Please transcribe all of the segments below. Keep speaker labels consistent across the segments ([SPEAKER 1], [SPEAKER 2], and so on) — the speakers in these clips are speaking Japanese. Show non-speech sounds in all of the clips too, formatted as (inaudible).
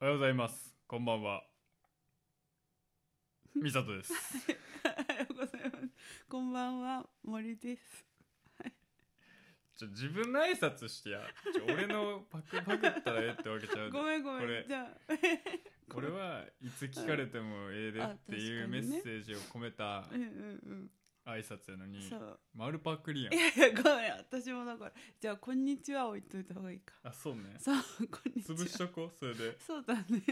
[SPEAKER 1] おはようございます。こんばんは。みさと
[SPEAKER 2] (laughs)
[SPEAKER 1] です。
[SPEAKER 2] おはようございます。こんばんは、森です。
[SPEAKER 1] ちょ自分の挨拶してや。ちょ俺のパクパクったらええってわけちゃうで
[SPEAKER 2] ごめんごめ
[SPEAKER 1] これ
[SPEAKER 2] ん。
[SPEAKER 1] (laughs)
[SPEAKER 2] じゃ
[SPEAKER 1] これはいつ聞かれてもええでっていう
[SPEAKER 2] あ
[SPEAKER 1] メ
[SPEAKER 2] 確かにね
[SPEAKER 1] ッセージを込めた
[SPEAKER 2] あ、うんうん
[SPEAKER 1] 挨拶やの
[SPEAKER 2] う
[SPEAKER 1] に
[SPEAKER 2] ん。、そう。
[SPEAKER 1] 丸パクリやん
[SPEAKER 2] い。やいや、ごめん。私もだから。じゃあ、こんにちはを言っといた方がいいか。
[SPEAKER 1] あ、そうね。
[SPEAKER 2] そう、こんにち
[SPEAKER 1] 潰し
[SPEAKER 2] は。
[SPEAKER 1] と
[SPEAKER 2] (laughs)
[SPEAKER 1] こう、それで。
[SPEAKER 2] そ
[SPEAKER 1] (laughs)
[SPEAKER 2] うだね。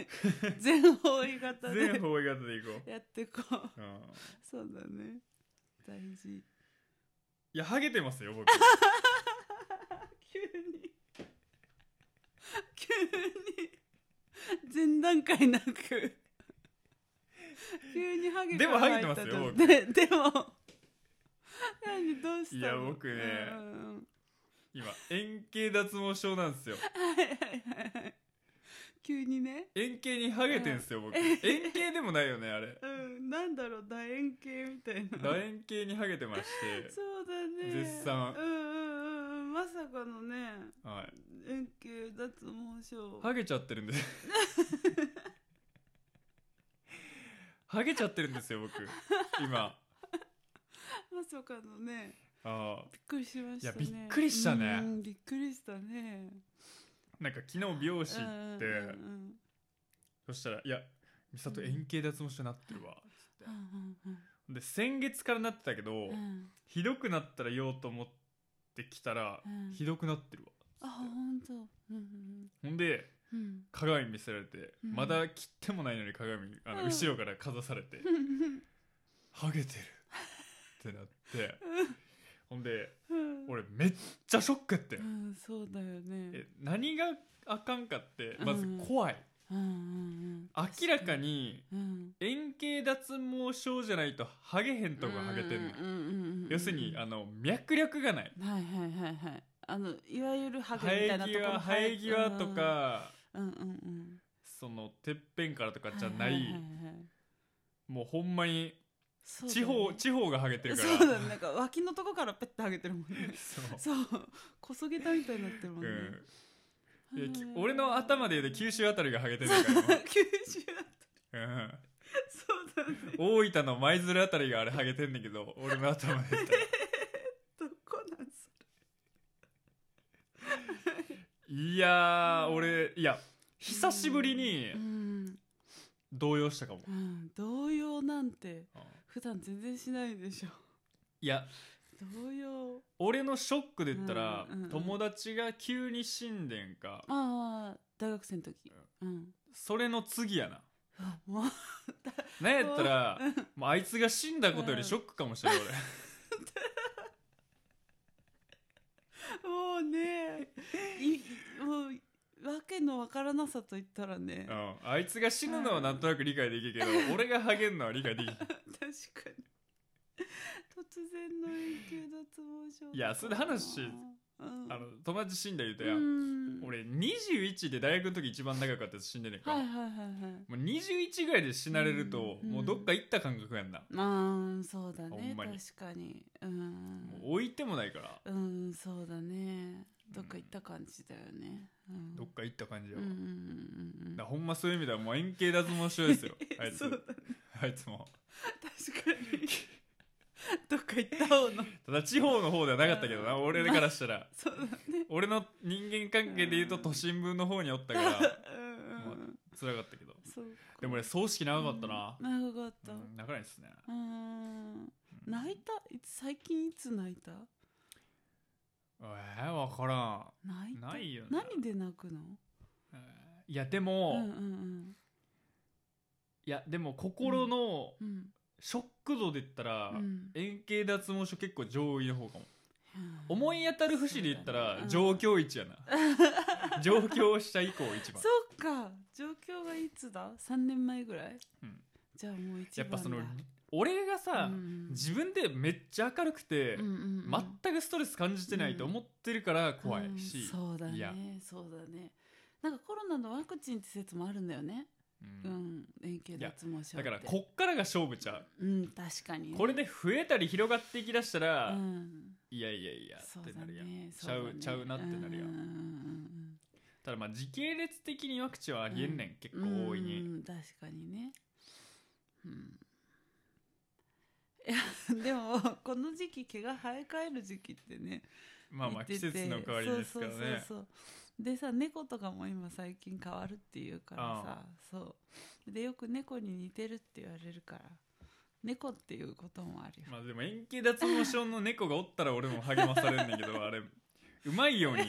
[SPEAKER 2] 全方位型
[SPEAKER 1] 全
[SPEAKER 2] で
[SPEAKER 1] 方位型でいこ
[SPEAKER 2] やってこう。
[SPEAKER 1] う。うん
[SPEAKER 2] そうだね。大事。
[SPEAKER 1] いや、ハゲてます
[SPEAKER 2] (laughs)
[SPEAKER 1] よ、僕。
[SPEAKER 2] 急に。急に。前段階なく。急にハゲ
[SPEAKER 1] でも
[SPEAKER 2] から
[SPEAKER 1] ハゲてますよ
[SPEAKER 2] 入っ
[SPEAKER 1] 僕
[SPEAKER 2] たとで、でも。何どうしたの
[SPEAKER 1] いや僕ね
[SPEAKER 2] うんうんうん
[SPEAKER 1] 今、円形脱毛症なんですよ。
[SPEAKER 2] はいはいはいはい。急にね。
[SPEAKER 1] 円形にハゲてんすよ、僕。
[SPEAKER 2] うん
[SPEAKER 1] 円形でもないよね、あれ。
[SPEAKER 2] うん、なんだろう、楕円形みたいな。
[SPEAKER 1] 楕円形にハゲてまして、
[SPEAKER 2] (laughs) そうだね。
[SPEAKER 1] 絶賛
[SPEAKER 2] うんうんうんうん、まさかのね。
[SPEAKER 1] はい、
[SPEAKER 2] 円形脱毛症。
[SPEAKER 1] ハゲちゃってるんですハゲちゃってるんですよ僕今
[SPEAKER 2] まさかのね。
[SPEAKER 1] あ
[SPEAKER 2] びっくりしましたね。
[SPEAKER 1] いやびっくりしたね
[SPEAKER 2] うんびっくりしたね。
[SPEAKER 1] ーなんか昨日美容師行って
[SPEAKER 2] うんうん
[SPEAKER 1] そしたら「いや美里円形脱毛症なってるわ」つ
[SPEAKER 2] う
[SPEAKER 1] っ
[SPEAKER 2] んうん
[SPEAKER 1] てで先月からなってたけど、
[SPEAKER 2] うんうん
[SPEAKER 1] ひどくなったら言おうと思ってきたら、
[SPEAKER 2] うん
[SPEAKER 1] ひどくなってるわ
[SPEAKER 2] あ、本当。うん
[SPEAKER 1] ほんで
[SPEAKER 2] うんうん
[SPEAKER 1] 鏡見せられて、
[SPEAKER 2] うん
[SPEAKER 1] まだ切ってもないのに鏡あの
[SPEAKER 2] うん
[SPEAKER 1] 後ろからかざされて、
[SPEAKER 2] (laughs) うん
[SPEAKER 1] ハゲてるってなってほんで
[SPEAKER 2] うん
[SPEAKER 1] 俺めっちゃショックやってん、
[SPEAKER 2] うん、そうだよね
[SPEAKER 1] え。何があかんかってまず
[SPEAKER 2] うん
[SPEAKER 1] 怖い、
[SPEAKER 2] うんうんうん。
[SPEAKER 1] 明らかに
[SPEAKER 2] うん。
[SPEAKER 1] 円形脱毛症じゃないとハゲへんとこハゲてんの、
[SPEAKER 2] うんうんうんうん。
[SPEAKER 1] 要するにあの脈略がない
[SPEAKER 2] はいはいはいはい。あのいわゆるハ
[SPEAKER 1] 生え
[SPEAKER 2] ゲみたいなとこ
[SPEAKER 1] 際
[SPEAKER 2] ろ。
[SPEAKER 1] 生え際と。か、
[SPEAKER 2] うんうんうん。
[SPEAKER 1] そのてっぺんからとかじゃない,、
[SPEAKER 2] ははははい
[SPEAKER 1] もうほんまに
[SPEAKER 2] そうだね
[SPEAKER 1] 地方、地方がハゲてるから
[SPEAKER 2] そうだね。なんか脇のとこからペッてハゲてるもんね。
[SPEAKER 1] (laughs) そう
[SPEAKER 2] そう、こそげたみたいになってるもんね。
[SPEAKER 1] うんいやき俺の頭で言うと九州あたりがハゲてるから
[SPEAKER 2] 九州だった。
[SPEAKER 1] 今、うん
[SPEAKER 2] そうだね。
[SPEAKER 1] 大分の舞鶴あたりがあれハゲてんねんけど俺の頭で言ったら
[SPEAKER 2] どこなんす
[SPEAKER 1] いやー俺いや久しぶりに
[SPEAKER 2] うん、
[SPEAKER 1] 動揺したかも、
[SPEAKER 2] うん、動揺なんて
[SPEAKER 1] うん
[SPEAKER 2] 普段全然しないでしょ。
[SPEAKER 1] いや
[SPEAKER 2] 動揺。
[SPEAKER 1] 俺のショックで言ったら、
[SPEAKER 2] うんうんうん
[SPEAKER 1] 友達が急に死んでんか
[SPEAKER 2] ああ、大学生の時。うん。
[SPEAKER 1] それの次やな
[SPEAKER 2] あもう確
[SPEAKER 1] なんやったら
[SPEAKER 2] うん
[SPEAKER 1] もうあいつが死んだことよりショックかもしれない、俺
[SPEAKER 2] もうね、いもうわけのわからなさと言ったらね、
[SPEAKER 1] うん、あいつが死ぬのはなんとなく理解できるけど、俺がハゲんのは理解できない
[SPEAKER 2] 確かに。突然の永久脱毛症だからない
[SPEAKER 1] やそれ話
[SPEAKER 2] うん、
[SPEAKER 1] あの友達死んだ言うたや、
[SPEAKER 2] うんん
[SPEAKER 1] 俺21で大学の時一番長かったやつ死んでんねんか、
[SPEAKER 2] はいはいはいはい
[SPEAKER 1] もう21ぐらいで死なれると、
[SPEAKER 2] うん
[SPEAKER 1] もうどっか行った感覚やんな、
[SPEAKER 2] まあそうだ
[SPEAKER 1] ほん
[SPEAKER 2] ね
[SPEAKER 1] まに
[SPEAKER 2] 確かにうん
[SPEAKER 1] もう置いてもないから、
[SPEAKER 2] うんそうだねどっか行った感じだよね、うん、
[SPEAKER 1] どっか行った感じよ、
[SPEAKER 2] うんうんうんうん
[SPEAKER 1] だからほんまそういう意味ではもう円形脱毛症
[SPEAKER 2] (laughs)
[SPEAKER 1] ですよあいつ
[SPEAKER 2] そうだね
[SPEAKER 1] あいつも
[SPEAKER 2] 確か
[SPEAKER 1] (laughs)
[SPEAKER 2] にどっか行った方の
[SPEAKER 1] ただ地方の方ではなかったけどな
[SPEAKER 2] うん
[SPEAKER 1] 俺からしたら
[SPEAKER 2] そうだね
[SPEAKER 1] 俺の人間関係で言うと
[SPEAKER 2] うん
[SPEAKER 1] 都心部の方にお
[SPEAKER 2] (laughs)
[SPEAKER 1] ったから
[SPEAKER 2] うんうんうん
[SPEAKER 1] 辛かったけど
[SPEAKER 2] そうか
[SPEAKER 1] でも俺葬式長かったな、
[SPEAKER 2] うん長かった
[SPEAKER 1] うん、長いですね
[SPEAKER 2] うん泣いたいつ最近いつ泣いた
[SPEAKER 1] えー、分からん、
[SPEAKER 2] 泣いた
[SPEAKER 1] ないよね
[SPEAKER 2] 何で泣くの
[SPEAKER 1] えーいやで
[SPEAKER 2] う
[SPEAKER 1] も、
[SPEAKER 2] んう
[SPEAKER 1] い
[SPEAKER 2] ん
[SPEAKER 1] やでも心の
[SPEAKER 2] うんうん
[SPEAKER 1] ショック度で言ったら、
[SPEAKER 2] うん
[SPEAKER 1] 円形脱毛症結構上位の方かも
[SPEAKER 2] うん
[SPEAKER 1] 思い当たる節で言ったら上
[SPEAKER 2] そうだね
[SPEAKER 1] 京一やな上京した以降一番
[SPEAKER 2] そうか状況がいつだ3年前ぐらい、
[SPEAKER 1] うん
[SPEAKER 2] じゃあもう一
[SPEAKER 1] やっ
[SPEAKER 2] 番だ
[SPEAKER 1] ぱその俺がさ、
[SPEAKER 2] うん
[SPEAKER 1] 自分でめっちゃ明るくて、
[SPEAKER 2] うんうんうん
[SPEAKER 1] 全くストレス感じてないと思ってるから怖いし、
[SPEAKER 2] うんそうだ
[SPEAKER 1] いや
[SPEAKER 2] ねそうだねなんかコロナのワクチンって説もあるんだよね
[SPEAKER 1] うん
[SPEAKER 2] うん連携脱毛症
[SPEAKER 1] だから
[SPEAKER 2] こ
[SPEAKER 1] こっからが勝負ちゃう
[SPEAKER 2] うん確かにね
[SPEAKER 1] これで増えたり広がっていきだしたら、
[SPEAKER 2] うん
[SPEAKER 1] いやいやいや
[SPEAKER 2] そう
[SPEAKER 1] って
[SPEAKER 2] だ
[SPEAKER 1] なるやん
[SPEAKER 2] ね
[SPEAKER 1] ちゃうちゃうなってなるやん
[SPEAKER 2] ん
[SPEAKER 1] ただまあ時系列的にワクチンはありえんねん、結構多いに、
[SPEAKER 2] うん確かにねうんいやでもこの時期毛が生え替える時期ってね
[SPEAKER 1] まあまあ季
[SPEAKER 2] 言ってて
[SPEAKER 1] 節の変わりですからね
[SPEAKER 2] そうそうそうそうでさ猫とかも今最近変わるっていうからさそうでよく猫に似てるって言われるから猫っていうこともあるよ、
[SPEAKER 1] まあでも円形脱毛症の猫がおったら俺も励まされんねんけどあれうまいように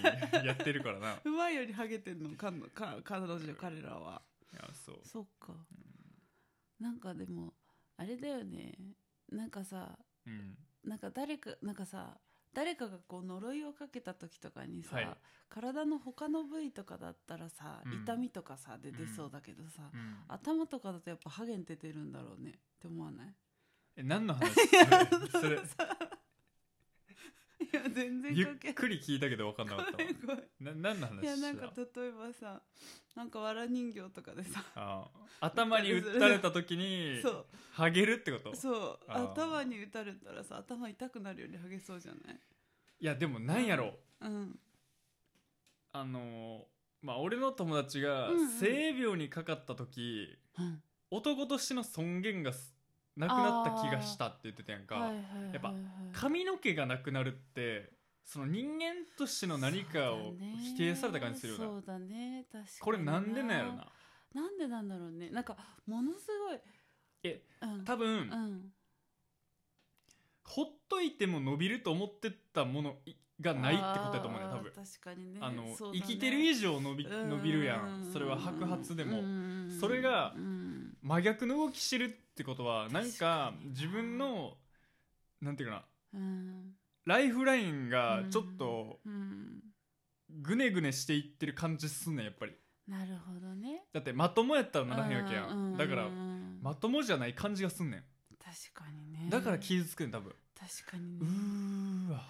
[SPEAKER 1] やってる
[SPEAKER 2] (laughs)
[SPEAKER 1] からないや
[SPEAKER 2] うまいよりハゲてんのかんのか彼女彼らは
[SPEAKER 1] そう
[SPEAKER 2] そっか、なんかでもあれだよねなんかさ
[SPEAKER 1] うん
[SPEAKER 2] なんか誰かなんかさ誰かがこう呪いをかけた時とかにさ、
[SPEAKER 1] はい
[SPEAKER 2] 体の他の部位とかだったらさ、
[SPEAKER 1] うん
[SPEAKER 2] 痛みとかさ出てそうだけどさ、
[SPEAKER 1] うん
[SPEAKER 2] 頭とかだとやっぱハゲン出てるんだろうねって思わない
[SPEAKER 1] え何の話 (laughs) そ
[SPEAKER 2] (laughs)
[SPEAKER 1] れ
[SPEAKER 2] いや全然
[SPEAKER 1] ゆっ
[SPEAKER 2] 関係
[SPEAKER 1] くり聞いたけど分かんなかった
[SPEAKER 2] ご
[SPEAKER 1] わ
[SPEAKER 2] めんごめん
[SPEAKER 1] な何の話
[SPEAKER 2] いや
[SPEAKER 1] し
[SPEAKER 2] な
[SPEAKER 1] て
[SPEAKER 2] ん
[SPEAKER 1] た
[SPEAKER 2] か例えばさなんかわら人形とかでさ
[SPEAKER 1] ああ頭に打たれた時に
[SPEAKER 2] そう
[SPEAKER 1] ハゲるってこと
[SPEAKER 2] そう
[SPEAKER 1] あー
[SPEAKER 2] 頭に打たれたらさ頭痛くなるよりハゲそうじゃない
[SPEAKER 1] いやでもなんやろう
[SPEAKER 2] うん
[SPEAKER 1] あのーまあ俺の友達が
[SPEAKER 2] うんうん
[SPEAKER 1] 性病にかかった時、
[SPEAKER 2] うん
[SPEAKER 1] 男としての尊厳がすなくなった気がしたって言ってたやんか、
[SPEAKER 2] はいはいはいはい
[SPEAKER 1] やっぱ髪の毛がなくなるってその人間としての何かを否定された感じするよな、
[SPEAKER 2] そうだねそうだね確かに
[SPEAKER 1] これなんでなんやろな
[SPEAKER 2] なんでなんだろうねなんかものすごい
[SPEAKER 1] え
[SPEAKER 2] うん
[SPEAKER 1] 多分、
[SPEAKER 2] うん
[SPEAKER 1] ほっといても伸びると思ってたものいがないってことだと思うね
[SPEAKER 2] あー
[SPEAKER 1] 多分
[SPEAKER 2] 確かにね
[SPEAKER 1] あの、
[SPEAKER 2] そうだね
[SPEAKER 1] 生きてる以上伸び伸びるや
[SPEAKER 2] うんう
[SPEAKER 1] それは白髪でも、
[SPEAKER 2] うん
[SPEAKER 1] それが
[SPEAKER 2] うん
[SPEAKER 1] 真逆の動きしてるってことはなん
[SPEAKER 2] 確か
[SPEAKER 1] か
[SPEAKER 2] に
[SPEAKER 1] 自分のなんていうかな
[SPEAKER 2] うん
[SPEAKER 1] ライフラインがちょっと
[SPEAKER 2] うん
[SPEAKER 1] グネグネしていってる感じすんねんやっぱり
[SPEAKER 2] なるほどね
[SPEAKER 1] だってまともやったらならへんわけや
[SPEAKER 2] うんうんうんん
[SPEAKER 1] だからまともじゃない感じがすんねん
[SPEAKER 2] 確かにね
[SPEAKER 1] だから傷つくねん多分
[SPEAKER 2] 確かに
[SPEAKER 1] う
[SPEAKER 2] ね
[SPEAKER 1] ーわ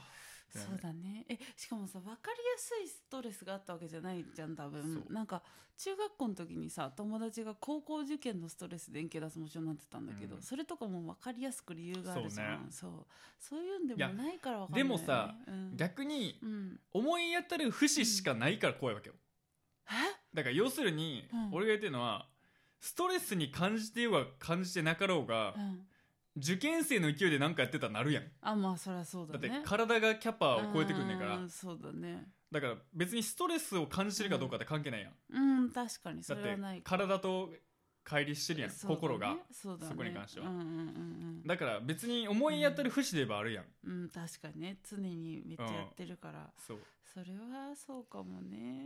[SPEAKER 2] そうだねえしかもさ分かりやすいストレスがあったわけじゃないじゃん多分
[SPEAKER 1] そう
[SPEAKER 2] なんか中学校の時にさ友達が高校受験のストレスで円形脱毛症になってたんだけど、
[SPEAKER 1] うん
[SPEAKER 2] それとかも分かりやすく理由があるじゃんそう,、そういうんで
[SPEAKER 1] いや
[SPEAKER 2] もないから分かんな
[SPEAKER 1] で
[SPEAKER 2] い、ね、
[SPEAKER 1] もさ、
[SPEAKER 2] うん、
[SPEAKER 1] 逆に
[SPEAKER 2] うん、
[SPEAKER 1] 思い当たる節しかないから怖いわけよ
[SPEAKER 2] え
[SPEAKER 1] だから要するに
[SPEAKER 2] うん
[SPEAKER 1] 俺が言ってるのはストレスに感じてようが感じてなかろうが
[SPEAKER 2] うん
[SPEAKER 1] 受験生の勢いで何かやってたらなるやん
[SPEAKER 2] あまあそりゃそうだ
[SPEAKER 1] だって
[SPEAKER 2] ね
[SPEAKER 1] 体がキャパを超えてくんねんから
[SPEAKER 2] うんそうだね
[SPEAKER 1] だから別にストレスを感じてるかどうかって関係ないやん、
[SPEAKER 2] うん確かに
[SPEAKER 1] だ
[SPEAKER 2] そ
[SPEAKER 1] っ
[SPEAKER 2] れ
[SPEAKER 1] て
[SPEAKER 2] はないか
[SPEAKER 1] 体と乖離してるやん、
[SPEAKER 2] そうだね
[SPEAKER 1] 心が
[SPEAKER 2] そうだね
[SPEAKER 1] そこに関しては
[SPEAKER 2] うんうんうん
[SPEAKER 1] だから別に思い当たる節で言えばあるやん、
[SPEAKER 2] うん、うん、確かにね常にめっちゃやってるから、
[SPEAKER 1] そう
[SPEAKER 2] それはそうかもね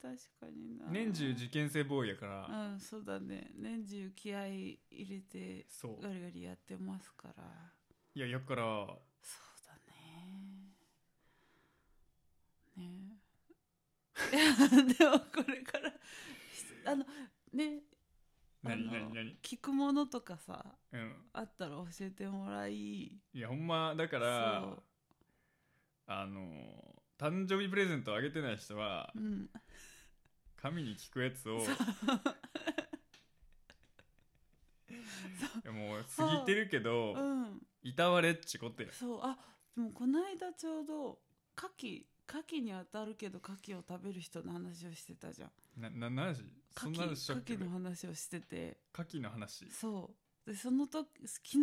[SPEAKER 2] 確かにな
[SPEAKER 1] 年中受験生ボーイやから、
[SPEAKER 2] うんそうだね年中気合い入れて
[SPEAKER 1] そう
[SPEAKER 2] ガリガリやってますから
[SPEAKER 1] いやだから
[SPEAKER 2] そうだねね (laughs) でもこれからあのねあ
[SPEAKER 1] 何
[SPEAKER 2] の
[SPEAKER 1] 何何
[SPEAKER 2] 聞くものとかさ
[SPEAKER 1] うん
[SPEAKER 2] あったら教えてもらい
[SPEAKER 1] いやほんまだから
[SPEAKER 2] そう
[SPEAKER 1] あの誕生日プレゼントあげてない人は
[SPEAKER 2] うん
[SPEAKER 1] 神に聞くやつをいやもう過ぎてるけど、
[SPEAKER 2] うん
[SPEAKER 1] いたわれっちことや
[SPEAKER 2] そうあでもこの間ちょうど牡蠣牡蠣に当たるけど牡蠣を食べる人の話をしてたじゃん
[SPEAKER 1] なな何時そ
[SPEAKER 2] 牡
[SPEAKER 1] んな話し
[SPEAKER 2] 蠣
[SPEAKER 1] たっ
[SPEAKER 2] 牡
[SPEAKER 1] け
[SPEAKER 2] 蠣の話をしてて
[SPEAKER 1] カキの話
[SPEAKER 2] そうでその時昨日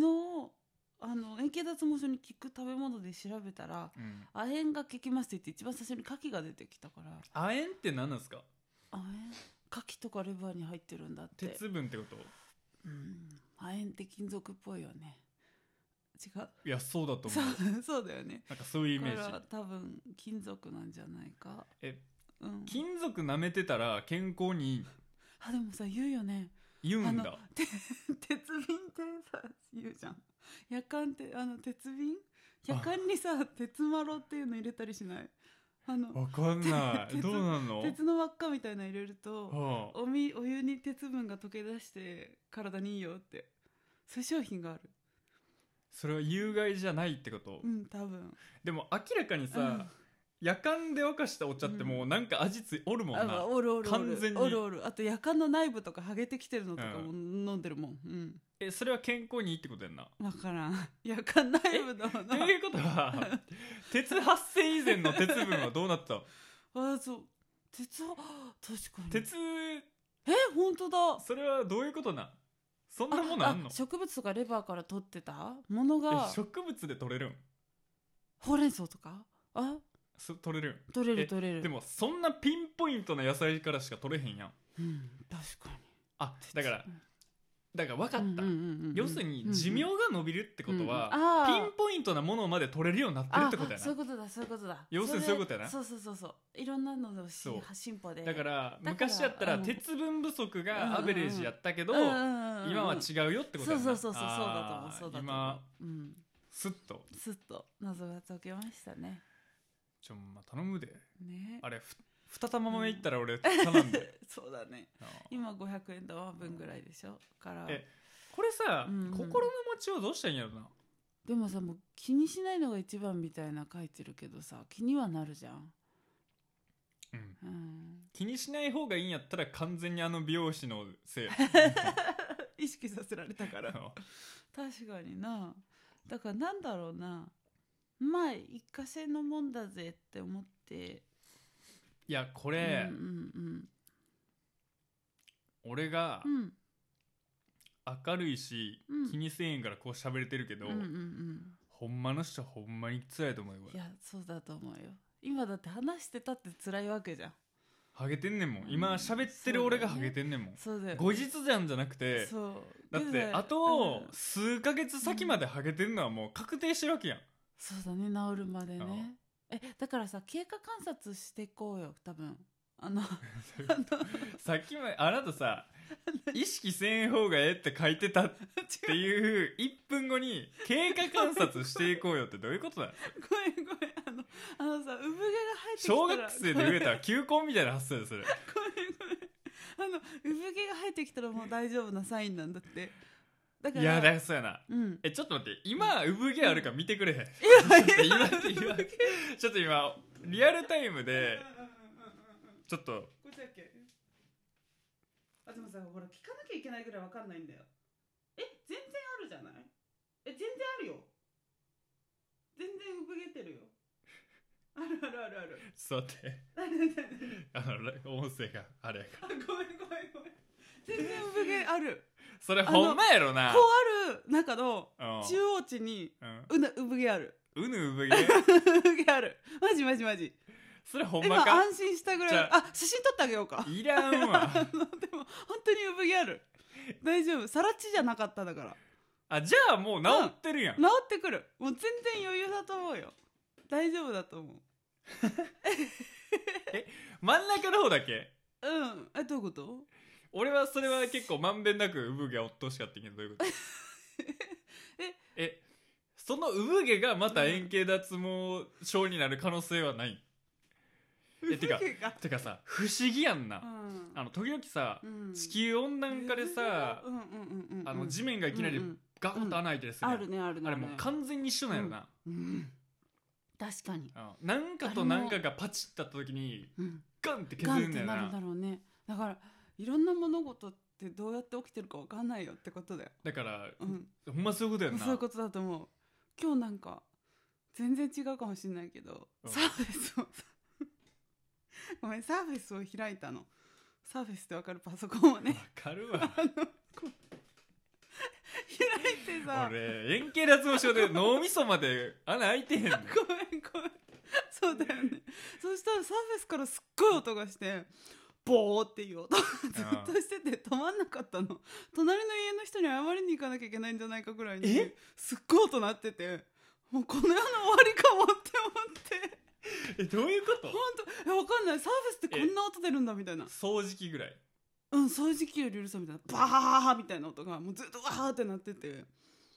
[SPEAKER 2] あの円形脱毛症に効く食べ物で調べたら
[SPEAKER 1] うん
[SPEAKER 2] 亜鉛が効きますって言って一番最初に牡蠣が出てきたから
[SPEAKER 1] 亜鉛って何なんですか
[SPEAKER 2] 亜鉛牡蠣とかレバーに入ってるんだって
[SPEAKER 1] 鉄分ってこと
[SPEAKER 2] うん亜鉛って金属っぽいよね違う
[SPEAKER 1] いやそうだと思
[SPEAKER 2] (laughs) そううそうだよね
[SPEAKER 1] なんかそういうイ
[SPEAKER 2] だ
[SPEAKER 1] メ
[SPEAKER 2] か
[SPEAKER 1] ージ
[SPEAKER 2] ら多分金属なんじゃないか
[SPEAKER 1] え
[SPEAKER 2] うん
[SPEAKER 1] 金属舐めてたら健康にいい
[SPEAKER 2] あでもさ言うよね
[SPEAKER 1] 言う
[SPEAKER 2] あ
[SPEAKER 1] ん
[SPEAKER 2] の
[SPEAKER 1] だ
[SPEAKER 2] て (laughs) 鉄瓶ってさ言うじゃん夜間ってあの鉄瓶夜間にさ鉄まろっていうの入れたりしないあの
[SPEAKER 1] わかんない
[SPEAKER 2] 鉄
[SPEAKER 1] どうなんの
[SPEAKER 2] 鉄の輪っかみたいなの入れると
[SPEAKER 1] はあ
[SPEAKER 2] おみお湯に鉄分が溶け出して体にいいよってそういう商品がある
[SPEAKER 1] それは有害じゃないってこと、
[SPEAKER 2] うん多分
[SPEAKER 1] でも明らかにさ、夜間で沸かしたお茶ってもうなんか味ついおるもん
[SPEAKER 2] あ
[SPEAKER 1] な、
[SPEAKER 2] おるおるお
[SPEAKER 1] 完全に
[SPEAKER 2] るおるおるあと夜間の内部とかハゲてきてるのとかも
[SPEAKER 1] う
[SPEAKER 2] 飲んでるもんうん
[SPEAKER 1] えそれは健康にいいってことや
[SPEAKER 2] (laughs)
[SPEAKER 1] んな
[SPEAKER 2] 分からん夜間内部だも
[SPEAKER 1] と
[SPEAKER 2] な (laughs)
[SPEAKER 1] いうことは鉄発生以前の鉄分はどうなってたの
[SPEAKER 2] あーそう鉄はあ確かに
[SPEAKER 1] 鉄
[SPEAKER 2] え本当だ
[SPEAKER 1] それはどういうことなんそんなものあんの
[SPEAKER 2] 植物とかレバーから取ってたものが
[SPEAKER 1] え植物で取れるん
[SPEAKER 2] ほうれん草とかあ
[SPEAKER 1] そ取れる
[SPEAKER 2] 取れ
[SPEAKER 1] え
[SPEAKER 2] る取れる
[SPEAKER 1] んでもそんなピンポイントな野菜からしか取れへんやん
[SPEAKER 2] うん確かに
[SPEAKER 1] あだから
[SPEAKER 2] うん
[SPEAKER 1] だから分かった、
[SPEAKER 2] うんうんうんうん
[SPEAKER 1] 要するに寿命が伸びるってことは、
[SPEAKER 2] うんうんあー
[SPEAKER 1] ピンポイントなものまで取れるようになってる
[SPEAKER 2] あ
[SPEAKER 1] ってことや
[SPEAKER 2] そういう
[SPEAKER 1] な
[SPEAKER 2] ことだそういうことだ
[SPEAKER 1] 要するにそういうことやな
[SPEAKER 2] それそうそうそうそういろんなのの
[SPEAKER 1] そ
[SPEAKER 2] 進
[SPEAKER 1] う
[SPEAKER 2] 進歩で
[SPEAKER 1] だから
[SPEAKER 2] ら
[SPEAKER 1] 昔やった
[SPEAKER 2] あ
[SPEAKER 1] ら
[SPEAKER 2] の
[SPEAKER 1] 鉄分不足がアベレージやったけど、今
[SPEAKER 2] 今
[SPEAKER 1] は違うよってことやな
[SPEAKER 2] そうそうそうそうそうだと思
[SPEAKER 1] あ
[SPEAKER 2] う
[SPEAKER 1] ー
[SPEAKER 2] そうだと思う
[SPEAKER 1] 今
[SPEAKER 2] うん
[SPEAKER 1] スッと
[SPEAKER 2] すっと謎が解けましたね
[SPEAKER 1] ちょまあ頼むで
[SPEAKER 2] ね
[SPEAKER 1] あれふ二玉目いったら俺頼ん
[SPEAKER 2] (laughs)
[SPEAKER 1] で、
[SPEAKER 2] そうだね
[SPEAKER 1] あー
[SPEAKER 2] 今500円玉分ぐらいでしょから
[SPEAKER 1] えこれさ、
[SPEAKER 2] うんうん
[SPEAKER 1] 心の持ちようどうしたらいいんやろな
[SPEAKER 2] でもさもう気にしないのが一番みたいな書いてるけどさ気にはなるじゃん、
[SPEAKER 1] うん
[SPEAKER 2] うん
[SPEAKER 1] 気にしない方がいいんやったら完全にあの美容師のせい
[SPEAKER 2] 意識させられたか
[SPEAKER 1] あ
[SPEAKER 2] ら (laughs)
[SPEAKER 1] の
[SPEAKER 2] 確かになだからなんだろうなまあ一過性のもんだぜって思って、
[SPEAKER 1] いやこれ、
[SPEAKER 2] うんうん
[SPEAKER 1] 俺が
[SPEAKER 2] うんうん
[SPEAKER 1] 明るいし、
[SPEAKER 2] うん
[SPEAKER 1] 気にせえへんからこう喋れてるけど、
[SPEAKER 2] うんうんうん
[SPEAKER 1] ほんまの人はほんまに辛いと思うよ
[SPEAKER 2] いやそうだと思うよ今だって話してたって辛いわけじゃん
[SPEAKER 1] ハゲてんねんもん
[SPEAKER 2] うん
[SPEAKER 1] 今喋ってる俺がハゲてんねんもん、
[SPEAKER 2] そうだよ
[SPEAKER 1] (laughs) 後日じゃんじゃなくて
[SPEAKER 2] そう
[SPEAKER 1] だっ
[SPEAKER 2] けど
[SPEAKER 1] て
[SPEAKER 2] ね
[SPEAKER 1] あ
[SPEAKER 2] う
[SPEAKER 1] と
[SPEAKER 2] ん
[SPEAKER 1] 数ヶ月先までハゲてんのはもう確定してるわけやん、
[SPEAKER 2] そうだね治るまで
[SPEAKER 1] あ
[SPEAKER 2] ねえだからさ経過観察していこうよ多分あの (laughs)
[SPEAKER 1] さっきまであなたさ意識せん方がええって書いてたって
[SPEAKER 2] (laughs)
[SPEAKER 1] いう1分後に経過観察していこうよってどういうこと
[SPEAKER 2] (laughs)
[SPEAKER 1] だ
[SPEAKER 2] ごめんごめんあのあのさ産毛が生えてきたら
[SPEAKER 1] 小学生で
[SPEAKER 2] ごめ
[SPEAKER 1] 植
[SPEAKER 2] ん
[SPEAKER 1] え
[SPEAKER 2] (laughs)
[SPEAKER 1] たら球根みたいな発想でする
[SPEAKER 2] ごめんあの産毛が生えてきたらもう大丈夫なサインなんだってだから
[SPEAKER 1] いやだからそうやな (laughs)
[SPEAKER 2] うん
[SPEAKER 1] えちょっと待って今産毛あるか見てくれへん
[SPEAKER 2] い
[SPEAKER 1] (laughs)
[SPEAKER 2] (laughs)
[SPEAKER 1] 今今ちょっと今リアルタイムでちょっと
[SPEAKER 2] こっちだっけあでもさほら聞かなきゃいけないぐらいわかんないんだよえ全然あるじゃないえ全然あるよ全然産毛てるよあるあるあるある
[SPEAKER 1] 座って
[SPEAKER 2] 何何何
[SPEAKER 1] あの音声があれやから
[SPEAKER 2] あごめんごめんごめん全然産毛ある
[SPEAKER 1] それほんまやろ
[SPEAKER 2] こ
[SPEAKER 1] な
[SPEAKER 2] うある中の
[SPEAKER 1] うん
[SPEAKER 2] 中央値に
[SPEAKER 1] うん
[SPEAKER 2] うな産毛ある (laughs)
[SPEAKER 1] うぬ産毛
[SPEAKER 2] 産毛あるマジマジマジ
[SPEAKER 1] (laughs) それほん
[SPEAKER 2] 今
[SPEAKER 1] まか
[SPEAKER 2] 安心したぐらい
[SPEAKER 1] じゃ
[SPEAKER 2] あ写真撮ってあげようか
[SPEAKER 1] いらんわ
[SPEAKER 2] あの (laughs) でも本当に産毛ある大丈夫さらちじゃなかっただから
[SPEAKER 1] (laughs) あじゃあもう治ってるやん、
[SPEAKER 2] 治ってくるもう全然余裕だと思うよ大丈夫だと思う
[SPEAKER 1] 真ん中の方だけ
[SPEAKER 2] うんえどういうこと
[SPEAKER 1] 俺はそれは結構まんべんなく産毛がおってほしかったけどどういうこと
[SPEAKER 2] え
[SPEAKER 1] (laughs) えその産毛がまた円形脱毛症になる可能性はない、えてか
[SPEAKER 2] 産毛が
[SPEAKER 1] てかさ不思議やんな、
[SPEAKER 2] うん
[SPEAKER 1] あの時々さ、
[SPEAKER 2] うん
[SPEAKER 1] 地球温暖化でさ、
[SPEAKER 2] うんうんうんうん
[SPEAKER 1] あの地面がいきなり
[SPEAKER 2] うんうん
[SPEAKER 1] ガコッと穴開いてですね、
[SPEAKER 2] あるねあるね
[SPEAKER 1] あれもう完全に一緒なんやろな、
[SPEAKER 2] うん確かに、
[SPEAKER 1] うんなんかとなんかがパチッとあった時に
[SPEAKER 2] うん、
[SPEAKER 1] ガンって削
[SPEAKER 2] ガン
[SPEAKER 1] る
[SPEAKER 2] っ
[SPEAKER 1] んだ
[SPEAKER 2] て
[SPEAKER 1] よ
[SPEAKER 2] な
[SPEAKER 1] な
[SPEAKER 2] るんだろうねだからいろんな物事ってどうやって起きてるかわかんないよってことだよ、
[SPEAKER 1] だから、
[SPEAKER 2] うん、
[SPEAKER 1] ほんまそういうことやんな
[SPEAKER 2] そういうことだと思う今日なんか全然違うかもしれないけど、
[SPEAKER 1] うん
[SPEAKER 2] サーフェスを (laughs) ごめんサーフェスを開いたのサーフェスってわかるパソコンをね
[SPEAKER 1] わかるわ
[SPEAKER 2] 開いてさ
[SPEAKER 1] 俺円形脱毛症で脳みそまで穴開いてへ
[SPEAKER 2] (laughs)
[SPEAKER 1] んねん
[SPEAKER 2] ごめんごめんそうだよねそしたらサーフェスからすっごい音がしてボーっていう音がずっとしてて止まんなかったの隣の家の人に謝りに行かなきゃいけないんじゃないかぐらいに
[SPEAKER 1] え
[SPEAKER 2] すっごい音鳴っててもうこの世の終わりかもって思って
[SPEAKER 1] えどういうこ
[SPEAKER 2] 本当えわかんないサーフェスってこんな音出るんだみたいな
[SPEAKER 1] と掃除機ぐらい
[SPEAKER 2] うん掃除機よりうるさいみたいなバーみたいな音がもうずっとわーって鳴ってて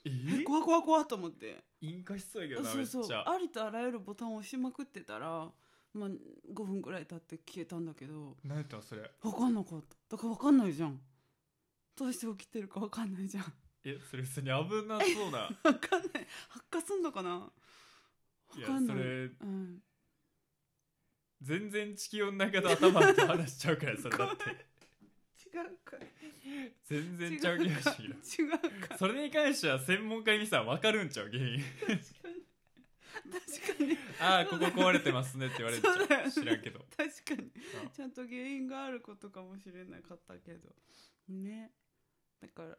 [SPEAKER 1] え
[SPEAKER 2] 怖怖怖と思って
[SPEAKER 1] 引火しそうやけどな
[SPEAKER 2] そ
[SPEAKER 1] めっ
[SPEAKER 2] う
[SPEAKER 1] ち
[SPEAKER 2] そう
[SPEAKER 1] ゃ
[SPEAKER 2] ありとあらゆるボタンを押しまくってたら、まあ、5分ぐらい経って消えたんだけど
[SPEAKER 1] 何やったのそれ
[SPEAKER 2] 分かんなかっただから分かんないじゃんどうして起きてるか分かんないじゃん (laughs)
[SPEAKER 1] えそれ普通に危なそうな
[SPEAKER 2] 分かんない発火すんのかない分
[SPEAKER 1] や
[SPEAKER 2] かんな
[SPEAKER 1] そ
[SPEAKER 2] い
[SPEAKER 1] れ
[SPEAKER 2] うん、
[SPEAKER 1] 全然地球温暖化と頭と話しちゃうからそれだって
[SPEAKER 2] 違うか
[SPEAKER 1] 全
[SPEAKER 2] 違
[SPEAKER 1] 然
[SPEAKER 2] う
[SPEAKER 1] ちゃう気がして
[SPEAKER 2] か
[SPEAKER 1] き
[SPEAKER 2] 違うか
[SPEAKER 1] たそれに関しては専門家にさ分かるんちゃう原因
[SPEAKER 2] 確かに確かに
[SPEAKER 1] ああここ壊れてますねって言われちゃ
[SPEAKER 2] そうだよ
[SPEAKER 1] う
[SPEAKER 2] ね
[SPEAKER 1] 知らんけど
[SPEAKER 2] 確 (laughs) 確かにちゃんと原因があることかもしれなかったけどねだから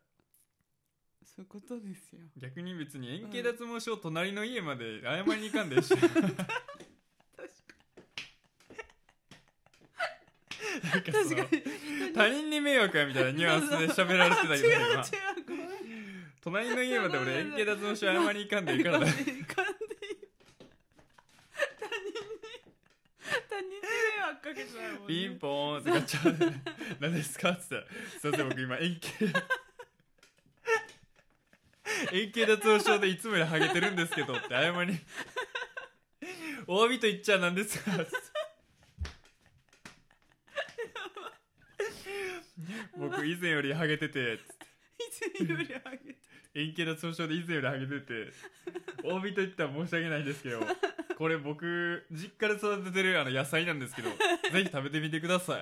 [SPEAKER 2] そういうことですよ
[SPEAKER 1] 逆に別に円形脱毛症隣の家まで謝りに行かんで一緒
[SPEAKER 2] 確か
[SPEAKER 1] なんかその (laughs)
[SPEAKER 2] に
[SPEAKER 1] 他人に迷惑やみたいなニュアンスで喋られてたけど
[SPEAKER 2] (laughs) 違う違
[SPEAKER 1] 今
[SPEAKER 2] うごめん
[SPEAKER 1] 隣の家まで俺円形脱毛症謝りに行かんでいいから
[SPEAKER 2] 行
[SPEAKER 1] だ
[SPEAKER 2] かんでいい他人に他人に迷惑かけちゃうもんね
[SPEAKER 1] ピンポーンってガチャで「何ですか?」っつったら「すいません僕今円形円形脱毛症でいつもよりハゲてるんですけど」って謝りお詫びと言っちゃなんですが僕以前よりハゲてて
[SPEAKER 2] 以前より上げて
[SPEAKER 1] 円形脱毛症で以前よりハゲててお詫びと言ったら申し訳ないんですけどこれ僕実家で育ててるあの野菜なんですけどぜひ食べてみてください
[SPEAKER 2] わ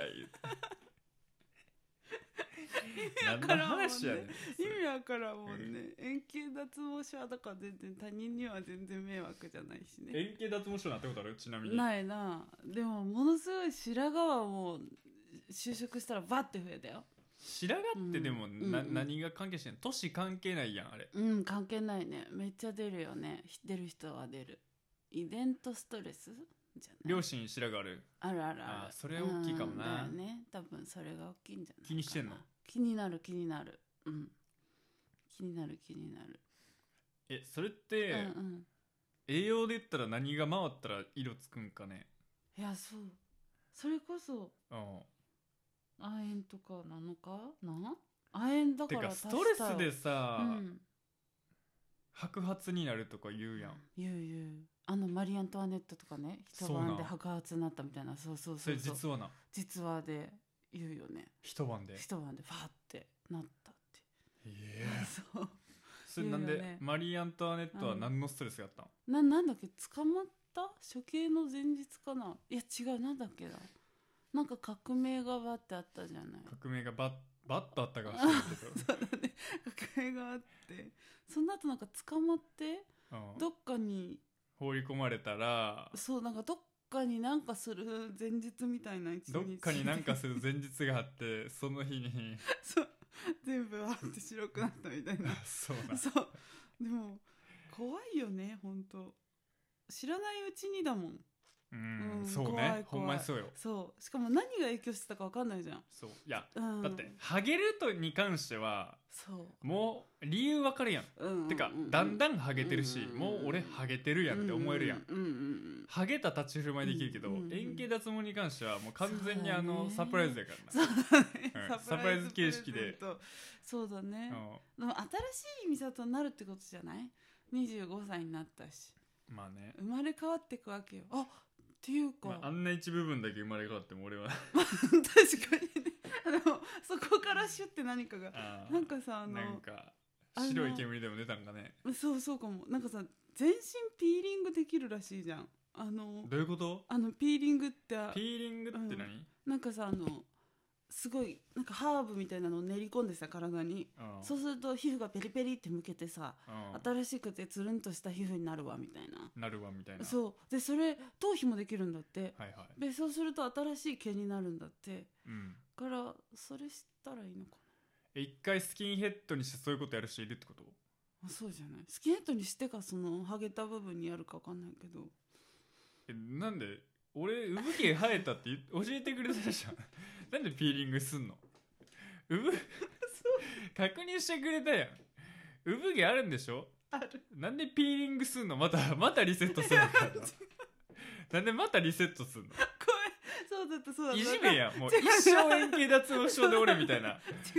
[SPEAKER 1] 何
[SPEAKER 2] からんもんね
[SPEAKER 1] の話やねん
[SPEAKER 2] 意味わからんもんね円形脱毛症はだから全然他人には全然迷惑じゃないしね
[SPEAKER 1] 円形脱毛症なったことあるちなみに
[SPEAKER 2] ないなでもものすごい白髪はもう就職したらバッて増えたよ
[SPEAKER 1] 白髪ってでも
[SPEAKER 2] うん
[SPEAKER 1] な、
[SPEAKER 2] うんうん
[SPEAKER 1] 何が関係してんの年関係ないやんあれ
[SPEAKER 2] うん関係ないねめっちゃ出るよね出る人は出る遺伝とストレスじゃない
[SPEAKER 1] 両親白髪ある
[SPEAKER 2] あるあるある
[SPEAKER 1] あーそれは大きいかもな
[SPEAKER 2] うんだよね多分それが大きいんじゃないかな
[SPEAKER 1] 気にしてんの
[SPEAKER 2] 気になる気になるうん気になる気になる、
[SPEAKER 1] えそれって、
[SPEAKER 2] うんうん
[SPEAKER 1] 栄養で言ったら何が回ったら色つくんかね
[SPEAKER 2] いやそうそれこそ
[SPEAKER 1] うん
[SPEAKER 2] 亜鉛とかなのかな亜鉛だ
[SPEAKER 1] て
[SPEAKER 2] か
[SPEAKER 1] からストレスですさ、
[SPEAKER 2] うん、
[SPEAKER 1] 白髪になるとか言うやん
[SPEAKER 2] 言う言うあのマリー・アントワネットとかね一
[SPEAKER 1] そうな
[SPEAKER 2] 晩
[SPEAKER 1] ん
[SPEAKER 2] で白髪になったみたいなそうそう
[SPEAKER 1] そ
[SPEAKER 2] そう
[SPEAKER 1] れ
[SPEAKER 2] そう
[SPEAKER 1] 実はな
[SPEAKER 2] 実話で言うよね
[SPEAKER 1] 一晩で
[SPEAKER 2] 一晩でファーってなったっ
[SPEAKER 1] い
[SPEAKER 2] て、
[SPEAKER 1] え
[SPEAKER 2] (laughs) そう
[SPEAKER 1] それなん
[SPEAKER 2] 言
[SPEAKER 1] で、
[SPEAKER 2] うよね
[SPEAKER 1] マリー・アントワネットは何のストレスがあったの、
[SPEAKER 2] ななんだっけ捕まった処刑の前日かないや違うなんだっけだなんか革命がわってあったじゃない (laughs)
[SPEAKER 1] 革命がバッバッとあったかもしれないけど
[SPEAKER 2] そうだね革命があってその後なんか捕まって
[SPEAKER 1] うん
[SPEAKER 2] どっかに
[SPEAKER 1] 放り込まれたら
[SPEAKER 2] そうなんかどっかになんかする前日みたいな一日
[SPEAKER 1] どっかになんかする前日があってその日
[SPEAKER 2] (laughs)
[SPEAKER 1] に
[SPEAKER 2] そう全部わーって白くなったみたいな
[SPEAKER 1] そうな
[SPEAKER 2] そうでも怖いよねほんと知らないうちにだもん
[SPEAKER 1] うん、
[SPEAKER 2] うん
[SPEAKER 1] そうね
[SPEAKER 2] 怖い怖い
[SPEAKER 1] ほんまにそうよ
[SPEAKER 2] そうしかも何が影響してたかわかんないじゃん
[SPEAKER 1] そういや
[SPEAKER 2] うん、
[SPEAKER 1] だってハゲるとに関しては
[SPEAKER 2] そ
[SPEAKER 1] もう理由わかるやん、
[SPEAKER 2] う、うんうんうん
[SPEAKER 1] てかだんだんハゲてるし、もう俺ハゲてるやんって思えるやん、
[SPEAKER 2] うんうんうん
[SPEAKER 1] ハゲた立ち振る舞いできるけど、
[SPEAKER 2] うんうんうん
[SPEAKER 1] 円形脱毛に関してはもう完全にあ
[SPEAKER 2] そうだ
[SPEAKER 1] の、
[SPEAKER 2] ね
[SPEAKER 1] サプライズやから
[SPEAKER 2] そ
[SPEAKER 1] な
[SPEAKER 2] うだね
[SPEAKER 1] うんサプライズ形式で
[SPEAKER 2] プレゼントそうだね
[SPEAKER 1] う
[SPEAKER 2] でも新しい美里になるってことじゃない25歳になったし
[SPEAKER 1] んまあね、
[SPEAKER 2] 生まれ変わっていくわけよあっていうか、
[SPEAKER 1] まあ、あんな一部分だけ生まれ変わっても俺は
[SPEAKER 2] 確かにねあのそこからシュって何かが
[SPEAKER 1] あー
[SPEAKER 2] (laughs) なんかさあの
[SPEAKER 1] なんか
[SPEAKER 2] あの
[SPEAKER 1] 白い煙でも出たんかね
[SPEAKER 2] そうそうかもなんかさ全身ピーリングできるらしいじゃんあの
[SPEAKER 1] どういうこと
[SPEAKER 2] あのピーリングって
[SPEAKER 1] ピーリングって何、
[SPEAKER 2] なんかさあのすごいなんかハーブみたいなのを練り込んでさ体に
[SPEAKER 1] うん
[SPEAKER 2] そうすると皮膚がペリペリってむけてさ
[SPEAKER 1] うん
[SPEAKER 2] 新しくてつるんとした皮膚になるわみたいな
[SPEAKER 1] なるわみたいな
[SPEAKER 2] そうでそれ頭皮もできるんだって
[SPEAKER 1] はいはい
[SPEAKER 2] でそうすると新しい毛になるんだって
[SPEAKER 1] うん
[SPEAKER 2] からそれしたらいいのか
[SPEAKER 1] え一回スキンヘッドにしてそういうことやる人いるってこと
[SPEAKER 2] なあそうじゃないスキンヘッドにしてかそのハゲた部分にやるか分かんないけど
[SPEAKER 1] えなんで俺産毛生えたって言教えてくれたじゃん (laughs) なんでピーリングすんの産確認してくれたやん産毛あるんでしょ
[SPEAKER 2] ある
[SPEAKER 1] なんでピーリングすんのまたまたリセットするの
[SPEAKER 2] (laughs)
[SPEAKER 1] かななんでまたリセットすんの
[SPEAKER 2] ごめんそうだったそうだった
[SPEAKER 1] いじめやんもう
[SPEAKER 2] 違う
[SPEAKER 1] 一生円形脱毛症で俺みたい
[SPEAKER 2] (laughs)
[SPEAKER 1] な
[SPEAKER 2] 違
[SPEAKER 1] そ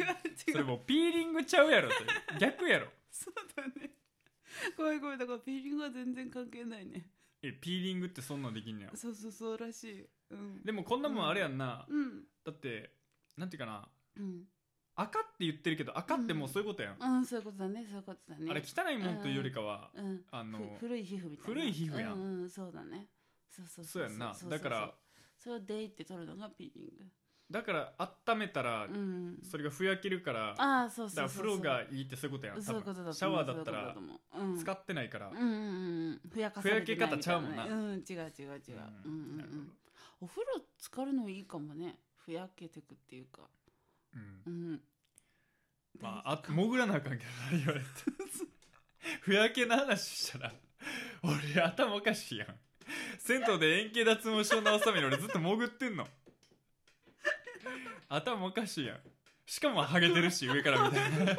[SPEAKER 1] う
[SPEAKER 2] 違
[SPEAKER 1] れ
[SPEAKER 2] う
[SPEAKER 1] もうピーリングちゃうやろって逆やろ
[SPEAKER 2] そうだねごめんごめんだからピーリングは全然関係ないね
[SPEAKER 1] えピーリングってそんなんできんねや
[SPEAKER 2] そうそうそうらしいうん
[SPEAKER 1] でもこんなもんあれやんな、
[SPEAKER 2] うん
[SPEAKER 1] だってなんていうかな
[SPEAKER 2] うん
[SPEAKER 1] 赤って言ってるけど赤ってもうそういうことやん、
[SPEAKER 2] うんそういうことだねそういうことだね
[SPEAKER 1] あれ汚いもんというよりかは、
[SPEAKER 2] うん
[SPEAKER 1] あの
[SPEAKER 2] ふ古い皮膚みたいな
[SPEAKER 1] 古い皮膚やん
[SPEAKER 2] うん、うん、そうだねそうそう
[SPEAKER 1] そうやんな
[SPEAKER 2] そうそ
[SPEAKER 1] だ
[SPEAKER 2] うそう
[SPEAKER 1] から
[SPEAKER 2] それをデイって取るのがピーリング
[SPEAKER 1] だから温めたら、
[SPEAKER 2] うん
[SPEAKER 1] それがふやけるから、だか
[SPEAKER 2] ああそうそう
[SPEAKER 1] ら
[SPEAKER 2] そ
[SPEAKER 1] 風
[SPEAKER 2] うそう
[SPEAKER 1] 呂がいいってそういうことやん多分
[SPEAKER 2] そういうことだと思う
[SPEAKER 1] シャワーだった
[SPEAKER 2] そういう
[SPEAKER 1] ら
[SPEAKER 2] ことだと思ううん
[SPEAKER 1] 使ってないから、
[SPEAKER 2] うんうんうんふやかされて
[SPEAKER 1] ふやけ方ちゃうもんな
[SPEAKER 2] ないみたいねうん違う違う違う、うんうん
[SPEAKER 1] なる
[SPEAKER 2] うん、お風呂浸かるのいいかもねふやけてくっていうか
[SPEAKER 1] うん
[SPEAKER 2] うん
[SPEAKER 1] まあ、あと潜らなあかんけどな言われてふやけの話したら俺頭おかしいやん銭湯で円形脱毛症の朝見の俺ずっと潜ってんの頭おかしいやんしかもハゲてるし上からみたいな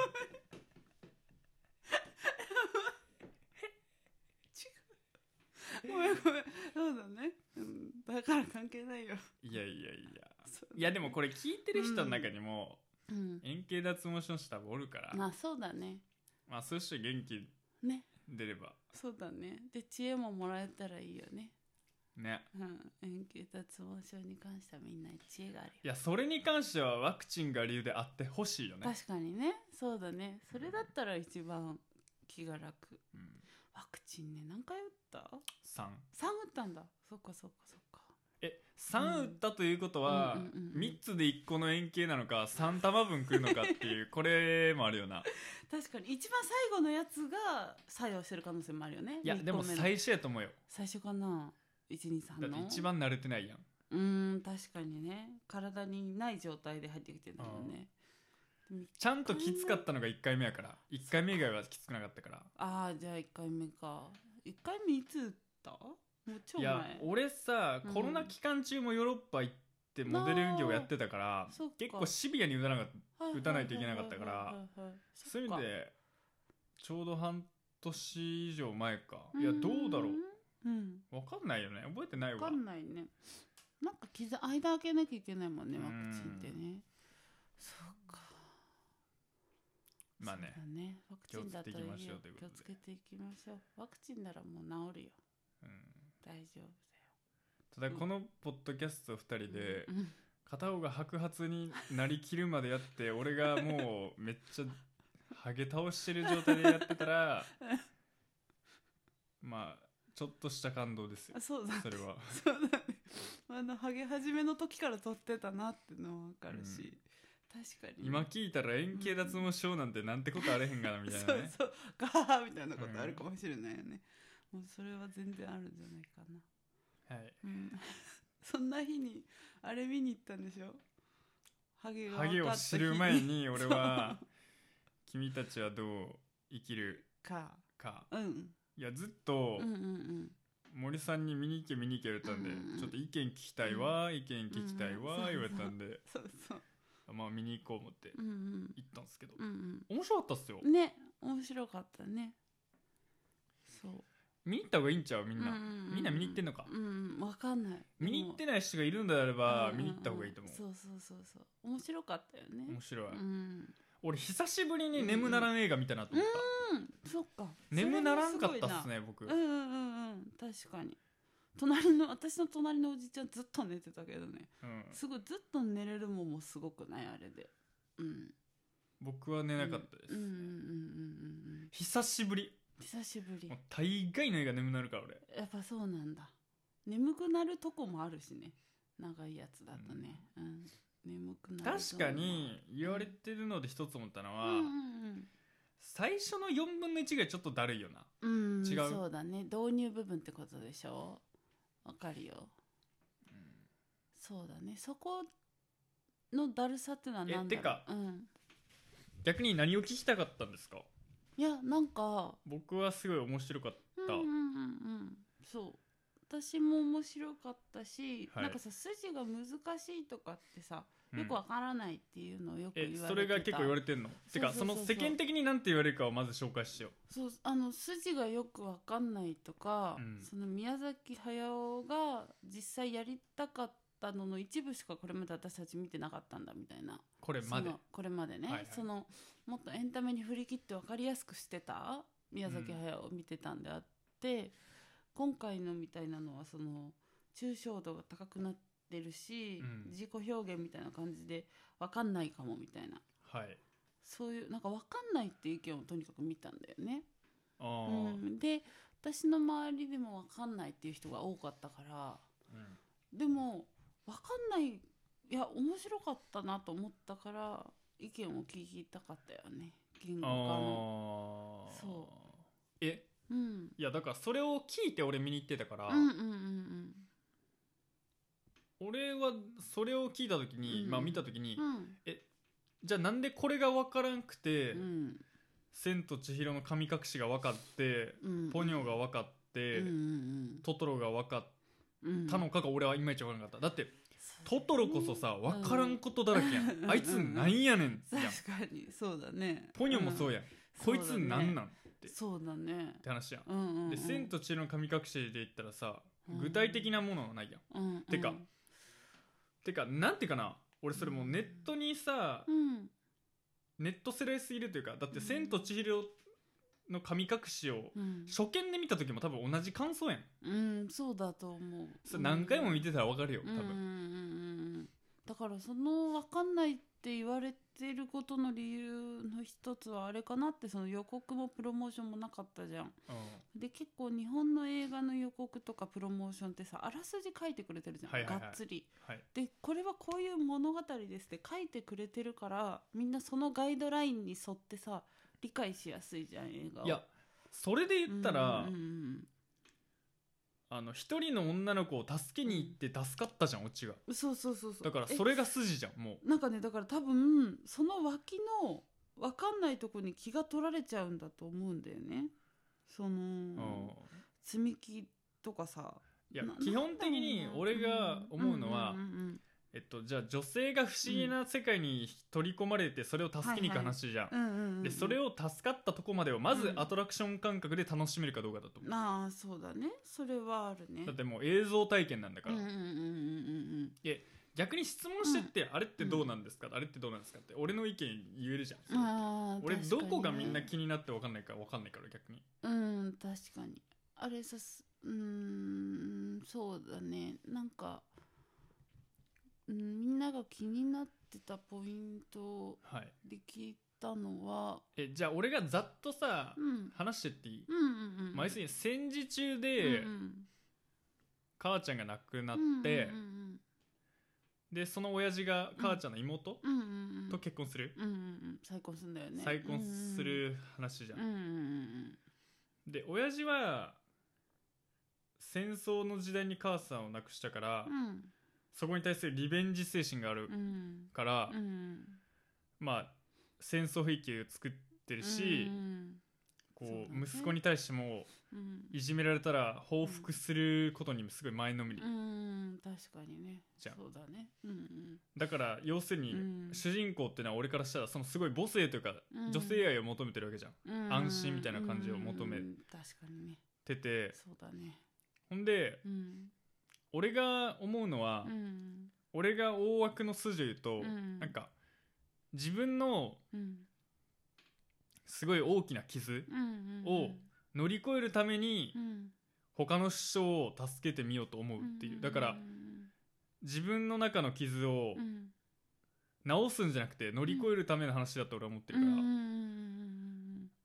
[SPEAKER 2] ごめんごめんそうだね、うん、だから関係ないよ
[SPEAKER 1] いやいやいや
[SPEAKER 2] そう
[SPEAKER 1] いやでもこれ聞いてる人の中にも
[SPEAKER 2] うん
[SPEAKER 1] 円形脱毛症の人多分おるから、
[SPEAKER 2] まあそうだね
[SPEAKER 1] まあそういう人元気
[SPEAKER 2] ね
[SPEAKER 1] 出れば
[SPEAKER 2] そうだねで知恵ももらえたらいいよね
[SPEAKER 1] ね
[SPEAKER 2] うん円形脱毛症に関してはみんな知恵があるよ
[SPEAKER 1] いやそれに関してはワクチンが理由であってほしいよね、
[SPEAKER 2] 確かにねそうだねそれだったら一番気が楽
[SPEAKER 1] うん、
[SPEAKER 2] ワクチンね何回打った
[SPEAKER 1] 3
[SPEAKER 2] 3打ったんだそっかそっかそっか
[SPEAKER 1] え3打ったということは、
[SPEAKER 2] うんうんうんうん
[SPEAKER 1] 3つで1個の円形なのか3玉分食うのかって
[SPEAKER 2] (laughs)
[SPEAKER 1] いうこれもあるよな
[SPEAKER 2] 確かに一番最後のやつが作用してる可能性もあるよね
[SPEAKER 1] いや
[SPEAKER 2] 三
[SPEAKER 1] でも
[SPEAKER 2] 個目の
[SPEAKER 1] 最初やと思うよ
[SPEAKER 2] 最初かな
[SPEAKER 1] だ
[SPEAKER 2] 123
[SPEAKER 1] って
[SPEAKER 2] の
[SPEAKER 1] 一番慣れてないやん
[SPEAKER 2] うーん確かにね体にない状態で入ってきてるんだもんね
[SPEAKER 1] ちゃんときつかったのが1回目やから1回目以外はきつくなかったから
[SPEAKER 2] ああじゃあ1回目か1回目いつ打ったもう超
[SPEAKER 1] い
[SPEAKER 2] 前
[SPEAKER 1] や俺さ
[SPEAKER 2] うん
[SPEAKER 1] コロナ期間中もヨーロッパ行ってモデル業やってたから
[SPEAKER 2] そっか
[SPEAKER 1] 結構シビアに打たなかった
[SPEAKER 2] はははは
[SPEAKER 1] 打たないといけなかったから
[SPEAKER 2] はいはいはいそっか
[SPEAKER 1] そういう意味でちょうど半年以上前かいや
[SPEAKER 2] ーん
[SPEAKER 1] どうだろう
[SPEAKER 2] うん
[SPEAKER 1] わかんないよね覚えてない
[SPEAKER 2] 分
[SPEAKER 1] わ
[SPEAKER 2] かんないねなんか傷間開けなきゃいけないもんね
[SPEAKER 1] うん
[SPEAKER 2] ワクチンってねそうか
[SPEAKER 1] まあね
[SPEAKER 2] そうだねワクチンだったらいいよ
[SPEAKER 1] 気をつけていきましょうということで
[SPEAKER 2] 気をつけていきましょうワクチンならもう治るよ
[SPEAKER 1] うん
[SPEAKER 2] 大丈夫
[SPEAKER 1] ただこのポッドキャスト2人
[SPEAKER 2] だよ
[SPEAKER 1] で
[SPEAKER 2] うん
[SPEAKER 1] 片方が白髪になりきるまでや
[SPEAKER 2] (laughs)
[SPEAKER 1] って俺がもうめっちゃハゲ倒してる状態でやってたら
[SPEAKER 2] (laughs)
[SPEAKER 1] まあちょっとした感動ですよ
[SPEAKER 2] あそうだ
[SPEAKER 1] それは
[SPEAKER 2] そうだねあのハゲ始めの時から撮ってたなってのも分かるし、確かに
[SPEAKER 1] 今聞いたら円形脱毛症なんてなんてことあれへんがなみたいなね
[SPEAKER 2] そうそうガーみたいなことあるかもしれないよね、もうそれは全然あるんじゃないかな
[SPEAKER 1] はい
[SPEAKER 2] うん、 (laughs) そんな日にあれ見に行ったんでしょハゲが
[SPEAKER 1] ハゲを
[SPEAKER 2] 分かった日
[SPEAKER 1] 知る前に俺
[SPEAKER 2] (laughs)
[SPEAKER 1] は君たちはどう生きる
[SPEAKER 2] か、
[SPEAKER 1] か
[SPEAKER 2] うん、
[SPEAKER 1] いやずっと
[SPEAKER 2] うんうんうん
[SPEAKER 1] 森さんに見に行け見に行け言われたんで、
[SPEAKER 2] うんうん
[SPEAKER 1] ちょっと意見聞きたいわ、意見聞きたいわ、
[SPEAKER 2] うん
[SPEAKER 1] 言われたんで、
[SPEAKER 2] そうそう
[SPEAKER 1] まあ見に行こう思って
[SPEAKER 2] うんうん
[SPEAKER 1] 行ったんですけど、
[SPEAKER 2] うん
[SPEAKER 1] 面白かったっすよ、
[SPEAKER 2] うんね面白かったねそう
[SPEAKER 1] 見に行った方がいいんちゃうみんな、
[SPEAKER 2] ううう
[SPEAKER 1] みんな見に行ってんのか、
[SPEAKER 2] うんうん分かんない
[SPEAKER 1] 見に行って
[SPEAKER 2] で
[SPEAKER 1] ない人がいるんであれ
[SPEAKER 2] も
[SPEAKER 1] ば、
[SPEAKER 2] うんうん
[SPEAKER 1] 見に行った方がいいと思う、
[SPEAKER 2] そうそうそうそう面白かったよね
[SPEAKER 1] 面白い、
[SPEAKER 2] うん、
[SPEAKER 1] 俺久しぶりに眠ならん映画見たなと思った、
[SPEAKER 2] うん、そっか
[SPEAKER 1] 眠ならんかったっ
[SPEAKER 2] そ
[SPEAKER 1] すね
[SPEAKER 2] れも
[SPEAKER 1] 僕、
[SPEAKER 2] ごいなうんうんうんうん確かに隣の私の隣のおじちゃんずっと寝てたけどね
[SPEAKER 1] うん
[SPEAKER 2] すごいずっと寝れるもんもすごくないあれでうん
[SPEAKER 1] 僕は寝なかったです、
[SPEAKER 2] うんうんうんうんうんうん
[SPEAKER 1] 久しぶり
[SPEAKER 2] 久しぶり
[SPEAKER 1] もう大概の映画眠なるから俺
[SPEAKER 2] やっぱそうなんだ眠くなるとこもあるしね長いやつだとね、うん眠くなる
[SPEAKER 1] 確かに言われてるので一つ思ったの
[SPEAKER 2] と
[SPEAKER 1] は、
[SPEAKER 2] 思ううん
[SPEAKER 1] 最初の4分の1がちょっとだるいよな
[SPEAKER 2] うんうん、うん、
[SPEAKER 1] 違う
[SPEAKER 2] そうだね導入部分ってことでしょわかるよそうだねそこのだるさってのは何だろう
[SPEAKER 1] えてか
[SPEAKER 2] うん、
[SPEAKER 1] 逆に何を聞きたかったんですか
[SPEAKER 2] いやなんか
[SPEAKER 1] 僕はすごい面白かっ
[SPEAKER 2] うん
[SPEAKER 1] た、
[SPEAKER 2] うんうんうんそう私も面白かったし、
[SPEAKER 1] はい
[SPEAKER 2] なんかさ筋が難しいとかってさ
[SPEAKER 1] うん
[SPEAKER 2] よくわからないっていうのをよく言わ
[SPEAKER 1] え
[SPEAKER 2] れてた、
[SPEAKER 1] それが結構言わ
[SPEAKER 2] れ
[SPEAKER 1] れてんのてか
[SPEAKER 2] そ
[SPEAKER 1] そう
[SPEAKER 2] そう
[SPEAKER 1] の
[SPEAKER 2] そうそう
[SPEAKER 1] 世間的に何て言われるかをまず紹介しよ
[SPEAKER 2] そうあの筋がよくわかんないとか、
[SPEAKER 1] うん
[SPEAKER 2] その宮崎駿が実際やりたかったのの一部しかこれまで私たち見てなかったんだみたいな
[SPEAKER 1] うこれまで
[SPEAKER 2] そのこれまでね、
[SPEAKER 1] はいはい
[SPEAKER 2] そのもっとエンタメに振り切って分かりやすくしてた宮崎駿を見てたんであって、今回のみたいなのはその抽象度が高くなってるし、
[SPEAKER 1] うん
[SPEAKER 2] 自己表現みたいな感じで分かんないかもみたいな
[SPEAKER 1] はい
[SPEAKER 2] そういうなんか分かんないっていう意見をとにかく見たんだよね。
[SPEAKER 1] ああ、
[SPEAKER 2] う
[SPEAKER 1] うん
[SPEAKER 2] ん、で私の周りでも分かんないっていう人が多かったからでも分かんないいや面白かったなと思ったから意見を聞きたかったよね言語
[SPEAKER 1] あ
[SPEAKER 2] 化の。
[SPEAKER 1] あ
[SPEAKER 2] そう
[SPEAKER 1] え
[SPEAKER 2] うん
[SPEAKER 1] いやだからそれを聞いて俺見に行ってたから、
[SPEAKER 2] うんうんうんうん
[SPEAKER 1] 俺はそれを聞いた時に、
[SPEAKER 2] うん
[SPEAKER 1] まあ見た時に、
[SPEAKER 2] うん
[SPEAKER 1] じゃあなんでこれが分からんくて「
[SPEAKER 2] うん
[SPEAKER 1] 千と千尋の神隠し」が分かって
[SPEAKER 2] うん
[SPEAKER 1] 「ポニョ」が分かって、
[SPEAKER 2] うんうん
[SPEAKER 1] トトロ」が分かっ
[SPEAKER 2] うん
[SPEAKER 1] たのかが俺はいまいち分からなかっただって
[SPEAKER 2] そう
[SPEAKER 1] トトロこそさ分からんことだらけやん、
[SPEAKER 2] うん
[SPEAKER 1] あいつなんやねんじゃん
[SPEAKER 2] 確かにそうだね
[SPEAKER 1] ポニョもそうやん、こいつなんなんっ
[SPEAKER 2] んそうだね
[SPEAKER 1] て話やん、
[SPEAKER 2] うんうんうん
[SPEAKER 1] で「千と千尋の神隠し」で言ったらさ
[SPEAKER 2] うん
[SPEAKER 1] 具体的なものはないやん、
[SPEAKER 2] うんうん
[SPEAKER 1] てかてかなんていうかな俺それもうネットにさ、
[SPEAKER 2] うん
[SPEAKER 1] ネット世代すぎるというかだって「
[SPEAKER 2] うん
[SPEAKER 1] 千と千尋の神隠し」を
[SPEAKER 2] うん
[SPEAKER 1] 初見で見た時も多分同じ感想やん
[SPEAKER 2] うんそうだと思う
[SPEAKER 1] それ何回も見てたら分かるよ多
[SPEAKER 2] うんうんうんう
[SPEAKER 1] 分
[SPEAKER 2] んだからその分かんないって言われてることの理由の一つはあれかなってその予告もプロモーションもなかったじゃん
[SPEAKER 1] う
[SPEAKER 2] で結構日本の映画の予告とかプロモーションってさあらすじ書いてくれてるじゃん、
[SPEAKER 1] はいはいはい
[SPEAKER 2] がっつり
[SPEAKER 1] はい
[SPEAKER 2] でこれはこういう物語ですって書いてくれてるからみんなそのガイドラインに沿ってさ理解しやすいじゃん映画を
[SPEAKER 1] んいやそれで言ったら、
[SPEAKER 2] うんうんうん
[SPEAKER 1] あの一人の女の子を助けに行って助かったじゃんオチが
[SPEAKER 2] うんそうそうそうそう
[SPEAKER 1] だから
[SPEAKER 2] え
[SPEAKER 1] それが筋じゃんもう
[SPEAKER 2] なんかねだから多分その脇の分かんないとこに気が取られちゃうんだと思うんだよねそ
[SPEAKER 1] うん
[SPEAKER 2] の積み木とかさ
[SPEAKER 1] いや
[SPEAKER 2] な
[SPEAKER 1] 基本的に俺が思うのは、
[SPEAKER 2] んんんん
[SPEAKER 1] えっと、じゃあ女性が不思議な世界に取り込まれてそれを助けに行く話じゃん、
[SPEAKER 2] うんうんうんうん
[SPEAKER 1] でそれを助かったとこまでをまず
[SPEAKER 2] うん
[SPEAKER 1] アトラクション感覚で楽しめるかどうかだと思う、
[SPEAKER 2] まあそうだねそれはあるね
[SPEAKER 1] だってもう映像体験なんだか
[SPEAKER 2] うん
[SPEAKER 1] ら、
[SPEAKER 2] うんうんうん
[SPEAKER 1] 逆に質問してって、あれってどうなんですか、あれってどうなんですかって俺の意見言えるじゃん、
[SPEAKER 2] うんうんあー
[SPEAKER 1] 俺
[SPEAKER 2] 確
[SPEAKER 1] ど
[SPEAKER 2] かにね
[SPEAKER 1] こがみんな気になって分かんないか分かんないから逆に
[SPEAKER 2] うん確かにあれさすうーんそうだねなんか、うん、みんなが気になってたポイント
[SPEAKER 1] はい
[SPEAKER 2] で聞いたのは、
[SPEAKER 1] えじゃあ俺がざっとさ、
[SPEAKER 2] うん、
[SPEAKER 1] 話してっていい、
[SPEAKER 2] うんうんうん
[SPEAKER 1] まあ要するに戦時中で
[SPEAKER 2] うんうん
[SPEAKER 1] 母ちゃんが亡くなって、
[SPEAKER 2] うん
[SPEAKER 1] でその親父が母ちゃんの妹
[SPEAKER 2] うんうんうんうん
[SPEAKER 1] と結婚する、
[SPEAKER 2] うんうんうん再婚するんだよね
[SPEAKER 1] 再婚する話じゃ、
[SPEAKER 2] うんんうんうん
[SPEAKER 1] で親父は戦争の時代に母さんを亡くしたから、
[SPEAKER 2] うん
[SPEAKER 1] そこに対するリベンジ精神がある
[SPEAKER 2] うんうん
[SPEAKER 1] から、
[SPEAKER 2] うんうん
[SPEAKER 1] まあ戦争兵器を作ってるし、
[SPEAKER 2] うん
[SPEAKER 1] こう
[SPEAKER 2] そうだね
[SPEAKER 1] 息子に対しても
[SPEAKER 2] うん
[SPEAKER 1] いじめられたら報復することにもすごい前のめり、
[SPEAKER 2] うん確かにね
[SPEAKER 1] じゃん
[SPEAKER 2] そうだねうん
[SPEAKER 1] だから要する
[SPEAKER 2] う
[SPEAKER 1] に、
[SPEAKER 2] ん
[SPEAKER 1] 主人公ってのは俺からしたらそのすごい母性というか
[SPEAKER 2] うん
[SPEAKER 1] 女性愛を求めてるわけじゃん
[SPEAKER 2] うん
[SPEAKER 1] 安心みたいな感じを求め
[SPEAKER 2] うん確かにね
[SPEAKER 1] てて
[SPEAKER 2] そうだね
[SPEAKER 1] ほんで
[SPEAKER 2] うん
[SPEAKER 1] 俺が思うのは、
[SPEAKER 2] うん
[SPEAKER 1] 俺が大枠の筋を言うと、
[SPEAKER 2] うん
[SPEAKER 1] なんか自分の
[SPEAKER 2] うん
[SPEAKER 1] すごい大きな傷
[SPEAKER 2] うんうん
[SPEAKER 1] を乗り越えるために
[SPEAKER 2] うん
[SPEAKER 1] 他の人を助けてみようと思うっていうだから
[SPEAKER 2] うん
[SPEAKER 1] 自分の中の傷を
[SPEAKER 2] うん
[SPEAKER 1] 治すんじゃなくて乗り越えるための話だと俺は思って
[SPEAKER 2] う
[SPEAKER 1] るから、
[SPEAKER 2] んうん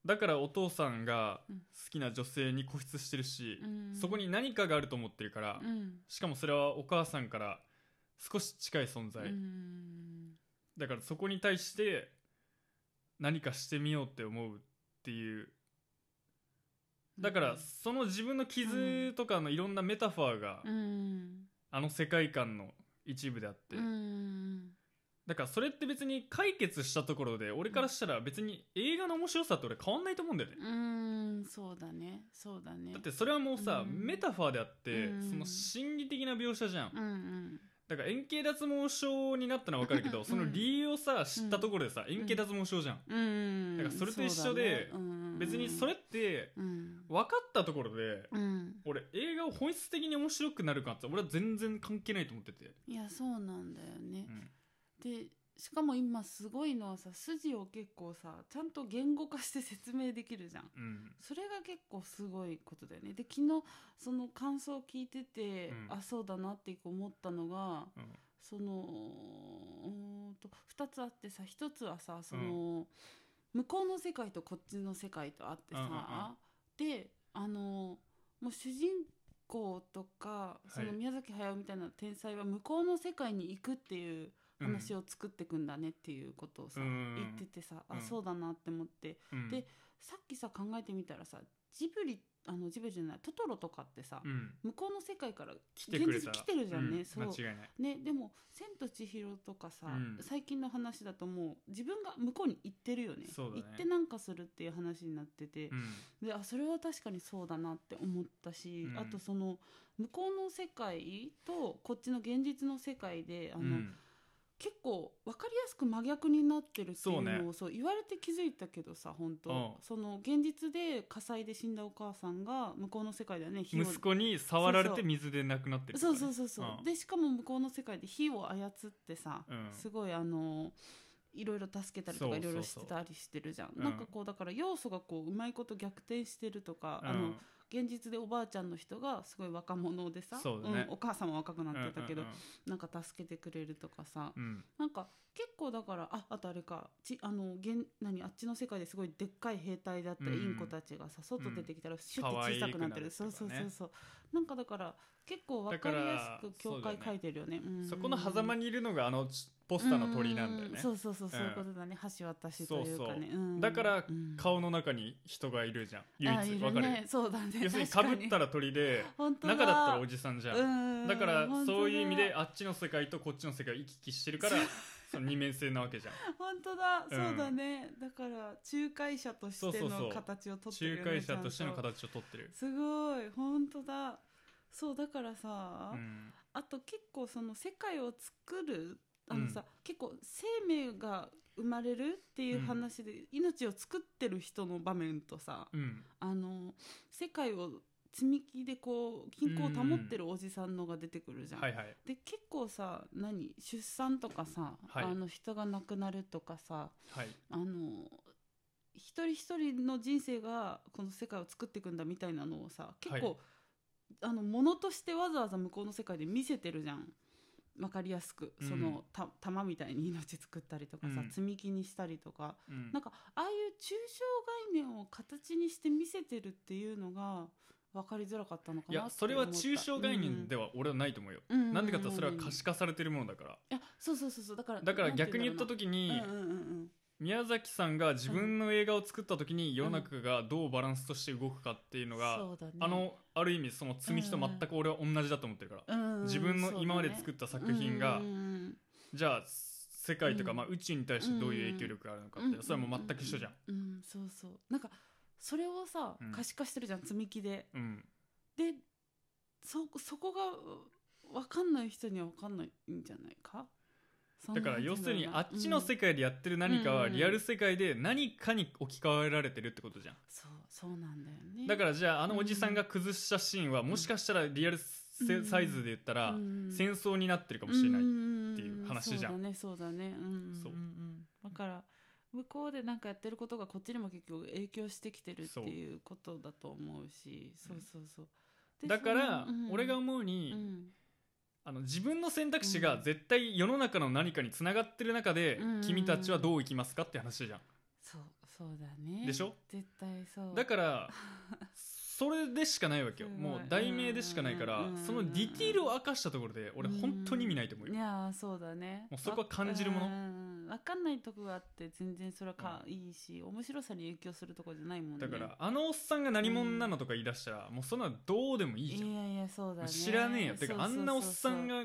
[SPEAKER 1] だからお父さんが
[SPEAKER 2] うん
[SPEAKER 1] 好きな女性に固執してるし
[SPEAKER 2] う、んうん
[SPEAKER 1] そこに何かがあると思ってるから、
[SPEAKER 2] うん
[SPEAKER 1] しかもそれはお母さんから少し近い存在、
[SPEAKER 2] うん
[SPEAKER 1] だからそこに対して何かしてみようって思うっていうだからその自分の傷とかのいろんなメタファーが
[SPEAKER 2] うん
[SPEAKER 1] あの世界観の一部であって、
[SPEAKER 2] うん
[SPEAKER 1] だからそれって別に解決したところで俺からしたら別に映画の面白さって俺変わんないと思うんだよね、
[SPEAKER 2] うんそうだねそうだね
[SPEAKER 1] だってそれはもうさ、
[SPEAKER 2] うん
[SPEAKER 1] メタファーであって、
[SPEAKER 2] うん
[SPEAKER 1] その心理的な描写じゃん、
[SPEAKER 2] うんうん
[SPEAKER 1] だから円形脱毛症になったのは分かるけど、
[SPEAKER 2] うん
[SPEAKER 1] その理由をさ知ったところでさ、円形脱毛症じゃん、
[SPEAKER 2] うん
[SPEAKER 1] だからそれと一緒で
[SPEAKER 2] そうだねうん
[SPEAKER 1] 別にそれって
[SPEAKER 2] うん
[SPEAKER 1] 分かったところで
[SPEAKER 2] うん
[SPEAKER 1] 俺映画を本質的に面白くなるかって俺は全然関係ないと思ってて、
[SPEAKER 2] いやそうなんだよね
[SPEAKER 1] う、ん
[SPEAKER 2] でしかも今すごいのはさ筋を結構さちゃんと言語化して説明できるじゃん
[SPEAKER 1] うん
[SPEAKER 2] それが結構すごいことだよねで昨日その感想を聞いてて、
[SPEAKER 1] うん
[SPEAKER 2] あそうだなって思ったのが
[SPEAKER 1] うん
[SPEAKER 2] そのうーんと2つあってさ1つはさその、向こうの世界とこっちの世界とあってさ、であのもう主人公とか
[SPEAKER 1] い
[SPEAKER 2] その宮崎駿みたいな天才は向こうの世界に行くっていう
[SPEAKER 1] うん
[SPEAKER 2] 話を作ってくんだねっていうことをさ、
[SPEAKER 1] うん
[SPEAKER 2] 言っててさ、
[SPEAKER 1] う
[SPEAKER 2] あ
[SPEAKER 1] ん
[SPEAKER 2] そうだなって思って
[SPEAKER 1] うん
[SPEAKER 2] でさっきさ考えてみたらさジブリあのジブリじゃないトトロとかってさ、
[SPEAKER 1] うん
[SPEAKER 2] 向こうの世界から
[SPEAKER 1] 来てくれ
[SPEAKER 2] 現
[SPEAKER 1] た
[SPEAKER 2] 実
[SPEAKER 1] ら
[SPEAKER 2] 来てるじゃんね、
[SPEAKER 1] うん
[SPEAKER 2] そう
[SPEAKER 1] 間違いない
[SPEAKER 2] ね、でも「千と千尋」とかさ、
[SPEAKER 1] うん
[SPEAKER 2] 最近の話だともう自分が向こうに行ってるよね
[SPEAKER 1] そうだね
[SPEAKER 2] 行ってなんかするっていう話になってて、
[SPEAKER 1] うん
[SPEAKER 2] であそれは確かにそうだなって思ったし、
[SPEAKER 1] うん
[SPEAKER 2] あとその向こうの世界とこっちの現実の世界であの、
[SPEAKER 1] うん
[SPEAKER 2] 結構分かりやすく真逆になってるっていう
[SPEAKER 1] そう
[SPEAKER 2] の
[SPEAKER 1] ね
[SPEAKER 2] をそう、言われて気づいたけどさ本当、
[SPEAKER 1] うん
[SPEAKER 2] その現実で火災で死んだお母さんが向こうの世界ではね火を
[SPEAKER 1] 息子に触られ
[SPEAKER 2] そう
[SPEAKER 1] て
[SPEAKER 2] そう
[SPEAKER 1] 水で亡くなってる
[SPEAKER 2] そうそううそうそう、
[SPEAKER 1] ん
[SPEAKER 2] でしかも向こうの世界で火を操ってさ、
[SPEAKER 1] うん
[SPEAKER 2] すごいあのいろいろ助けたりと
[SPEAKER 1] そ
[SPEAKER 2] か
[SPEAKER 1] う
[SPEAKER 2] いろいろ
[SPEAKER 1] そ
[SPEAKER 2] し
[SPEAKER 1] うそう
[SPEAKER 2] てたりしてるじゃん、
[SPEAKER 1] うん
[SPEAKER 2] なんかこうだから要素がこううまいこと逆転してるとか、あの現実でおばあちゃんの人がすごい若者でさ
[SPEAKER 1] そうだね
[SPEAKER 2] ん、お母さんは若くな
[SPEAKER 1] あ
[SPEAKER 2] ってたけど、なんか助けてくれるとかさ
[SPEAKER 1] うん
[SPEAKER 2] なんか結構だからああとあれかちあの現何あっちの世界ですごいでっかい兵隊だったり、
[SPEAKER 1] うん
[SPEAKER 2] インコたちがさ外出てきたらシュ
[SPEAKER 1] 可
[SPEAKER 2] ッて
[SPEAKER 1] 愛
[SPEAKER 2] 小
[SPEAKER 1] く
[SPEAKER 2] さくなってる
[SPEAKER 1] なるとか
[SPEAKER 2] そ
[SPEAKER 1] ね
[SPEAKER 2] うそうそうそうなんかだから結構わかりやすく
[SPEAKER 1] だから
[SPEAKER 2] 教
[SPEAKER 1] そう
[SPEAKER 2] 会
[SPEAKER 1] だよね
[SPEAKER 2] 書いてるよねうん
[SPEAKER 1] そこの狭間にいるのがあのポスターの鳥なんだよ
[SPEAKER 2] う
[SPEAKER 1] ね
[SPEAKER 2] そうそうそ
[SPEAKER 1] う
[SPEAKER 2] う
[SPEAKER 1] ん
[SPEAKER 2] そういうことだね、橋渡しというかねうん
[SPEAKER 1] だから
[SPEAKER 2] うん
[SPEAKER 1] 顔の中に人がいるじゃん唯
[SPEAKER 2] あい
[SPEAKER 1] 一
[SPEAKER 2] る
[SPEAKER 1] わ
[SPEAKER 2] (laughs)
[SPEAKER 1] かる
[SPEAKER 2] ねそうだね
[SPEAKER 1] 要するにかぶった
[SPEAKER 2] ら
[SPEAKER 1] ら鳥で
[SPEAKER 2] 本当
[SPEAKER 1] 中だったらおじさんじゃん
[SPEAKER 2] うん
[SPEAKER 1] だから
[SPEAKER 2] 本当だ
[SPEAKER 1] そういう意味であっちの世界とこっちの世界を行き来してるからその二面性なわけ
[SPEAKER 2] (laughs)
[SPEAKER 1] じゃん
[SPEAKER 2] 本当だ、
[SPEAKER 1] うん
[SPEAKER 2] そうだねだから仲介者とし
[SPEAKER 1] そう
[SPEAKER 2] て
[SPEAKER 1] そうそう
[SPEAKER 2] の形をとってるよね
[SPEAKER 1] 仲介者としての
[SPEAKER 2] ちゃん
[SPEAKER 1] 形をとってる
[SPEAKER 2] すごい本当だそうだからさ、
[SPEAKER 1] うん
[SPEAKER 2] あと結構その世界を作るあのさ、結構生命が生まれるっていう話で、命を作ってる人の場面とさ
[SPEAKER 1] うん
[SPEAKER 2] あの世界を積み木でこう均衡を保ってるおじさんのが出てくるじゃん、
[SPEAKER 1] はいはい
[SPEAKER 2] で結構さ何出産とかさ、
[SPEAKER 1] はい
[SPEAKER 2] あの人が亡くなるとかさ
[SPEAKER 1] はい
[SPEAKER 2] あの一人一人の人生がこの世界を作っていくんだみたいなのをさ結構、
[SPEAKER 1] はい
[SPEAKER 2] あのものとしてわざわざ向こうの世界で見せてるじゃんわかりやすく
[SPEAKER 1] うん
[SPEAKER 2] その、た玉みたいに命作ったりとかさ、
[SPEAKER 1] うん
[SPEAKER 2] 積み木にしたりとか
[SPEAKER 1] うん
[SPEAKER 2] なんかああいう抽象概念を形にして見せてるっていうのが分かりづらかったのか
[SPEAKER 1] い
[SPEAKER 2] な
[SPEAKER 1] やそれは抽象概念では俺はないと思うよ
[SPEAKER 2] は
[SPEAKER 1] なんでかって言ったらそれは可
[SPEAKER 2] い
[SPEAKER 1] 視化されてるものだから
[SPEAKER 2] やそうそうそうそうだから
[SPEAKER 1] だから逆に言った
[SPEAKER 2] 時
[SPEAKER 1] 時に
[SPEAKER 2] うんうんうん
[SPEAKER 1] 宮崎さんが自分の映画を作った時に世の中がどうバランスとして動くかっていう
[SPEAKER 2] う
[SPEAKER 1] の
[SPEAKER 2] ん、
[SPEAKER 1] が
[SPEAKER 2] そうだね
[SPEAKER 1] あのある意味その積み木と全く俺は同じだと思ってるから
[SPEAKER 2] うん
[SPEAKER 1] 自分の今まで
[SPEAKER 2] そうだね
[SPEAKER 1] 作った作品が
[SPEAKER 2] うんうんうん
[SPEAKER 1] じゃあ世界とか
[SPEAKER 2] うん
[SPEAKER 1] まあ宇宙に対してどういう影響力があるのか
[SPEAKER 2] うん
[SPEAKER 1] ってそれはもう全く一緒じゃん。
[SPEAKER 2] うん、うんうんそうそうなんかそれをさ、
[SPEAKER 1] うん
[SPEAKER 2] 可視化してるじゃん積み木で
[SPEAKER 1] うん
[SPEAKER 2] でそそこが分かんない人には分かんないんじゃないかそん
[SPEAKER 1] だ
[SPEAKER 2] な
[SPEAKER 1] から要するにあっちの
[SPEAKER 2] うん
[SPEAKER 1] 世界でやってる何かは
[SPEAKER 2] うん
[SPEAKER 1] リアル世界で何かに置き換えられてるってことじゃん
[SPEAKER 2] そうそうなんだよね
[SPEAKER 1] だからじゃああのおじさんが崩したシーンはもしかしたらリアルせ
[SPEAKER 2] うん
[SPEAKER 1] サイズで言ったら
[SPEAKER 2] うん
[SPEAKER 1] 戦争になってるかもしれない
[SPEAKER 2] って
[SPEAKER 1] ていう話じゃん
[SPEAKER 2] そうだねそうだねうんうん
[SPEAKER 1] そう
[SPEAKER 2] うんうんだから向こうでなんかやってることがこっちにも結局影響してきてるって
[SPEAKER 1] そう
[SPEAKER 2] いうことだと思うしそう
[SPEAKER 1] うん
[SPEAKER 2] そうそうで
[SPEAKER 1] だか
[SPEAKER 2] そ
[SPEAKER 1] ら
[SPEAKER 2] のうん
[SPEAKER 1] 俺が思う
[SPEAKER 2] う
[SPEAKER 1] に、
[SPEAKER 2] ん
[SPEAKER 1] あの自分の選択肢が絶対世の中の何かにつながってる中で、
[SPEAKER 2] うん
[SPEAKER 1] 君たちはどう生きますかって話じゃん、
[SPEAKER 2] そうそうだね
[SPEAKER 1] でしょ
[SPEAKER 2] 絶対そう
[SPEAKER 1] だからそれでしかないわけよ
[SPEAKER 2] すごい
[SPEAKER 1] もう題名でしかないから、
[SPEAKER 2] うん
[SPEAKER 1] そのディティールを明かしたところで俺本当に意味ないと思うよ、
[SPEAKER 2] いやーそうだね
[SPEAKER 1] もうそこは感じるもの
[SPEAKER 2] の分かんないとこがあって全然それはか、いいし面白さに影響するとこじゃないもん
[SPEAKER 1] だ
[SPEAKER 2] ね
[SPEAKER 1] からあのおっさんが何者なのとか言い出したら、もうそんなのどうでもいい
[SPEAKER 2] い
[SPEAKER 1] じゃん、
[SPEAKER 2] やいやそうだね
[SPEAKER 1] 知らねえよて
[SPEAKER 2] そう
[SPEAKER 1] か
[SPEAKER 2] そ
[SPEAKER 1] あ
[SPEAKER 2] うそうそうん
[SPEAKER 1] なおっさんが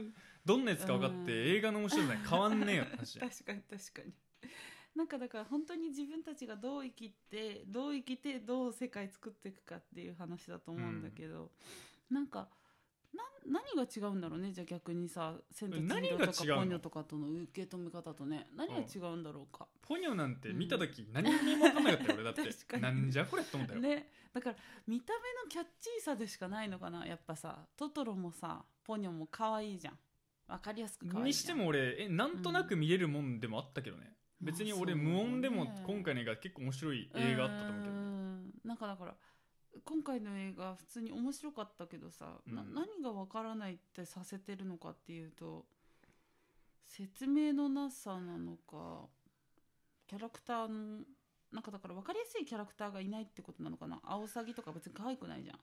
[SPEAKER 1] どんなやつか分かって、
[SPEAKER 2] うん
[SPEAKER 1] 映画の面白さに変わんねえよって話じゃ
[SPEAKER 2] (laughs)
[SPEAKER 1] ん
[SPEAKER 2] 確かに確かになんかだから本当に自分たちがどう生きてどう生きてどう世界作っていくかっていう話だと思うんだけど、なんかな何が違うんだろうねじゃあ逆にさ「千と千
[SPEAKER 1] 何
[SPEAKER 2] 尋」
[SPEAKER 1] が違う
[SPEAKER 2] と
[SPEAKER 1] の
[SPEAKER 2] か「ポニョ」とかとの受け止め方とね何が違うんだろうか、
[SPEAKER 1] ポニョなんて見た時何にも分かんなかったよ俺だっ
[SPEAKER 2] (laughs) 確
[SPEAKER 1] て
[SPEAKER 2] かに
[SPEAKER 1] なんじゃこれって思ったよ、
[SPEAKER 2] ねだから見た目のキャッチーさでしかないのかなやっぱさトトロもさポニョも可愛いじゃんわかりやすく可愛い
[SPEAKER 1] にし
[SPEAKER 2] じ
[SPEAKER 1] て
[SPEAKER 2] ゃん
[SPEAKER 1] も俺えなんとなく見れるもんでもあったけどね、別に俺
[SPEAKER 2] まあそうだ
[SPEAKER 1] 無
[SPEAKER 2] ね
[SPEAKER 1] 音でも今回の映画結構面白い映画あったと思うけど
[SPEAKER 2] うー
[SPEAKER 1] ね
[SPEAKER 2] んなんかだから今回の映画普通に面白かったけどさ、な
[SPEAKER 1] うん
[SPEAKER 2] 何がわからないってさせてるのかっていうと説明のなさなのかキャラクターのなんかだから分かりやすいキャラクターがいないってことなのかなアオサギとか別に可愛くないじゃん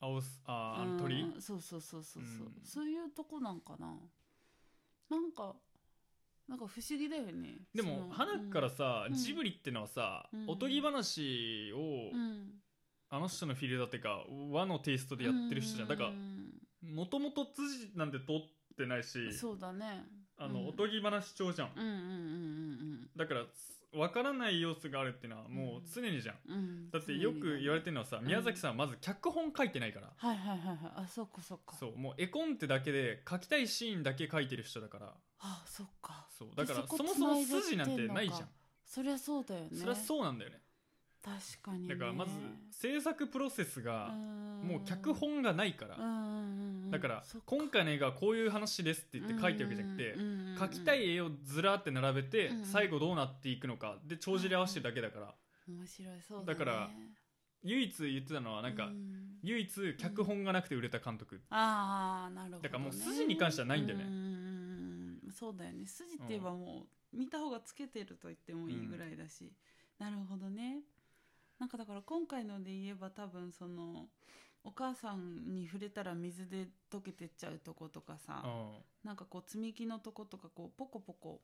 [SPEAKER 1] 青すあーあの
[SPEAKER 2] う
[SPEAKER 1] 鳥
[SPEAKER 2] んそうそうそうそうそ
[SPEAKER 1] う
[SPEAKER 2] う、
[SPEAKER 1] ん
[SPEAKER 2] そういうとこなんかななんかなんか不思議だよね
[SPEAKER 1] で
[SPEAKER 2] その
[SPEAKER 1] も花からさ
[SPEAKER 2] うん
[SPEAKER 1] ジブリってのはさ
[SPEAKER 2] うん
[SPEAKER 1] おとぎ話を
[SPEAKER 2] うん、うん
[SPEAKER 1] あの人のフィルターってか和のテイストでやってる人じゃんだから
[SPEAKER 2] ら
[SPEAKER 1] もともと辻なんて取ってないし
[SPEAKER 2] そうだね
[SPEAKER 1] あの、
[SPEAKER 2] うん
[SPEAKER 1] おとぎ話調じゃん
[SPEAKER 2] うんうんうん
[SPEAKER 1] だから分からない要素があるっていうのはもう常にじゃん、
[SPEAKER 2] うんうんうん
[SPEAKER 1] だってよく言われてる
[SPEAKER 2] る
[SPEAKER 1] のはさ、
[SPEAKER 2] ん
[SPEAKER 1] 宮崎さんはまず脚本書いてないから、
[SPEAKER 2] はいはいはいはいあそっかそっか
[SPEAKER 1] そうもう絵コンテだけで書きたいシーンだけ書いてる人だから
[SPEAKER 2] あそっか
[SPEAKER 1] そうだから
[SPEAKER 2] で
[SPEAKER 1] そ
[SPEAKER 2] そこ
[SPEAKER 1] もそも
[SPEAKER 2] 繋いでって
[SPEAKER 1] 筋なんてないじゃん
[SPEAKER 2] んのかそりゃそうだよね
[SPEAKER 1] それはそうなんだよね
[SPEAKER 2] 確かにね
[SPEAKER 1] だからまず制作プロセスがも
[SPEAKER 2] も
[SPEAKER 1] う脚本がないから、だから今回の映画はこういう話ですって言って書いてるわけじゃなくて、書きたい絵をずらーって並べて、
[SPEAKER 2] うんうん
[SPEAKER 1] 最後どうなっていくのかで帳尻合わせてるだけだから、
[SPEAKER 2] 面白いそうだ,、ね、
[SPEAKER 1] だから唯一言ってたのはなんか、
[SPEAKER 2] うん
[SPEAKER 1] 唯一脚本がなくて売れた監督、
[SPEAKER 2] ああなるほど、ね、
[SPEAKER 1] だからもう筋に関してはないんだよね
[SPEAKER 2] ううんそうだよね筋って言えばもう見た方がつけてると言ってもいいぐらいだし、なるほどねなんかだから今回ので言えば多分そのお母さんに触れたら水で溶けてっちゃうとことかさ、
[SPEAKER 1] うん
[SPEAKER 2] なんかこう積み木のとことかこうポコポコ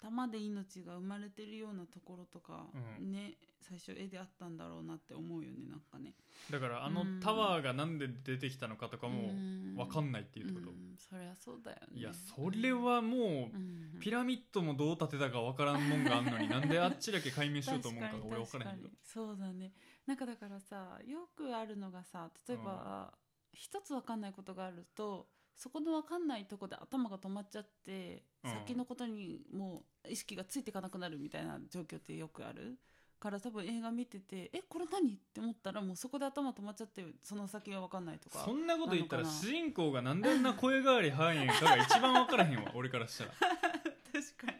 [SPEAKER 2] 玉で命が生まれてるようなところとか、
[SPEAKER 1] う
[SPEAKER 2] ね最初絵であったんだろうなって思うよねなんかね。
[SPEAKER 1] だからあの
[SPEAKER 2] うん
[SPEAKER 1] タワーがなんで出てきたのかとかも分か
[SPEAKER 2] ないっ
[SPEAKER 1] んないっていうこと、
[SPEAKER 2] そりゃそうだよね。
[SPEAKER 1] いやそれはも
[SPEAKER 2] う
[SPEAKER 1] うんピラミッドもどう建てたか分からんもんがあん
[SPEAKER 2] (laughs)
[SPEAKER 1] のになんであっちだけ解明しようと思うのかが
[SPEAKER 2] 確かに
[SPEAKER 1] 俺分からへんけど
[SPEAKER 2] 確かにそうだねなんかだからさよくあるのがさ例えば一、つ分かんないことがあるとそこの分かんないとこで頭が止まっちゃって、
[SPEAKER 1] うん
[SPEAKER 2] 先のことにもう意識がついていかなくなるみたいな状況ってよくあるから多分映画見てて「えこれ何?」って思ったらもうそこで頭止まっちゃってその先が分かんないとか
[SPEAKER 1] そんなこと言ったら
[SPEAKER 2] なのかな
[SPEAKER 1] 主人公がなんであんな声変わり早いんかが一番分からへんわ俺からしたら
[SPEAKER 2] (laughs) 確か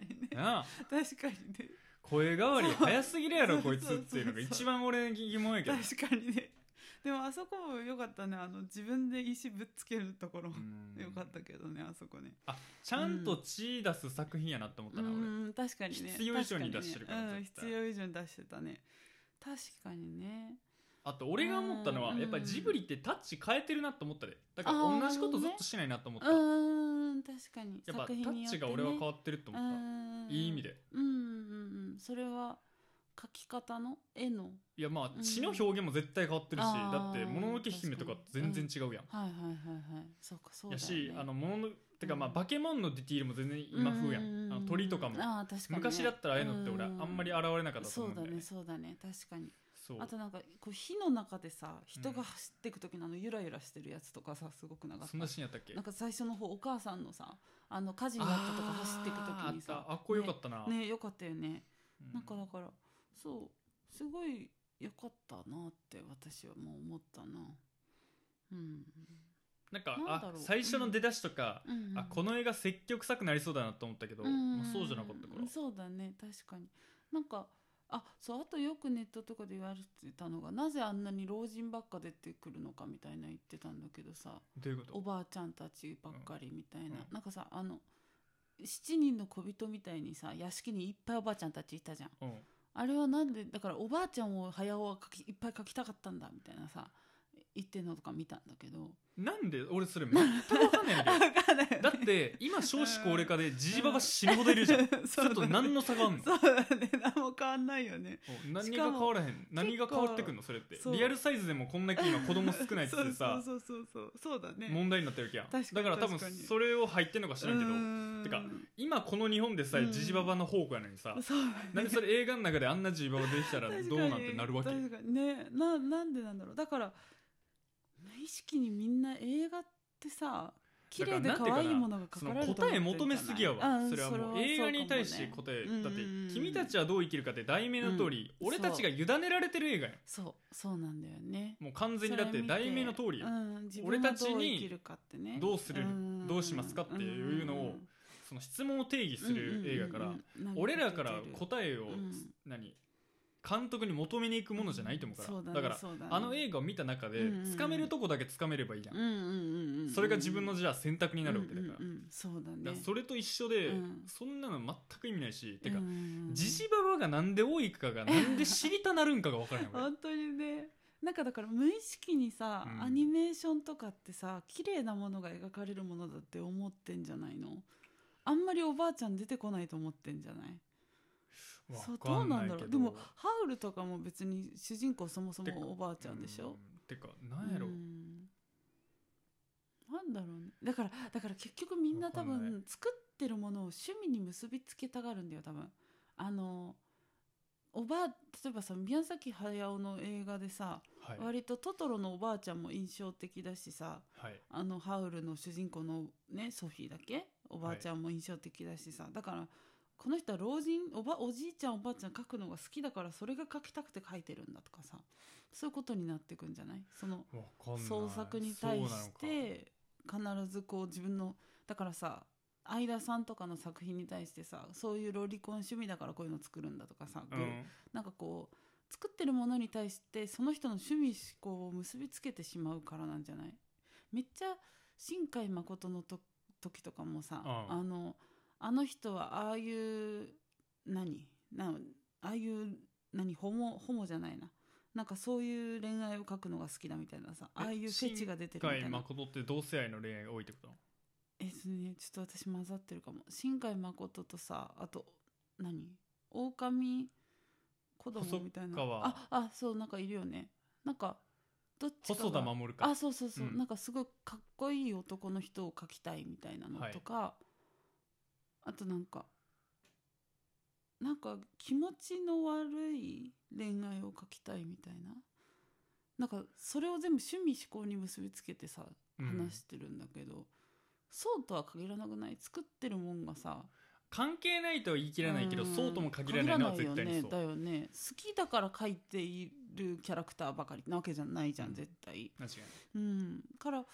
[SPEAKER 2] にね
[SPEAKER 1] なあ
[SPEAKER 2] 確かにね
[SPEAKER 1] 声変わり早すぎるやろ
[SPEAKER 2] そ
[SPEAKER 1] こ
[SPEAKER 2] う
[SPEAKER 1] いつっていうのが一番俺の疑問やけど
[SPEAKER 2] 確かにねでもあそこもよかったねあの自分で石ぶっつけるところ、
[SPEAKER 1] うん
[SPEAKER 2] よかったけどねあそこね
[SPEAKER 1] ちゃんと血出す作品やなって思っ
[SPEAKER 2] う
[SPEAKER 1] たな俺
[SPEAKER 2] ん確かにね
[SPEAKER 1] 必要以上に出してるから
[SPEAKER 2] 確にねうん、
[SPEAKER 1] 絶対
[SPEAKER 2] 必要以上に出してたね確かにね
[SPEAKER 1] あと俺が思ったのは
[SPEAKER 2] うん
[SPEAKER 1] やっぱジブリってタッチ変えてるなと思ったでだか
[SPEAKER 2] あ
[SPEAKER 1] ら
[SPEAKER 2] ー
[SPEAKER 1] 同じこと
[SPEAKER 2] な
[SPEAKER 1] ず
[SPEAKER 2] るほど
[SPEAKER 1] っ
[SPEAKER 2] ね
[SPEAKER 1] としてないなと思ったやっ
[SPEAKER 2] うん確かに
[SPEAKER 1] ぱタ
[SPEAKER 2] 作品に
[SPEAKER 1] ッ
[SPEAKER 2] よって、
[SPEAKER 1] チ
[SPEAKER 2] ね、
[SPEAKER 1] が俺は変わってると
[SPEAKER 2] う
[SPEAKER 1] 思っ
[SPEAKER 2] ん
[SPEAKER 1] たいい意味で
[SPEAKER 2] うんうんうんそれは描き方の絵の
[SPEAKER 1] いやま
[SPEAKER 2] う
[SPEAKER 1] あ
[SPEAKER 2] ん
[SPEAKER 1] 血の表現も絶対変わってるし
[SPEAKER 2] あー
[SPEAKER 1] だって「もののけ姫」とか全然違うやん
[SPEAKER 2] はいはいはいはいそうかそうだ
[SPEAKER 1] や
[SPEAKER 2] よ、ね、
[SPEAKER 1] しあのもののてかまあ
[SPEAKER 2] うん
[SPEAKER 1] 化け物のディティールも全然今風や
[SPEAKER 2] ううん
[SPEAKER 1] あの鳥とかも
[SPEAKER 2] あー確かにね、
[SPEAKER 1] 昔だったらああいうのって俺あ
[SPEAKER 2] うん
[SPEAKER 1] んまり現れなかったと
[SPEAKER 2] そ
[SPEAKER 1] 思う
[SPEAKER 2] うんだ
[SPEAKER 1] だよ
[SPEAKER 2] ね
[SPEAKER 1] ね
[SPEAKER 2] そうだね確かに
[SPEAKER 1] そう
[SPEAKER 2] あとなんかこう火の中でさ人
[SPEAKER 1] うん
[SPEAKER 2] が走っていく時のあのゆらゆらしてるやつとかさすごくなかっ
[SPEAKER 1] そんな
[SPEAKER 2] た
[SPEAKER 1] シーンやったっけ
[SPEAKER 2] なんか最初の方お母さんのさあの火事になったとか走っていく時に
[SPEAKER 1] あーあ
[SPEAKER 2] さ
[SPEAKER 1] ったあっこよかったな
[SPEAKER 2] ねよかったよね
[SPEAKER 1] うん
[SPEAKER 2] なんかだからそうすごいよかったなって私はもう思ったなうん
[SPEAKER 1] なんか
[SPEAKER 2] なんだ
[SPEAKER 1] あ
[SPEAKER 2] ろう
[SPEAKER 1] 最初の出だしとか
[SPEAKER 2] うん
[SPEAKER 1] あこの映画積極臭くなりそうだなと思ったけど、
[SPEAKER 2] ん
[SPEAKER 1] まあそうじゃなかったから、
[SPEAKER 2] そうだね確かになんかあそうあとよくネットとかで言われてたのがなぜあんなに老人ばっか出てくるのかみたいな言ってたんだけどさ
[SPEAKER 1] どういうこと
[SPEAKER 2] おばあちゃんたちばっかりみたいな、
[SPEAKER 1] うん
[SPEAKER 2] なんかさあの7人の小人みたいにさ屋敷にいっぱいおばあちゃんたちいたじゃん
[SPEAKER 1] うん、
[SPEAKER 2] あれはなんでだからおばあちゃんを早尾は描きいっぱい描きたかったんだみたいなさ言ってんのとか見たんだけど
[SPEAKER 1] なんで俺それ全く分かんないんだけど
[SPEAKER 2] かんないよね
[SPEAKER 1] だって今少子高齢化でじじばば死ぬほどいるじゃん、そ
[SPEAKER 2] (laughs) そう
[SPEAKER 1] れ
[SPEAKER 2] だね
[SPEAKER 1] と何の差があんの
[SPEAKER 2] そうだね何も変わんないよね
[SPEAKER 1] うん何
[SPEAKER 2] し
[SPEAKER 1] が
[SPEAKER 2] か
[SPEAKER 1] 変
[SPEAKER 2] も
[SPEAKER 1] わらへん何が変わってくんのそれって
[SPEAKER 2] そう
[SPEAKER 1] リアルサイズでもこんだけ今子供少ないっつってさ
[SPEAKER 2] そうそうそうそうそうだね
[SPEAKER 1] 問題になってるわけやん
[SPEAKER 2] 確か
[SPEAKER 1] だか
[SPEAKER 2] に
[SPEAKER 1] ら多分
[SPEAKER 2] 確かに
[SPEAKER 1] それを入ってんのか知らんけど
[SPEAKER 2] ど
[SPEAKER 1] てか今この日本でさえ
[SPEAKER 2] うん
[SPEAKER 1] じじばばの宝庫やのにさ、
[SPEAKER 2] そう
[SPEAKER 1] なんでそれ映画の中であんなじじばばできたら
[SPEAKER 2] 確かに
[SPEAKER 1] どうなんてなるわけ
[SPEAKER 2] 確かにねななんでなんだろうだから無意識にみんな映画ってさ綺麗で
[SPEAKER 1] だからなんていうかな
[SPEAKER 2] 可愛いものが
[SPEAKER 1] そ
[SPEAKER 2] 描
[SPEAKER 1] の
[SPEAKER 2] かれると
[SPEAKER 1] 答
[SPEAKER 2] 思
[SPEAKER 1] え
[SPEAKER 2] ってんじゃ
[SPEAKER 1] 求
[SPEAKER 2] な
[SPEAKER 1] め
[SPEAKER 2] い
[SPEAKER 1] すぎやわ
[SPEAKER 2] うん
[SPEAKER 1] それはもう映画に対して答え
[SPEAKER 2] そうかもね
[SPEAKER 1] だって
[SPEAKER 2] うんうんうん
[SPEAKER 1] 君たちはどう生きるかって題名の通り
[SPEAKER 2] うん
[SPEAKER 1] 俺たちが委ねられてる映画やん
[SPEAKER 2] そうそうなんだよね
[SPEAKER 1] もう完全にだって題名の通りやん俺
[SPEAKER 2] 俺
[SPEAKER 1] た
[SPEAKER 2] た
[SPEAKER 1] ち
[SPEAKER 2] ち
[SPEAKER 1] に
[SPEAKER 2] に
[SPEAKER 1] どうするどうしますかっていうのをその質問を定義する映画から俺らから答えを
[SPEAKER 2] うん
[SPEAKER 1] 何監督に求めに行くものじゃないと思うからだからあの映画を見た中で
[SPEAKER 2] うんうんうん
[SPEAKER 1] つかめるとこだけつかめればいいや
[SPEAKER 2] うん
[SPEAKER 1] ん
[SPEAKER 2] うんうんうん
[SPEAKER 1] それが自分の
[SPEAKER 2] に
[SPEAKER 1] じゃあ選択になるわけだから
[SPEAKER 2] うんうんうんそうだね
[SPEAKER 1] だからそれと一緒で
[SPEAKER 2] うん
[SPEAKER 1] そんなの全く意味ないしてか
[SPEAKER 2] うんうんうん
[SPEAKER 1] ジジババがなんで多いかがなんで知りたなるんかが分からへん俺
[SPEAKER 2] 本当にねなんかだから無意識にさ、
[SPEAKER 1] うん
[SPEAKER 2] アニメーションとかってさ綺麗なものが描かれるものだって思ってんじゃないのあんまりおばあちゃん出てこないと思ってんじゃないそう
[SPEAKER 1] わ
[SPEAKER 2] ど
[SPEAKER 1] か
[SPEAKER 2] うんなん
[SPEAKER 1] い
[SPEAKER 2] だろ
[SPEAKER 1] け
[SPEAKER 2] う
[SPEAKER 1] ど
[SPEAKER 2] でもハウルとかも別に主人公そもそ
[SPEAKER 1] てか
[SPEAKER 2] もおばあちゃんでしょ
[SPEAKER 1] うんてかなんやろ
[SPEAKER 2] うんなんだろうねだからだから結局みんな多
[SPEAKER 1] わかんな
[SPEAKER 2] 分作ってるものを趣味に結びつけたがるんだよ多分あのおばあ例えばさ宮崎駿の映画でさ、
[SPEAKER 1] はい
[SPEAKER 2] 割とトトロのおばあちゃんも印象的だしさ
[SPEAKER 1] はい
[SPEAKER 2] あのハウルの主人公のねソフィーだっけおばあちゃんも印象的だしさ、だからこの人は老人おばおじいちゃんおばあちゃん描くのが好きだからそれが描きたくて描いてるんだとかさそういうことになっていくんじゃないその
[SPEAKER 1] わかんない
[SPEAKER 2] 創作に対
[SPEAKER 1] そうな
[SPEAKER 2] し
[SPEAKER 1] のか
[SPEAKER 2] て必ずこう自分のだからさ相田さんとかの作品に対してさそういうロリコン趣味だからこういうの作るんだとかさ、
[SPEAKER 1] う
[SPEAKER 2] こうんなんかこう作ってるものに対してその人の趣味思考を結びつけてしまうからなんじゃないめっちゃ新海誠のと時とかもさ、
[SPEAKER 1] うん
[SPEAKER 2] あのあの人はああいう何なああいう何ホモホモじゃないななんかそういう恋愛を描くのが好きだみたいなさああいうフェチが出てるみたい
[SPEAKER 1] 新海
[SPEAKER 2] な
[SPEAKER 1] 誠って同性愛の恋愛が多いってこと
[SPEAKER 2] えそれねちょっと私混ざってるかも新海誠とさあと何狼子供みたいな
[SPEAKER 1] 細川
[SPEAKER 2] ああそうなんかいるよねなんかどっちか
[SPEAKER 1] 細
[SPEAKER 2] が
[SPEAKER 1] 田守か
[SPEAKER 2] あそうそうそう、
[SPEAKER 1] うん
[SPEAKER 2] なんかすごいかっこいい男の人を描きたいみたいなのとか、あとなんかなんか気持ちの悪い恋愛を描きたいみたいななんかそれを全部趣味思考に結びつけてさ
[SPEAKER 1] うん
[SPEAKER 2] 話してるんだけど、そうとは限らなくない作ってるもんがさ
[SPEAKER 1] 関係ないとは言い切らないけど
[SPEAKER 2] うん
[SPEAKER 1] そうとも限らないのは絶対に
[SPEAKER 2] 限
[SPEAKER 1] そ
[SPEAKER 2] らな
[SPEAKER 1] う
[SPEAKER 2] いよねだよね好きだから描いているキャラクターばかりなわけじゃないじゃん、
[SPEAKER 1] うん
[SPEAKER 2] 絶対
[SPEAKER 1] 間違いない
[SPEAKER 2] うんから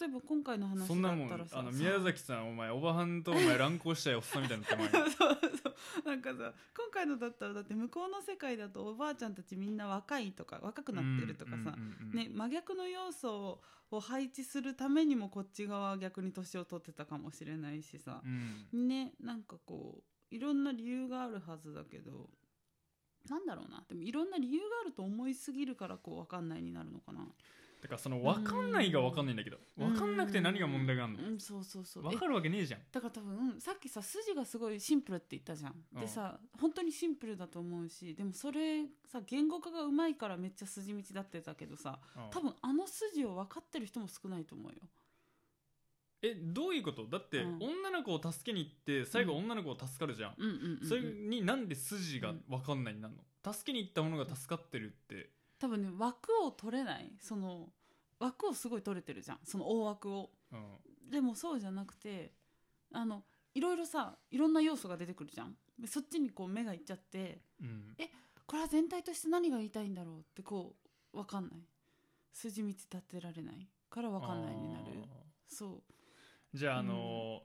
[SPEAKER 2] 例えば今回の話だったらさ
[SPEAKER 1] そんなもんあの宮崎さんお前おばはんとお前乱交したいおっさんみたいになってま
[SPEAKER 2] (laughs) そうそうなんかさ今回のだったらだって向こうの世界だとおばあちゃんたちみんな若いとか若くなってるとかさ、ね、真逆の要素を配置するためにもこっち側は逆に年を取ってたかもしれないしさ、
[SPEAKER 1] うん
[SPEAKER 2] ねなんかこういろんな理由があるはずだけどなんだろうなでもいろんな理由があると思いすぎるからこう分かんないになるのかな
[SPEAKER 1] だからその分かんないが分かんないんだけど分かんなくて何が問題がある
[SPEAKER 2] う
[SPEAKER 1] の
[SPEAKER 2] んそうそうそう
[SPEAKER 1] 分かるわけねえじゃん
[SPEAKER 2] だから多分さっきさ筋がすごいシンプルって言ったじゃん、
[SPEAKER 1] う
[SPEAKER 2] で
[SPEAKER 1] ん
[SPEAKER 2] さ本当にシンプルだと思うしでもそれさ言語化がうまいからめっちゃ筋道だってたけどさ
[SPEAKER 1] うん
[SPEAKER 2] 多分あの筋を分かってる人も少ないと思うよ
[SPEAKER 1] えどういうことだって
[SPEAKER 2] うん
[SPEAKER 1] 女の子を助けに行って最後
[SPEAKER 2] う
[SPEAKER 1] 女の子を助かるじゃん
[SPEAKER 2] うんうんうんうん、
[SPEAKER 1] それになんで筋が
[SPEAKER 2] うん
[SPEAKER 1] 分かんないになるの助けに行ったものが助かってるって
[SPEAKER 2] 多分ね枠を取れないその枠をすごい取れてるじゃんその大枠を
[SPEAKER 1] うん
[SPEAKER 2] でもそうじゃなくてあのいろいろさいろんな要素が出てくるじゃんでそっちにこう目がいっちゃって
[SPEAKER 1] うん
[SPEAKER 2] これは全体として何が言いたいんだろうってこう分かんない筋道立てられないから分かんないになる
[SPEAKER 1] あー
[SPEAKER 2] そ
[SPEAKER 1] じゃああの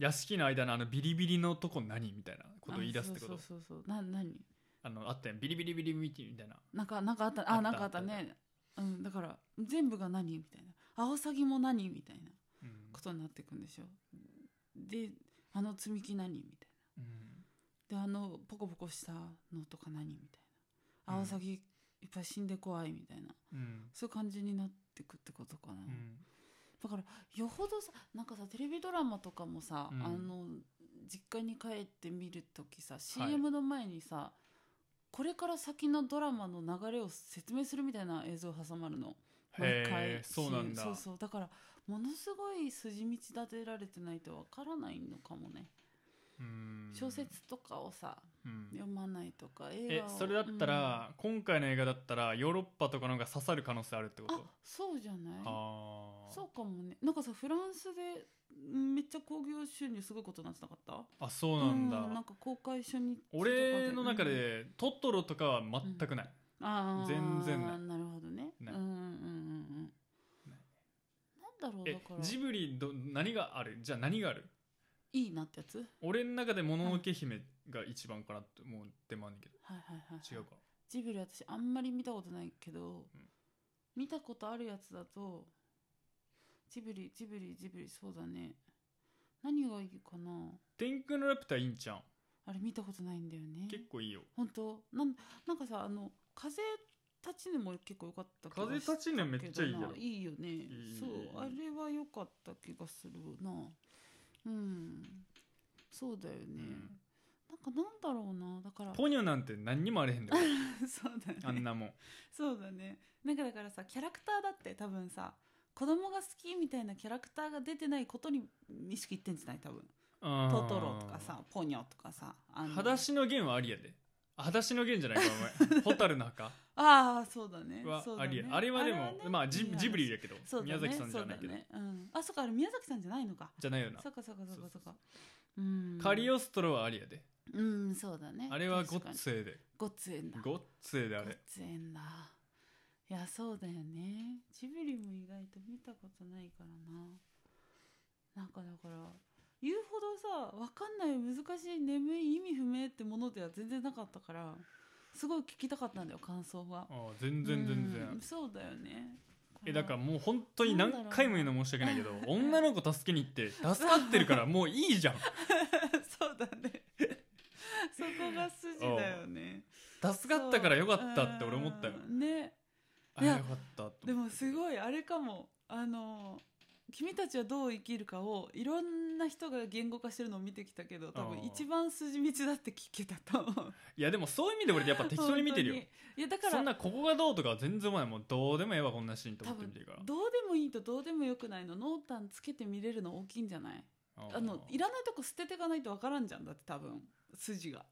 [SPEAKER 1] ー屋敷の間のあのビリビリのとこ何みたいな
[SPEAKER 2] う
[SPEAKER 1] ことを言い出すってこと
[SPEAKER 2] あそうそうそうそうな何
[SPEAKER 1] あのあったやんビリビリビリビリみたいな
[SPEAKER 2] なんかなんかあった
[SPEAKER 1] あっ
[SPEAKER 2] あ
[SPEAKER 1] た
[SPEAKER 2] なんかあった
[SPEAKER 1] あっ
[SPEAKER 2] ねうんだから全部が何みたいなアオサギも何みたいな
[SPEAKER 1] うん
[SPEAKER 2] ことになっていくんでしょであの積み木何みたいな
[SPEAKER 1] うん
[SPEAKER 2] であのポコポコしたのとか何みたいうなんアオサギいっぱい死んで怖いみたいな、
[SPEAKER 1] うん
[SPEAKER 2] そういう感じになってくってことかな、
[SPEAKER 1] うん
[SPEAKER 2] だからよほどさなんかさテレビドラマとかもさ、
[SPEAKER 1] うん
[SPEAKER 2] あの実家に帰って見る時さ
[SPEAKER 1] い
[SPEAKER 2] CM の前にさ、これから先のドラマの流れを説明するみたいな映像挟まるの毎回
[SPEAKER 1] へえそうなんだ
[SPEAKER 2] そうそうだからものすごい筋道立てられてないとわからないのかもね、
[SPEAKER 1] うん
[SPEAKER 2] 小説とかをさ
[SPEAKER 1] うん
[SPEAKER 2] 読まないとか映
[SPEAKER 1] え
[SPEAKER 2] 画を
[SPEAKER 1] それだった、ら今回の映画だったらヨーロッパとかの方が刺さる可能性あるってこ
[SPEAKER 2] うん
[SPEAKER 1] と
[SPEAKER 2] あそうじゃない
[SPEAKER 1] あー
[SPEAKER 2] そうかもねなんかさフランスでめっちゃ興行収入すごいことになってなかった
[SPEAKER 1] あそうなんだ
[SPEAKER 2] なんか公開初日とかで
[SPEAKER 1] 俺の中
[SPEAKER 2] うん
[SPEAKER 1] でトトロとかは全くない
[SPEAKER 2] あー
[SPEAKER 1] 全然ない
[SPEAKER 2] なるほどねうん
[SPEAKER 1] な
[SPEAKER 2] う
[SPEAKER 1] い
[SPEAKER 2] んうんうん
[SPEAKER 1] ない
[SPEAKER 2] なんだろうだ
[SPEAKER 1] え
[SPEAKER 2] から
[SPEAKER 1] ジブリど何があるじゃあ何がある
[SPEAKER 2] いいなってやつはい
[SPEAKER 1] 俺の中でもののけ姫が一番かなって思ってもあんねんけど
[SPEAKER 2] はいはいはい
[SPEAKER 1] 違うか
[SPEAKER 2] ジブリ私あんまり見たことないけど、
[SPEAKER 1] うん
[SPEAKER 2] 見たことあるやつだとジブリジブリジブリそうだね何がいいかな
[SPEAKER 1] 天空のラピュタいいんちゃん
[SPEAKER 2] あれ見たことないんだよね
[SPEAKER 1] 結構いいよ
[SPEAKER 2] 本当なんなんかさあの風立ちぬも結構良かった気が
[SPEAKER 1] 風立ちぬめっちゃいいやろ
[SPEAKER 2] したけどないいよね
[SPEAKER 1] いい
[SPEAKER 2] そうあれは良かった気がするなうんそうだよね、
[SPEAKER 1] うん
[SPEAKER 2] なんかなんだろうなだから
[SPEAKER 1] ポニョなんて何にもあれへんだよ
[SPEAKER 2] (laughs) そうだね
[SPEAKER 1] あんなもん
[SPEAKER 2] そうだねなんかだからさキャラクターだって多分さ子供が好きみたいなキャラクターが出てないことに意識いってんじゃない多分
[SPEAKER 1] あー
[SPEAKER 2] トトロとかさポニョとかさあの
[SPEAKER 1] 裸足の弦はありやで裸足の弦じゃないかお前
[SPEAKER 2] (laughs)
[SPEAKER 1] 蛍の墓
[SPEAKER 2] ああそうだね
[SPEAKER 1] は
[SPEAKER 2] そうだ
[SPEAKER 1] あ
[SPEAKER 2] ね
[SPEAKER 1] りや、あれはでも
[SPEAKER 2] ね
[SPEAKER 1] まあジ
[SPEAKER 2] いい話
[SPEAKER 1] ジブリやけど、
[SPEAKER 2] そうだね
[SPEAKER 1] 宮崎さんじゃないけど、
[SPEAKER 2] そうだねうん、あそっかあれ宮崎さんじゃないのか
[SPEAKER 1] じゃないよな
[SPEAKER 2] そっかそっかそっか
[SPEAKER 1] そう
[SPEAKER 2] そっ
[SPEAKER 1] そ
[SPEAKER 2] かうん
[SPEAKER 1] カリオストロはありやで
[SPEAKER 2] うんそうだね
[SPEAKER 1] あれはごっ
[SPEAKER 2] 確かに
[SPEAKER 1] つえで
[SPEAKER 2] ごっつえんだ
[SPEAKER 1] ごっつえであ
[SPEAKER 2] ごっ
[SPEAKER 1] れ
[SPEAKER 2] つえんだいやそうだよねジブリも意外と見たことないからななんかだから言うほどさ分かんない難しい眠い意味不明ってものでは全然なかったからすごい聞きたかったんだよ感想が
[SPEAKER 1] あー全然全
[SPEAKER 2] うん
[SPEAKER 1] 然
[SPEAKER 2] そうだよね
[SPEAKER 1] えだからもう本当に何回も言うの申し訳
[SPEAKER 2] (laughs)
[SPEAKER 1] ないけど
[SPEAKER 2] なんだろう
[SPEAKER 1] 女の子助けに行って助かってるからもういい
[SPEAKER 2] (laughs)
[SPEAKER 1] じゃん
[SPEAKER 2] (laughs) そうだね (laughs) そこが筋だよね
[SPEAKER 1] 助かったからよかったって俺思ったよ
[SPEAKER 2] うんね
[SPEAKER 1] あよ
[SPEAKER 2] や
[SPEAKER 1] かったと
[SPEAKER 2] でもす
[SPEAKER 1] い
[SPEAKER 2] ごいあれかもあの君たちはどう生きるかをいろんな人が言語化してるのを見てきたけど多
[SPEAKER 1] あ
[SPEAKER 2] 分
[SPEAKER 1] ー
[SPEAKER 2] 一番筋道だって聞けたと思う
[SPEAKER 1] いやでもそういう意味で俺やっ (laughs) ぱ適当に見てるよ
[SPEAKER 2] 本当にいやだから
[SPEAKER 1] そんなここがどうとかは全然思わないもうどうでもええわこんなシーンと
[SPEAKER 2] 多
[SPEAKER 1] 思って見
[SPEAKER 2] 分
[SPEAKER 1] てるから
[SPEAKER 2] どうでもいいとどうでもよくないの濃淡つけて見れるの大きいんじゃないあのい
[SPEAKER 1] い
[SPEAKER 2] らないとこ捨てていかないとわからんじゃんだって多分筋が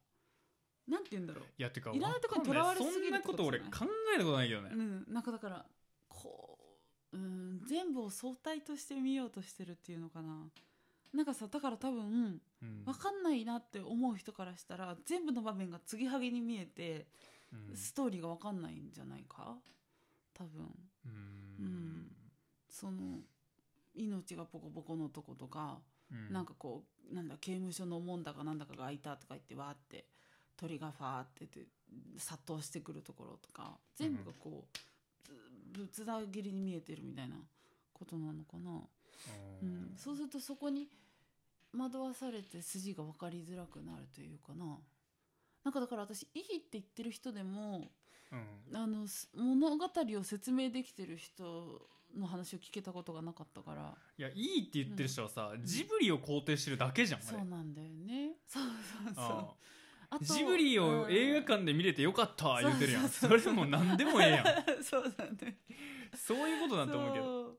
[SPEAKER 2] なんて言うんだろう
[SPEAKER 1] やてか
[SPEAKER 2] いらないとこに
[SPEAKER 1] わかん
[SPEAKER 2] 囚われすぎるっ
[SPEAKER 1] そんな
[SPEAKER 2] てこ
[SPEAKER 1] こと
[SPEAKER 2] とじ
[SPEAKER 1] 俺
[SPEAKER 2] ゃ
[SPEAKER 1] 考
[SPEAKER 2] ない
[SPEAKER 1] えたことないけどね、
[SPEAKER 2] うん、なんかだからこう、うん、全部を相対として見ようとしてるっていうのかななんかさだから多分
[SPEAKER 1] うん
[SPEAKER 2] 分かんないなって思う人からしたら全部の場面が継ぎはぎに見えて、
[SPEAKER 1] うん
[SPEAKER 2] ストーリーが分かんないんじゃないか多分
[SPEAKER 1] うん
[SPEAKER 2] んその命がボコボコのとことか、
[SPEAKER 1] うん
[SPEAKER 2] なんかこうなんだ刑務所の門だかなんだかが開いたとか言ってわーって鳥がファーってて殺到してくるところとか全部がこう、ぶつなぎりに見えてるみたいなことなのかな、
[SPEAKER 1] う
[SPEAKER 2] うんん、そうするとそこに惑わされて筋が分かりづらくなるというかな。なんかだから私「いい」って言ってる人でも
[SPEAKER 1] うん
[SPEAKER 2] あのす物語を説明できてる人の話を聞けたことがなかったから
[SPEAKER 1] いやいいって言ってる人はさ、ジブリを肯定してるだけじゃんあ
[SPEAKER 2] そ
[SPEAKER 1] れ
[SPEAKER 2] うなんだよねそうそうそう
[SPEAKER 1] ああ
[SPEAKER 2] あと
[SPEAKER 1] ジブリを映画館で見れてよかった言うてるやんそ
[SPEAKER 2] そ
[SPEAKER 1] う
[SPEAKER 2] そうそう
[SPEAKER 1] れもう何でもええやん
[SPEAKER 2] (laughs) そうだね
[SPEAKER 1] そういうことだと思うけど
[SPEAKER 2] そ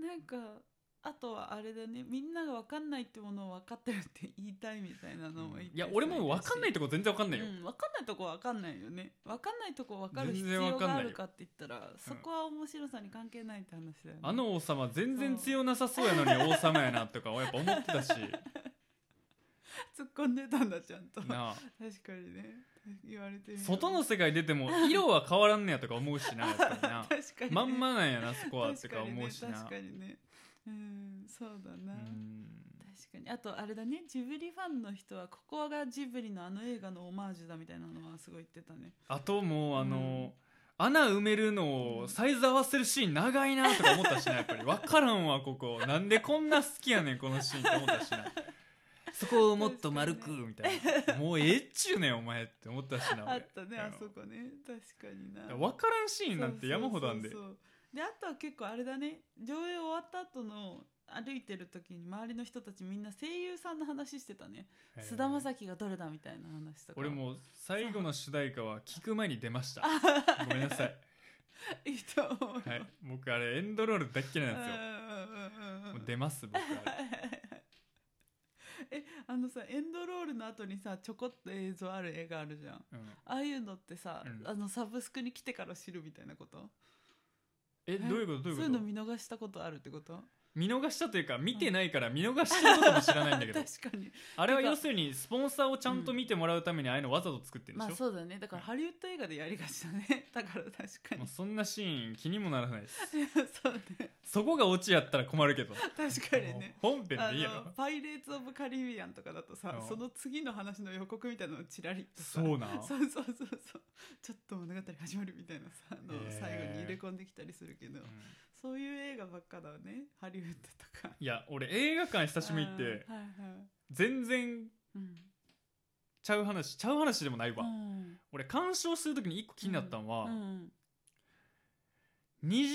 [SPEAKER 2] うなんかあとはあれだねみんなが分かんないってものを分かってるって言いたいみたいなのも
[SPEAKER 1] うん
[SPEAKER 2] い
[SPEAKER 1] いや俺も分かんないとこ全然分かんないよ、
[SPEAKER 2] うん、分かんないとこ分かんないよね分かんないとこ分かる必
[SPEAKER 1] 全然
[SPEAKER 2] 要
[SPEAKER 1] 分かん
[SPEAKER 2] が
[SPEAKER 1] な
[SPEAKER 2] あ
[SPEAKER 1] いよ
[SPEAKER 2] るかって言ったらそこは面白さに関係ないって話だよね、
[SPEAKER 1] あの王様全然強なさそうやのに王様やなとかやっぱ思ってた
[SPEAKER 2] (laughs)
[SPEAKER 1] し
[SPEAKER 2] 突っ込んでたんだちゃんと確
[SPEAKER 1] なあ
[SPEAKER 2] かにね言われてみれば
[SPEAKER 1] 外の世界出ても色は変わらんねやとか思うしなやっぱりな
[SPEAKER 2] (laughs) 確かにね
[SPEAKER 1] まんまなんやなそこはと
[SPEAKER 2] 確か
[SPEAKER 1] か
[SPEAKER 2] に
[SPEAKER 1] 思
[SPEAKER 2] ね
[SPEAKER 1] うしな、
[SPEAKER 2] 確かにねうんそうだ
[SPEAKER 1] う
[SPEAKER 2] な、
[SPEAKER 1] ん
[SPEAKER 2] 確かにあとあれだねジブリファンの人はここがジブリのあの映画のオマージュだみたいなのはすごい言ってたね
[SPEAKER 1] あともうあの、
[SPEAKER 2] うん
[SPEAKER 1] 穴埋めるのをサイズ合わせるシーン長いなとか思ったしなやっ (laughs) ぱり分からんわここなんでこんな好きやねんこのシーンって思ったしな (laughs) そこをもっと丸くみたいな、もうええっちゅうねんお前って思ったしな俺
[SPEAKER 2] あったねあそこね確かにな
[SPEAKER 1] 分からんシーンなんて山ほどあんで
[SPEAKER 2] そうそうそうであとは結構あれだね上映終わった後の歩いてる時に周りの人たちみんな声優さんの話してたね
[SPEAKER 1] えー
[SPEAKER 2] 菅田将暉がどれだみたいな話とか
[SPEAKER 1] 俺もう最後の主題歌は聞く前に出ま
[SPEAKER 2] (laughs)
[SPEAKER 1] したごめんなさい、
[SPEAKER 2] いいと思うよ、
[SPEAKER 1] はい、僕あれエンドロール大っ嫌
[SPEAKER 2] う
[SPEAKER 1] い
[SPEAKER 2] ん
[SPEAKER 1] なんで
[SPEAKER 2] う
[SPEAKER 1] すよ
[SPEAKER 2] んうんうん
[SPEAKER 1] もう出ます僕あれ
[SPEAKER 2] えあのさエンドロールの後にさちょこっと映像ある映画あるじゃん
[SPEAKER 1] うん
[SPEAKER 2] ああいうのってさ、
[SPEAKER 1] うん
[SPEAKER 2] あのサブスクに来てから知るみたいなこと
[SPEAKER 1] えどういうことどういう
[SPEAKER 2] そうい
[SPEAKER 1] こ
[SPEAKER 2] う
[SPEAKER 1] と
[SPEAKER 2] の見逃したことあるってこと
[SPEAKER 1] 見逃したというか見てないから見逃したことも知らないんだけど
[SPEAKER 2] (laughs) 確かに
[SPEAKER 1] あれは要するにスポンサーをちゃんと見てもらうためにああいうのわざと作ってるんでし
[SPEAKER 2] まあ
[SPEAKER 1] ょ、
[SPEAKER 2] そうだねだからハリウッド映画でやりがちだね (laughs) だから確か
[SPEAKER 1] も
[SPEAKER 2] に
[SPEAKER 1] うそんなシーン気にもならないです
[SPEAKER 2] そうね
[SPEAKER 1] そこがオチやったら困るけど
[SPEAKER 2] 確かにね
[SPEAKER 1] もう本編
[SPEAKER 2] あ
[SPEAKER 1] でいいや
[SPEAKER 2] の
[SPEAKER 1] ろ
[SPEAKER 2] パイレーツ・オブ・カリビアンとかだとさ
[SPEAKER 1] うん
[SPEAKER 2] その次の話の予告みたいなのチラリとさ
[SPEAKER 1] そうな
[SPEAKER 2] そうそうそうそうちょっと物語始まるみたいなさあの
[SPEAKER 1] へー
[SPEAKER 2] 最後に入れ込んできたりするけど、
[SPEAKER 1] うん
[SPEAKER 2] そういう映画ばっかだねハリウッドとか
[SPEAKER 1] いや俺映画館久しぶり行って
[SPEAKER 2] あーはいはい
[SPEAKER 1] 全然
[SPEAKER 2] うん
[SPEAKER 1] ちゃう話ちゃう話でもないわ、
[SPEAKER 2] うん
[SPEAKER 1] 俺鑑賞する時に一個気になったのは、
[SPEAKER 2] うん
[SPEAKER 1] 20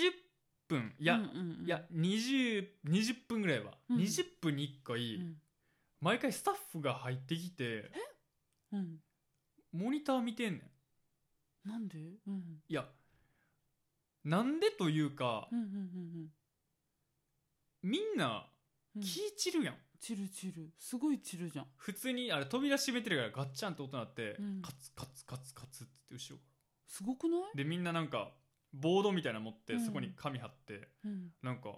[SPEAKER 1] 分いや、
[SPEAKER 2] うんうんうん
[SPEAKER 1] いや 20, 20分ぐらいは、
[SPEAKER 2] うん
[SPEAKER 1] 20分に1回、
[SPEAKER 2] うん
[SPEAKER 1] 毎回スタッフが入ってきて
[SPEAKER 2] うん
[SPEAKER 1] モニター見てんねん
[SPEAKER 2] なんでうん
[SPEAKER 1] いやなんでというか、
[SPEAKER 2] うんうんうん
[SPEAKER 1] みんな
[SPEAKER 2] うん
[SPEAKER 1] 気い散るやん、
[SPEAKER 2] チルチルすごいチルじゃん
[SPEAKER 1] 普通にあれ扉閉めてるからガッチャンって音鳴って、
[SPEAKER 2] うん
[SPEAKER 1] カツカツカツカツって後ろか
[SPEAKER 2] すごくない
[SPEAKER 1] らでみんななんかボードみたいなの持って、
[SPEAKER 2] うん
[SPEAKER 1] そこに紙貼って
[SPEAKER 2] うん
[SPEAKER 1] なんか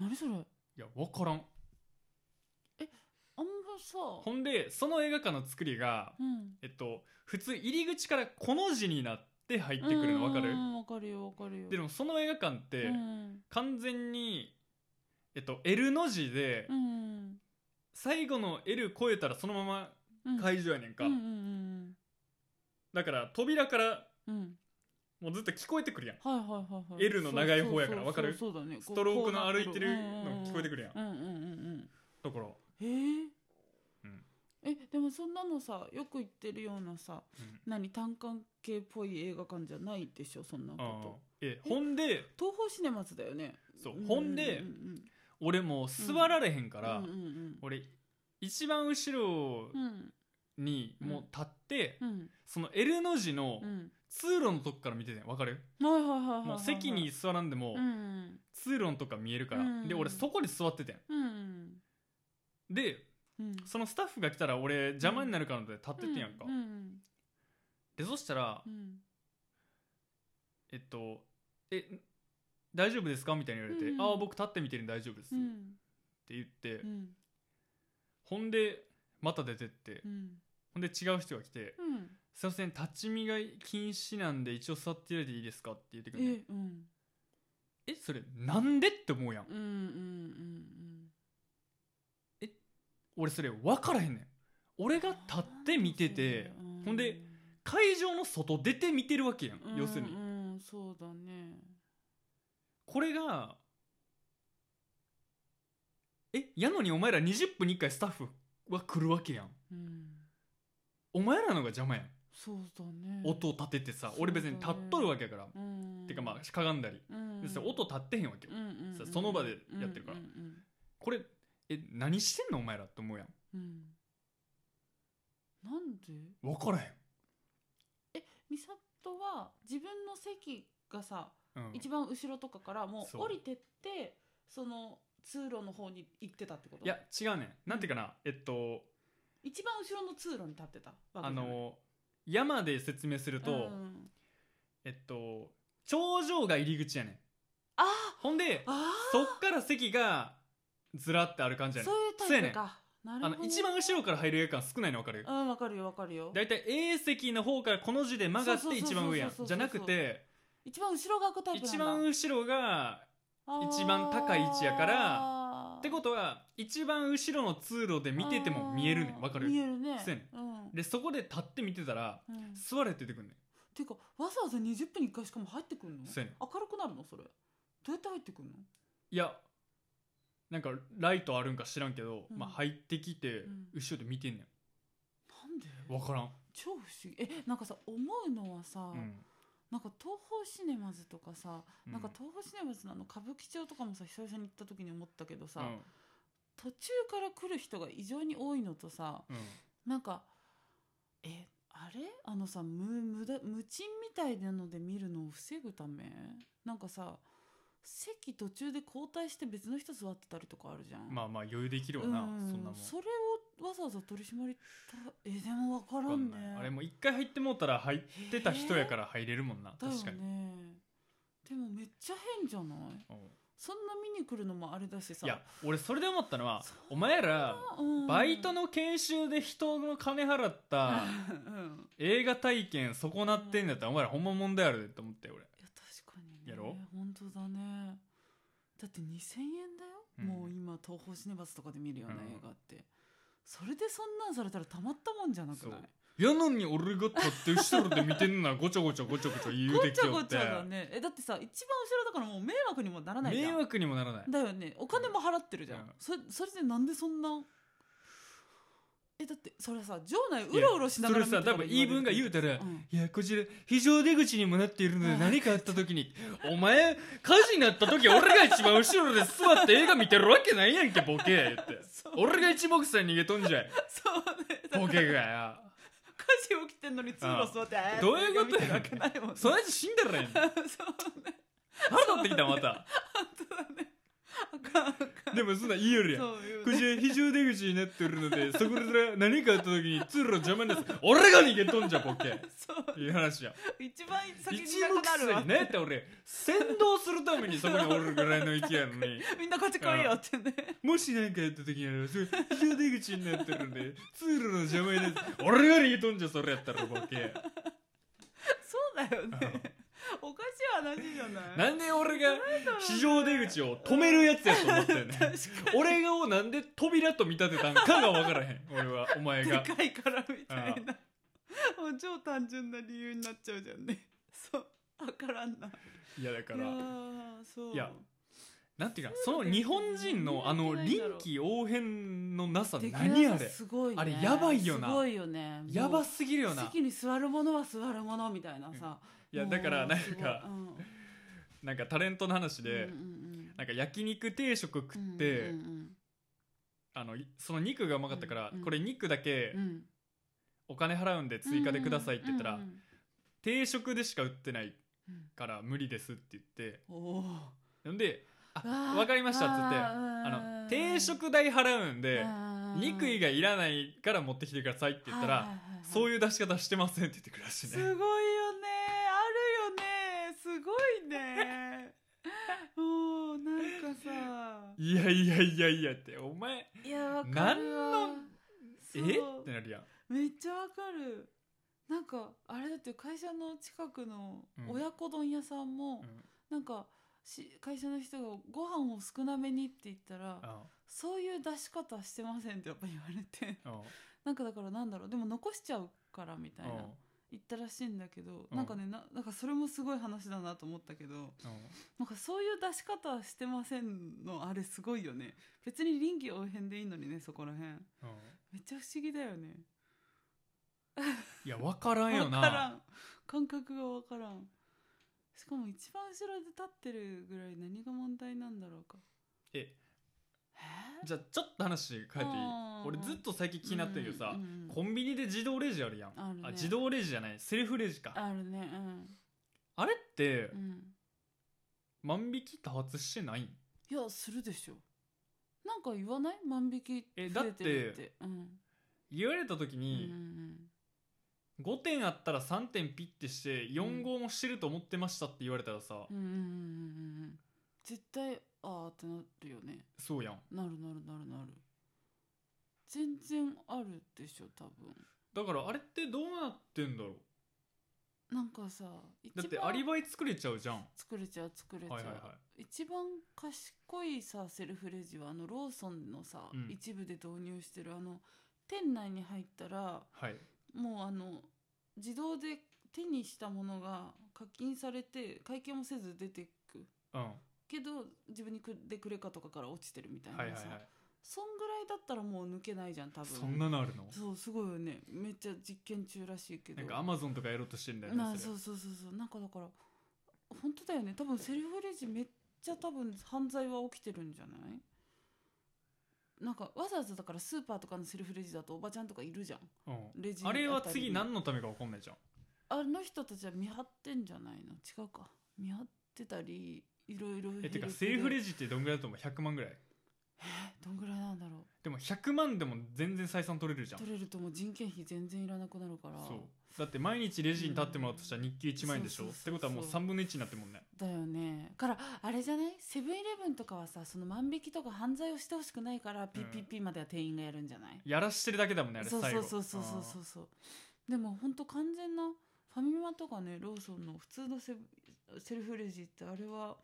[SPEAKER 2] 何それあん
[SPEAKER 1] いや分からん
[SPEAKER 2] まさ
[SPEAKER 1] ほんでその映画館の作りが、
[SPEAKER 2] うん
[SPEAKER 1] えっと普通入り口からこの字になって入ってくるの分かる、
[SPEAKER 2] うんわかるよわかるよ
[SPEAKER 1] でもその映画館って、
[SPEAKER 2] うん
[SPEAKER 1] 完全に、えっと、L の字で、
[SPEAKER 2] うん
[SPEAKER 1] 最後の L 超えたらそのまま
[SPEAKER 2] うん
[SPEAKER 1] 会場やねんか、
[SPEAKER 2] うんうん
[SPEAKER 1] だから扉から
[SPEAKER 2] うんうん
[SPEAKER 1] もうずっと聞こえてくるやん
[SPEAKER 2] はいはいはいはい
[SPEAKER 1] L の長い方やから
[SPEAKER 2] そうそう
[SPEAKER 1] わかる
[SPEAKER 2] そうそうだね
[SPEAKER 1] ストロークの歩いてる
[SPEAKER 2] こう
[SPEAKER 1] の聞こえてくるやん
[SPEAKER 2] うんうんうんうん
[SPEAKER 1] だから、
[SPEAKER 2] へえ
[SPEAKER 1] うん
[SPEAKER 2] えでもそんなのさよく言ってるようなさ何単館系っぽい映画館じゃないでしょそんな
[SPEAKER 1] あー
[SPEAKER 2] こ
[SPEAKER 1] えほんで
[SPEAKER 2] と東宝シネマズだよね
[SPEAKER 1] そう
[SPEAKER 2] う
[SPEAKER 1] ほんで
[SPEAKER 2] ううん
[SPEAKER 1] 俺もう座られへんから、
[SPEAKER 2] うんうん
[SPEAKER 1] 俺一番後ろ
[SPEAKER 2] うんうん
[SPEAKER 1] にもう立って、
[SPEAKER 2] うん
[SPEAKER 1] その L の字の
[SPEAKER 2] うん
[SPEAKER 1] 通路のとこから見ててんわかる、
[SPEAKER 2] はいはいはいはいはいはい
[SPEAKER 1] もう席に座らんでも
[SPEAKER 2] うん
[SPEAKER 1] 通路のとこから見えるから、
[SPEAKER 2] うん
[SPEAKER 1] で俺そこで座っててん
[SPEAKER 2] うん
[SPEAKER 1] で
[SPEAKER 2] うん
[SPEAKER 1] そのスタッフが来たら俺邪魔になるからって立っててんやんか、
[SPEAKER 2] うんうん
[SPEAKER 1] でそしたら
[SPEAKER 2] う、ん
[SPEAKER 1] えっと「え大丈夫ですか?」みたいに言われて「
[SPEAKER 2] うん
[SPEAKER 1] ああ僕立ってみてるんで大丈夫です」
[SPEAKER 2] う
[SPEAKER 1] っ
[SPEAKER 2] ん
[SPEAKER 1] て言って、
[SPEAKER 2] うん
[SPEAKER 1] ほんでまた出てって、
[SPEAKER 2] うん
[SPEAKER 1] ほんで違う人が来て
[SPEAKER 2] うん
[SPEAKER 1] 「すいません立ち見が禁止なんで一応座っていただいていいですか?」って言ってくるね
[SPEAKER 2] えうん
[SPEAKER 1] えそれなんでって思うやん
[SPEAKER 2] うんうんうん
[SPEAKER 1] 俺それ分からへんねん俺
[SPEAKER 2] う
[SPEAKER 1] が
[SPEAKER 2] ん
[SPEAKER 1] 立って見てて
[SPEAKER 2] うん
[SPEAKER 1] ほんで会場の外出て見てるわけやん、
[SPEAKER 2] うん
[SPEAKER 1] 要するに
[SPEAKER 2] うんそうだね
[SPEAKER 1] これがえやのにお前ら20分に1回スタッフは来るわけやん
[SPEAKER 2] うん
[SPEAKER 1] お前らのが邪魔やん
[SPEAKER 2] そうだね
[SPEAKER 1] 音を立ててさ
[SPEAKER 2] そうだね
[SPEAKER 1] 俺別に立っとるわけやから
[SPEAKER 2] うん
[SPEAKER 1] てかまあかがんだり
[SPEAKER 2] うん
[SPEAKER 1] でそれ音立ってへんわけよ
[SPEAKER 2] うんうんうん
[SPEAKER 1] さその場でやってるから
[SPEAKER 2] うんうん
[SPEAKER 1] これえ何してんのお前らって思うやん
[SPEAKER 2] うんうんなんで
[SPEAKER 1] 分からへ
[SPEAKER 2] 美里は自分の席がさ
[SPEAKER 1] ん、うん、
[SPEAKER 2] 一番後ろとかからもう
[SPEAKER 1] そう
[SPEAKER 2] 降りてってその通路の方に行ってたってこと
[SPEAKER 1] いや違うねんなんていうかなえっと
[SPEAKER 2] 一番後ろの通路に立ってたわけ
[SPEAKER 1] あ
[SPEAKER 2] じゃない
[SPEAKER 1] の山で説明すると、
[SPEAKER 2] うん
[SPEAKER 1] えっと頂上が入り口やねん
[SPEAKER 2] あ
[SPEAKER 1] ほんで
[SPEAKER 2] ああ
[SPEAKER 1] そっから席がずらってある感じ
[SPEAKER 2] あ
[SPEAKER 1] やね
[SPEAKER 2] そ
[SPEAKER 1] ん
[SPEAKER 2] ういうタイプかなる
[SPEAKER 1] あ
[SPEAKER 2] ほ
[SPEAKER 1] の
[SPEAKER 2] ど
[SPEAKER 1] 一番後ろから入る映画館少ないの分かる
[SPEAKER 2] うんわかるよわかるよ
[SPEAKER 1] だいたい A 席の方からこの字で曲がっ
[SPEAKER 2] そう
[SPEAKER 1] て
[SPEAKER 2] そうそうそう
[SPEAKER 1] 一番上やん
[SPEAKER 2] そうそうそう
[SPEAKER 1] じゃなくて
[SPEAKER 2] 一番後ろが開くタイプなんだ
[SPEAKER 1] 一番後ろが
[SPEAKER 2] あー
[SPEAKER 1] 一番高い位置やからってことは一番後ろの通路で見てても見えるね
[SPEAKER 2] あ
[SPEAKER 1] ん
[SPEAKER 2] ー
[SPEAKER 1] 分かる
[SPEAKER 2] 見えるね
[SPEAKER 1] そうやね
[SPEAKER 2] うん
[SPEAKER 1] でそこで立って見てたら
[SPEAKER 2] うん
[SPEAKER 1] 座れって出てくんね
[SPEAKER 2] ていうかわざわざ20分に1回しかも入ってくるの
[SPEAKER 1] そうやねん
[SPEAKER 2] 明るくなるのそれどうやって入ってくるの
[SPEAKER 1] んいやなんかライトあるんか知らんけど、
[SPEAKER 2] うん
[SPEAKER 1] まあ、入ってきて
[SPEAKER 2] うん
[SPEAKER 1] 後ろで見てんね
[SPEAKER 2] なんで
[SPEAKER 1] ん分からん、
[SPEAKER 2] 超不思議えなんかさ思うのはさ、
[SPEAKER 1] うん
[SPEAKER 2] なんか東宝シネマズとかさ、
[SPEAKER 1] うん
[SPEAKER 2] なんか東宝シネマズのあの歌舞伎町とかもさ久々に行った時に思ったけどさ、途中から来る人が異常に多いのとさ
[SPEAKER 1] うんうん
[SPEAKER 2] なんかえあれあのさ無無駄無賃みたいなので見るのを防ぐためなんかさ席途中で交代して別の人座ってたりとかあるじゃん。
[SPEAKER 1] まあまあ余裕できるわ
[SPEAKER 2] うん
[SPEAKER 1] な、そんなもん
[SPEAKER 2] それをわざわざ取り締まりたえでも分か
[SPEAKER 1] わ
[SPEAKER 2] ら
[SPEAKER 1] か
[SPEAKER 2] ん
[SPEAKER 1] ん
[SPEAKER 2] ね
[SPEAKER 1] ないあれも一回入ってもうたら入ってた人やから入れるもんな
[SPEAKER 2] だよ
[SPEAKER 1] 確かに、
[SPEAKER 2] ねでもめっちゃ変じゃない
[SPEAKER 1] うん
[SPEAKER 2] そんな見に来るのもあれだしさ
[SPEAKER 1] いや俺それで思ったのは
[SPEAKER 2] そんな
[SPEAKER 1] お前ら
[SPEAKER 2] うん
[SPEAKER 1] バイトの研修で人の金払った
[SPEAKER 2] うん
[SPEAKER 1] 映画体験損なってんだったらお前らほんま問題あるでって思ったよ俺
[SPEAKER 2] いや確かにね
[SPEAKER 1] やろ
[SPEAKER 2] 本当だねだって2000円だよ、
[SPEAKER 1] うん
[SPEAKER 2] もう今東宝シネバスとかで見るような
[SPEAKER 1] うん
[SPEAKER 2] 映画って、それでそんなんされたらたまったもんじゃなくない
[SPEAKER 1] そうやのに俺が立って後ろで見て
[SPEAKER 2] (laughs)
[SPEAKER 1] んのはごちゃごちゃごちゃごちゃ言う
[SPEAKER 2] ご
[SPEAKER 1] てき
[SPEAKER 2] ちゃ
[SPEAKER 1] よ
[SPEAKER 2] ご
[SPEAKER 1] っ
[SPEAKER 2] ち
[SPEAKER 1] て
[SPEAKER 2] ゃだねえだってさ一番後ろだからもう迷惑にもならないじゃ
[SPEAKER 1] 迷
[SPEAKER 2] ん
[SPEAKER 1] 惑にもならない
[SPEAKER 2] だよねお金も払ってるじゃん、
[SPEAKER 1] うん
[SPEAKER 2] そそれでなんでそんなえだってそれはさ場内うろうろしながら見て
[SPEAKER 1] それ
[SPEAKER 2] た
[SPEAKER 1] さ
[SPEAKER 2] ら
[SPEAKER 1] 多分言い
[SPEAKER 2] 言われる
[SPEAKER 1] 分が言うたら、
[SPEAKER 2] うん
[SPEAKER 1] いやこちら非常出口にもなっているので
[SPEAKER 2] うん
[SPEAKER 1] 何かあった時に「お前火事になった時俺が一番後ろで座って映画見てるわけないやんけボケ」って
[SPEAKER 2] (laughs) そう
[SPEAKER 1] 俺が一目散に逃げとんじゃい
[SPEAKER 2] そうね
[SPEAKER 1] ボケが
[SPEAKER 2] 火事起きてんのに通路座ってえー
[SPEAKER 1] どういうこと
[SPEAKER 2] って見てるわけないもん
[SPEAKER 1] よ
[SPEAKER 2] ね
[SPEAKER 1] そのやつ死んだらやん腹
[SPEAKER 2] (laughs) そうね
[SPEAKER 1] 立ってきたまた
[SPEAKER 2] そうだねあかんあかん
[SPEAKER 1] でもそんなん言えるやん
[SPEAKER 2] そういう
[SPEAKER 1] こ
[SPEAKER 2] ね
[SPEAKER 1] ちら非常出口になっておるのでそこで何かあった時に通路邪魔になる俺が逃げとんじゃボケ
[SPEAKER 2] そう
[SPEAKER 1] いう話やん
[SPEAKER 2] 一番先
[SPEAKER 1] 一
[SPEAKER 2] に
[SPEAKER 1] 目
[SPEAKER 2] いなくなるわ
[SPEAKER 1] 散にねって俺先導するためにそこにおるぐらいの勢いやのに
[SPEAKER 2] みんなこっち来いよってね
[SPEAKER 1] もし何かやった時にあのそれ非常出口になってるんで通路の邪魔になって俺が逃げとんじゃそれやったらボケ
[SPEAKER 2] そうだよねおかしい話じゃない
[SPEAKER 1] なんで俺が非常出口を止めるやつやと思って (laughs) んねん
[SPEAKER 2] 確
[SPEAKER 1] 俺をなんで扉と見立てたんかが分からへん俺はお前が
[SPEAKER 2] かにでかいからみたいなもう超単純な理由になっちゃうじゃんねそうわからんない
[SPEAKER 1] (laughs) いやだか
[SPEAKER 2] いや
[SPEAKER 1] ら
[SPEAKER 2] ーそう
[SPEAKER 1] いやなんていうかそ
[SPEAKER 2] そう
[SPEAKER 1] の
[SPEAKER 2] ですね
[SPEAKER 1] 日本人のあの臨機応変のなさ何あれ
[SPEAKER 2] すごい、ね、
[SPEAKER 1] あれやばいよな
[SPEAKER 2] すごいよねもう
[SPEAKER 1] やばすぎるよな
[SPEAKER 2] 席に座るものは座るものみたいなさ、
[SPEAKER 1] いや
[SPEAKER 2] もう
[SPEAKER 1] だからなん
[SPEAKER 2] すごい
[SPEAKER 1] か
[SPEAKER 2] うん
[SPEAKER 1] なんかタレントの話で
[SPEAKER 2] うんうん
[SPEAKER 1] なんか焼肉定食食
[SPEAKER 2] うん
[SPEAKER 1] って
[SPEAKER 2] うんうん
[SPEAKER 1] あのいその肉がうまかったから
[SPEAKER 2] うんうん
[SPEAKER 1] これ肉だけ
[SPEAKER 2] うんうん
[SPEAKER 1] お金払うんで追加でくださいって言ったら
[SPEAKER 2] うんうん
[SPEAKER 1] 定食でしか売ってない
[SPEAKER 2] うん
[SPEAKER 1] から無理ですって言って
[SPEAKER 2] うんおー
[SPEAKER 1] ほんで
[SPEAKER 2] うわ
[SPEAKER 1] あ
[SPEAKER 2] ー
[SPEAKER 1] わかりましたっつって
[SPEAKER 2] あ
[SPEAKER 1] あ
[SPEAKER 2] ー
[SPEAKER 1] の定食代払うんで肉以
[SPEAKER 2] 外
[SPEAKER 1] 外いらないから持ってきてくださいって言ったらそう
[SPEAKER 2] いう
[SPEAKER 1] いう出し方してませんって言ってくるらしい
[SPEAKER 2] すごい
[SPEAKER 1] ね
[SPEAKER 2] よねあるよねすごい (laughs) ねおーなんかさ
[SPEAKER 1] いやいやいやいやってお前
[SPEAKER 2] いやわかるわ
[SPEAKER 1] なんの
[SPEAKER 2] そ
[SPEAKER 1] え
[SPEAKER 2] う
[SPEAKER 1] ってなるやん
[SPEAKER 2] めっちゃわかるなんかあれだって会社の近くの
[SPEAKER 1] うん
[SPEAKER 2] 親子丼屋さんも、
[SPEAKER 1] うん
[SPEAKER 2] なんかし会社の人がご飯を少なめにって言ったら
[SPEAKER 1] あ
[SPEAKER 2] そういう出し方してませんってやっぱ言われて (laughs)
[SPEAKER 1] あ
[SPEAKER 2] なんかだからなんだろうでも残しちゃうからみたいな
[SPEAKER 1] あ
[SPEAKER 2] 言ったらしいんだけど、
[SPEAKER 1] うん
[SPEAKER 2] なんかねななんかそれもすごい話だなと思ったけどなんかそういう出し方してませんのあれすごいよね別に臨機応変でいいのにねそこら辺
[SPEAKER 1] あ
[SPEAKER 2] めっちゃ不思議だよね
[SPEAKER 1] いや分からんよ
[SPEAKER 2] わから
[SPEAKER 1] なん
[SPEAKER 2] 感覚が分からんしかも一番後ろで立ってるぐらい何が問題なんだろうか
[SPEAKER 1] え
[SPEAKER 2] え
[SPEAKER 1] じゃあちょっと話変えていい
[SPEAKER 2] あー
[SPEAKER 1] 俺ずっと最近気になってるけどさ
[SPEAKER 2] うんうんうん
[SPEAKER 1] コンビニで自動レジあるやん
[SPEAKER 2] あるね
[SPEAKER 1] あ自動レジじゃないセルフレジか
[SPEAKER 2] あるねうん
[SPEAKER 1] あれって
[SPEAKER 2] うん
[SPEAKER 1] 万引き多発してないん
[SPEAKER 2] いやするでしょなんか言わない万引き
[SPEAKER 1] え
[SPEAKER 2] 増えてるって
[SPEAKER 1] だ
[SPEAKER 2] うん
[SPEAKER 1] 言われた時
[SPEAKER 2] うんう
[SPEAKER 1] に
[SPEAKER 2] ん
[SPEAKER 1] 5点あったら3点ピッてして4号もしてると思ってましたって言われたらさ
[SPEAKER 2] うんうんうんうんうんうん絶対あーってなるよね
[SPEAKER 1] そうやん
[SPEAKER 2] なるなるなるなる全然あるでしょ多分
[SPEAKER 1] だからあれってどうなってんだろ
[SPEAKER 2] なんかさ
[SPEAKER 1] うだって
[SPEAKER 2] 一番
[SPEAKER 1] アリバイ作れちゃうじゃんは
[SPEAKER 2] 作れちゃう作れ
[SPEAKER 1] い
[SPEAKER 2] ちゃう、
[SPEAKER 1] はいはい
[SPEAKER 2] 一番賢いさセルフレジはあのローソンのさ、
[SPEAKER 1] うん
[SPEAKER 2] 一部で導入してるあの店内に入ったら
[SPEAKER 1] はい
[SPEAKER 2] もうあの自動で手にしたものが課金されて会計もせず出てく
[SPEAKER 1] うん
[SPEAKER 2] けど自分にくでクレカとかから落ちてるみたいなさ、
[SPEAKER 1] はいはいはい
[SPEAKER 2] そんぐらいだったらもう抜けないじゃん多分
[SPEAKER 1] そんなのあるの
[SPEAKER 2] そうすごいよねめっちゃ実験中らしいけど
[SPEAKER 1] なんかアマゾンとかやろうとしてんだよね
[SPEAKER 2] な
[SPEAKER 1] そ
[SPEAKER 2] そ
[SPEAKER 1] れ
[SPEAKER 2] うそうそうそうなんかだから本当だよね多分セルフレジめっちゃ多分犯罪は起きてるんじゃないなんかわざわざだからスーパーとかのセルフレジだとおばちゃんとかいるじゃん
[SPEAKER 1] うん
[SPEAKER 2] レジ
[SPEAKER 1] あれは
[SPEAKER 2] たりに
[SPEAKER 1] 次何のためか分かんないじゃん
[SPEAKER 2] あの人たちは見張ってんじゃないの違うか見張ってたりいろいろ
[SPEAKER 1] えてかセルフレジ
[SPEAKER 2] ジ
[SPEAKER 1] ってどんぐらいだと思う100万ぐらい
[SPEAKER 2] どんぐらいなんだろ
[SPEAKER 1] でも100万でも全然採算取れるじ
[SPEAKER 2] う
[SPEAKER 1] ゃん
[SPEAKER 2] 取れるともう人件費全然いらなくなるから
[SPEAKER 1] そうだって毎日レジに立ってもらうとしたら日給1万円でしょ
[SPEAKER 2] そう
[SPEAKER 1] っ
[SPEAKER 2] そうそう
[SPEAKER 1] てことはもう3分の1になってるもんね
[SPEAKER 2] だよねからあれじゃないセブンイレブンとかはさその万引きとか犯罪をしてほしくないから
[SPEAKER 1] うん
[SPEAKER 2] PPP までは店員がやるんじゃない、
[SPEAKER 1] やらしてるだけだもんねあれ
[SPEAKER 2] そう
[SPEAKER 1] 最
[SPEAKER 2] そ
[SPEAKER 1] 後
[SPEAKER 2] うそうそうそうそうそうでもほんと完全なファミマとかねローソンの普通のセブセルフレジってあれは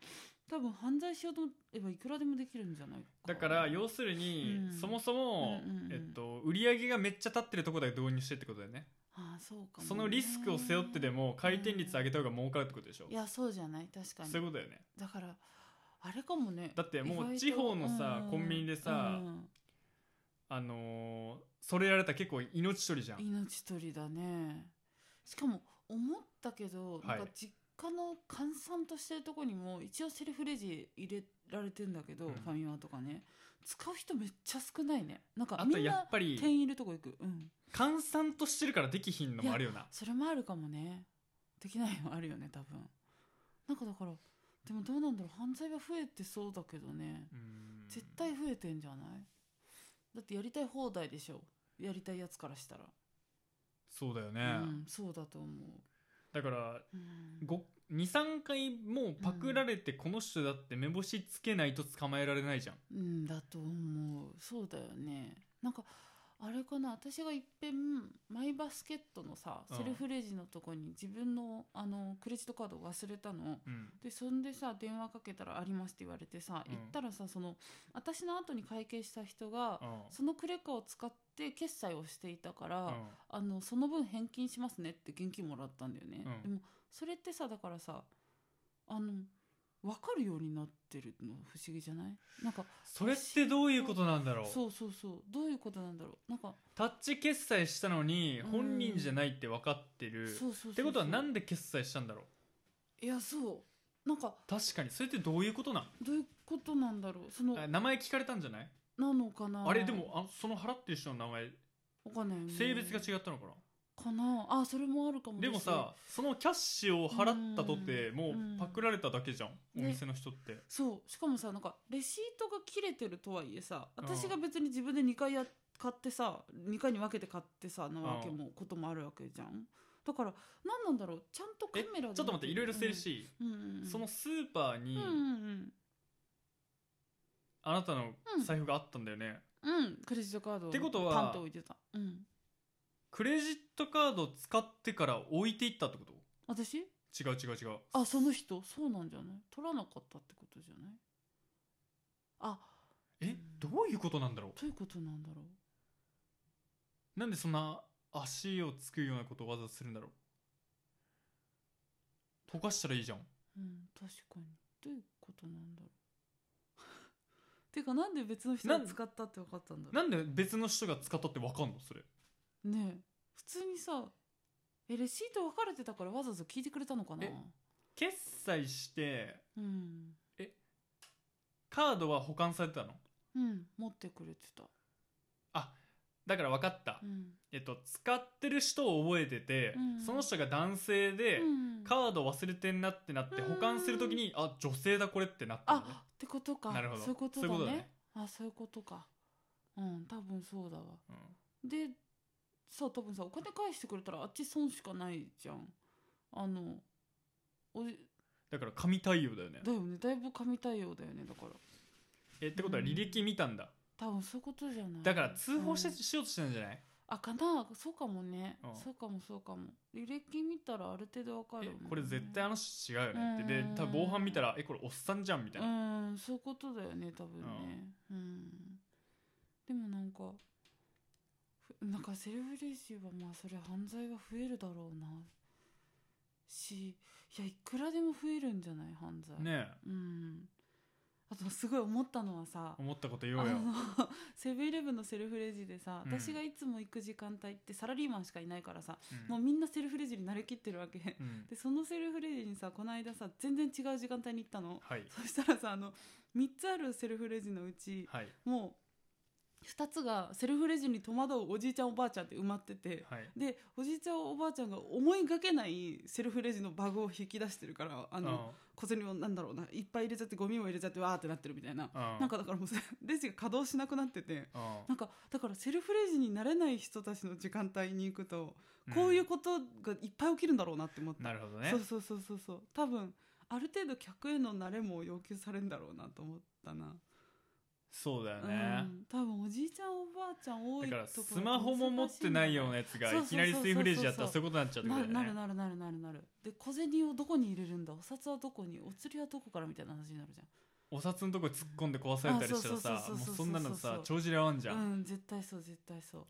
[SPEAKER 2] 多分犯罪しようと思えばいくらでもできるんじゃないか
[SPEAKER 1] だから要するに
[SPEAKER 2] うん
[SPEAKER 1] そもそも
[SPEAKER 2] うんうんうん
[SPEAKER 1] えっと売り上げがめっちゃ立ってるとこだけ導入してってことだよね
[SPEAKER 2] ああそうかもね
[SPEAKER 1] そのリスクを背負ってでも回転率上げた方が儲かるってことでしょ
[SPEAKER 2] いやそうじゃない確か
[SPEAKER 1] そういうこ
[SPEAKER 2] に
[SPEAKER 1] とだよね
[SPEAKER 2] だからあれかもね
[SPEAKER 1] だっても
[SPEAKER 2] 意
[SPEAKER 1] う
[SPEAKER 2] 外と
[SPEAKER 1] 地方のさ
[SPEAKER 2] うん
[SPEAKER 1] コンビニでさ
[SPEAKER 2] うん
[SPEAKER 1] あのーそれやられたら結構命取りじゃん
[SPEAKER 2] 命取りだねしかも思ったけ
[SPEAKER 1] は
[SPEAKER 2] ど、
[SPEAKER 1] い
[SPEAKER 2] なんか実家の閑散としてるとこにも一応セルフレジ入れられてんだけど、
[SPEAKER 1] うん
[SPEAKER 2] ファミマとかね使う人めっちゃ少ないねなんか
[SPEAKER 1] あと
[SPEAKER 2] みん
[SPEAKER 1] や
[SPEAKER 2] な
[SPEAKER 1] っぱり
[SPEAKER 2] 店員いるとこ行くうん
[SPEAKER 1] 閑散としてるからできひんのもあるよな
[SPEAKER 2] それもあるかもねできないのあるよね多分なんかだからでもどうなんだろう犯罪は増えてそうだけどね
[SPEAKER 1] うん
[SPEAKER 2] 絶対増えてんじゃないだってやりたい放題でしょやりたいやつからしたら、
[SPEAKER 1] そうだよね、
[SPEAKER 2] うんそうだと思
[SPEAKER 1] だから
[SPEAKER 2] う、うん
[SPEAKER 1] 23回もうパクられてこの人だって目星つけないと捕まえられないじゃん、
[SPEAKER 2] うんだと思うそうだよねなんかあれかな私がいっぺんマイバスケットのさ
[SPEAKER 1] うん
[SPEAKER 2] セルフレジのとこに自分のあのクレジットカードを忘れたの
[SPEAKER 1] うん
[SPEAKER 2] でそんでさ電話かけたら「あります」って言われてさ
[SPEAKER 1] うん
[SPEAKER 2] 行ったらさその私の後に会計した人が
[SPEAKER 1] うん
[SPEAKER 2] そのクレカを使って決済をしていたか
[SPEAKER 1] う
[SPEAKER 2] ら、
[SPEAKER 1] ん
[SPEAKER 2] あのその分返金しますねって現金もらったんだよね、
[SPEAKER 1] うん
[SPEAKER 2] でもそれってさだからさあの分かるようになってるの不思議じゃないなんか
[SPEAKER 1] それってどういうことなんだろう
[SPEAKER 2] そうそうそうどういうことなんだろうなんか
[SPEAKER 1] タッチ決済したのに本人じゃないって分かってる、
[SPEAKER 2] そうそうそうそう
[SPEAKER 1] ってことはなんで決済したんだろう
[SPEAKER 2] いやそうなんか
[SPEAKER 1] 確かにそれってどういうことなん
[SPEAKER 2] どういうことなんだろうその
[SPEAKER 1] あ名前聞かれたんじゃない
[SPEAKER 2] なのかな
[SPEAKER 1] あれでもあその払ってる人の名前
[SPEAKER 2] わかんないよね
[SPEAKER 1] 性別が違ったのかな、
[SPEAKER 2] かなあそれもあるかも
[SPEAKER 1] でもさそのキャッシュを払ったとて
[SPEAKER 2] うん
[SPEAKER 1] もうパクられただけじゃん、
[SPEAKER 2] うん
[SPEAKER 1] お店の人って、
[SPEAKER 2] そうしかもさなんかレシートが切れてるとはいえさ
[SPEAKER 1] うん
[SPEAKER 2] 私が別に自分で2回や買ってさ2回に分けて買ってさなわけもこともあるわけじゃんだから何なんだろうちゃんとカ
[SPEAKER 1] え
[SPEAKER 2] メラで
[SPEAKER 1] ちょっと待っていろいろ整理し、
[SPEAKER 2] うんうんうん
[SPEAKER 1] そのスーパー
[SPEAKER 2] う
[SPEAKER 1] に
[SPEAKER 2] んうん
[SPEAKER 1] あなたの
[SPEAKER 2] うん
[SPEAKER 1] 財布があったんだよね、
[SPEAKER 2] うんうんクレジットカードを
[SPEAKER 1] ってことは
[SPEAKER 2] パンと置いてたうん
[SPEAKER 1] クレジットカード使ってから置いていったってこと
[SPEAKER 2] 私
[SPEAKER 1] 違う違う違う
[SPEAKER 2] あその人そうなんじゃない取らなかったってことじゃないあ
[SPEAKER 1] えどういうことなんだろ
[SPEAKER 2] どういうことなんだろう
[SPEAKER 1] うなんでそんな足をつくようなことをわざわざするんだろう溶かしたらいいじゃん
[SPEAKER 2] うん確かにどういうことなんだろう (laughs) てかなんで別の人
[SPEAKER 1] な
[SPEAKER 2] が
[SPEAKER 1] ん
[SPEAKER 2] 使ったって分かったんだろ
[SPEAKER 1] なんで別の人が使ったってわかんのそれ
[SPEAKER 2] うねえ普通にさえレシート分かれてたからわざわざ聞いてくれたのかな
[SPEAKER 1] え決済して
[SPEAKER 2] うん
[SPEAKER 1] カードは保管されてたの
[SPEAKER 2] うん持ってくれてた
[SPEAKER 1] だから分かった、
[SPEAKER 2] うん、
[SPEAKER 1] えっと使ってる人を覚えてて、
[SPEAKER 2] うん
[SPEAKER 1] その人が男性で、
[SPEAKER 2] うん、
[SPEAKER 1] カード忘れてんなってなって
[SPEAKER 2] うん
[SPEAKER 1] 保管するときにあ女性だこれってなったのね
[SPEAKER 2] あってことか
[SPEAKER 1] なるほど
[SPEAKER 2] そういうこと
[SPEAKER 1] そう
[SPEAKER 2] だ
[SPEAKER 1] いう
[SPEAKER 2] ね
[SPEAKER 1] ことだね
[SPEAKER 2] あそういうことかうん多分そうだわ
[SPEAKER 1] うん
[SPEAKER 2] でさ多分さお金返してくれたらあっち損しかないじゃんあのおじ
[SPEAKER 1] だから神対応だよね
[SPEAKER 2] だよねだいぶ神対応だよねだから
[SPEAKER 1] えってことは履歴見たんだ、
[SPEAKER 2] 多分そういうことじゃない
[SPEAKER 1] だから通報し,、
[SPEAKER 2] うん
[SPEAKER 1] しようとしてるんじゃない
[SPEAKER 2] あかなそうかもね、
[SPEAKER 1] うん
[SPEAKER 2] そうかもそうかも履歴見たらある程度わかる
[SPEAKER 1] え
[SPEAKER 2] もんね、
[SPEAKER 1] これ絶対あの人違うよねってで
[SPEAKER 2] うん
[SPEAKER 1] 多分防犯見たらえこれおっさんじゃんみたいな、
[SPEAKER 2] うんそういうことだよね多分ねうん、でもなんかふなんかセルフレジはまあそれ犯罪は増えるだろうなしいやいくらでも増えるんじゃない犯罪
[SPEAKER 1] ねえ
[SPEAKER 2] うんあとすごい思ったのはさ、
[SPEAKER 1] 思ったこと言おう
[SPEAKER 2] あ
[SPEAKER 1] よ
[SPEAKER 2] の (laughs) セブンイレブンのセルフレジでさ、
[SPEAKER 1] うん
[SPEAKER 2] 私がいつも行く時間帯ってサラリーマンしかいないからさ、
[SPEAKER 1] うん
[SPEAKER 2] もうみんなセルフレジに慣れきってるわけ
[SPEAKER 1] うん
[SPEAKER 2] でそのセルフレジにさこの間さ全然違う時間帯に行ったの
[SPEAKER 1] はい
[SPEAKER 2] そしたらさあの3つあるセルフレジのうち
[SPEAKER 1] はい
[SPEAKER 2] もう2つがセルフレジに戸惑うおじいちゃんおばあちゃんって埋まってて
[SPEAKER 1] はい
[SPEAKER 2] でおじいちゃんおばあちゃんが思いがけないセルフレジのバグを引き出してるからあ
[SPEAKER 1] あ
[SPEAKER 2] の、小銭をなんだろうないっぱい入れちゃってゴミも入れちゃってわーってなってるみたいななんかだからもうせレジが稼働しなくなっててなんかだからセルフレジになれない人たちの時間帯に行くとこういうことがいっぱい起きるんだろうなって思った、
[SPEAKER 1] なるほどね
[SPEAKER 2] そうそうそうそうそう多分ある程度客への慣れも要求されるんだろうなと思ったな、
[SPEAKER 1] そうだよ
[SPEAKER 2] う
[SPEAKER 1] ね、
[SPEAKER 2] ん、多分おじいちゃんおばあちゃん多い
[SPEAKER 1] だ
[SPEAKER 2] と
[SPEAKER 1] か
[SPEAKER 2] ころ
[SPEAKER 1] らスマホも持ってないようなやつが
[SPEAKER 2] そう
[SPEAKER 1] い
[SPEAKER 2] そう
[SPEAKER 1] き
[SPEAKER 2] そうそ
[SPEAKER 1] な
[SPEAKER 2] う
[SPEAKER 1] りセーフレジやったらそういうことになっちゃうってこ
[SPEAKER 2] な
[SPEAKER 1] と
[SPEAKER 2] る
[SPEAKER 1] だよね
[SPEAKER 2] なるなるなるなるなるで小銭をどこに入れるんだお札はどこにお釣りはどこからみたいな話になるじゃん
[SPEAKER 1] お札のとこ突っ込んで壊されたりしたらさ
[SPEAKER 2] あそう
[SPEAKER 1] も
[SPEAKER 2] そううそうそうそ
[SPEAKER 1] そ
[SPEAKER 2] う
[SPEAKER 1] んなの
[SPEAKER 2] そう
[SPEAKER 1] さ
[SPEAKER 2] そう
[SPEAKER 1] 帳尻合わんじゃん、
[SPEAKER 2] うん絶対そう絶対そう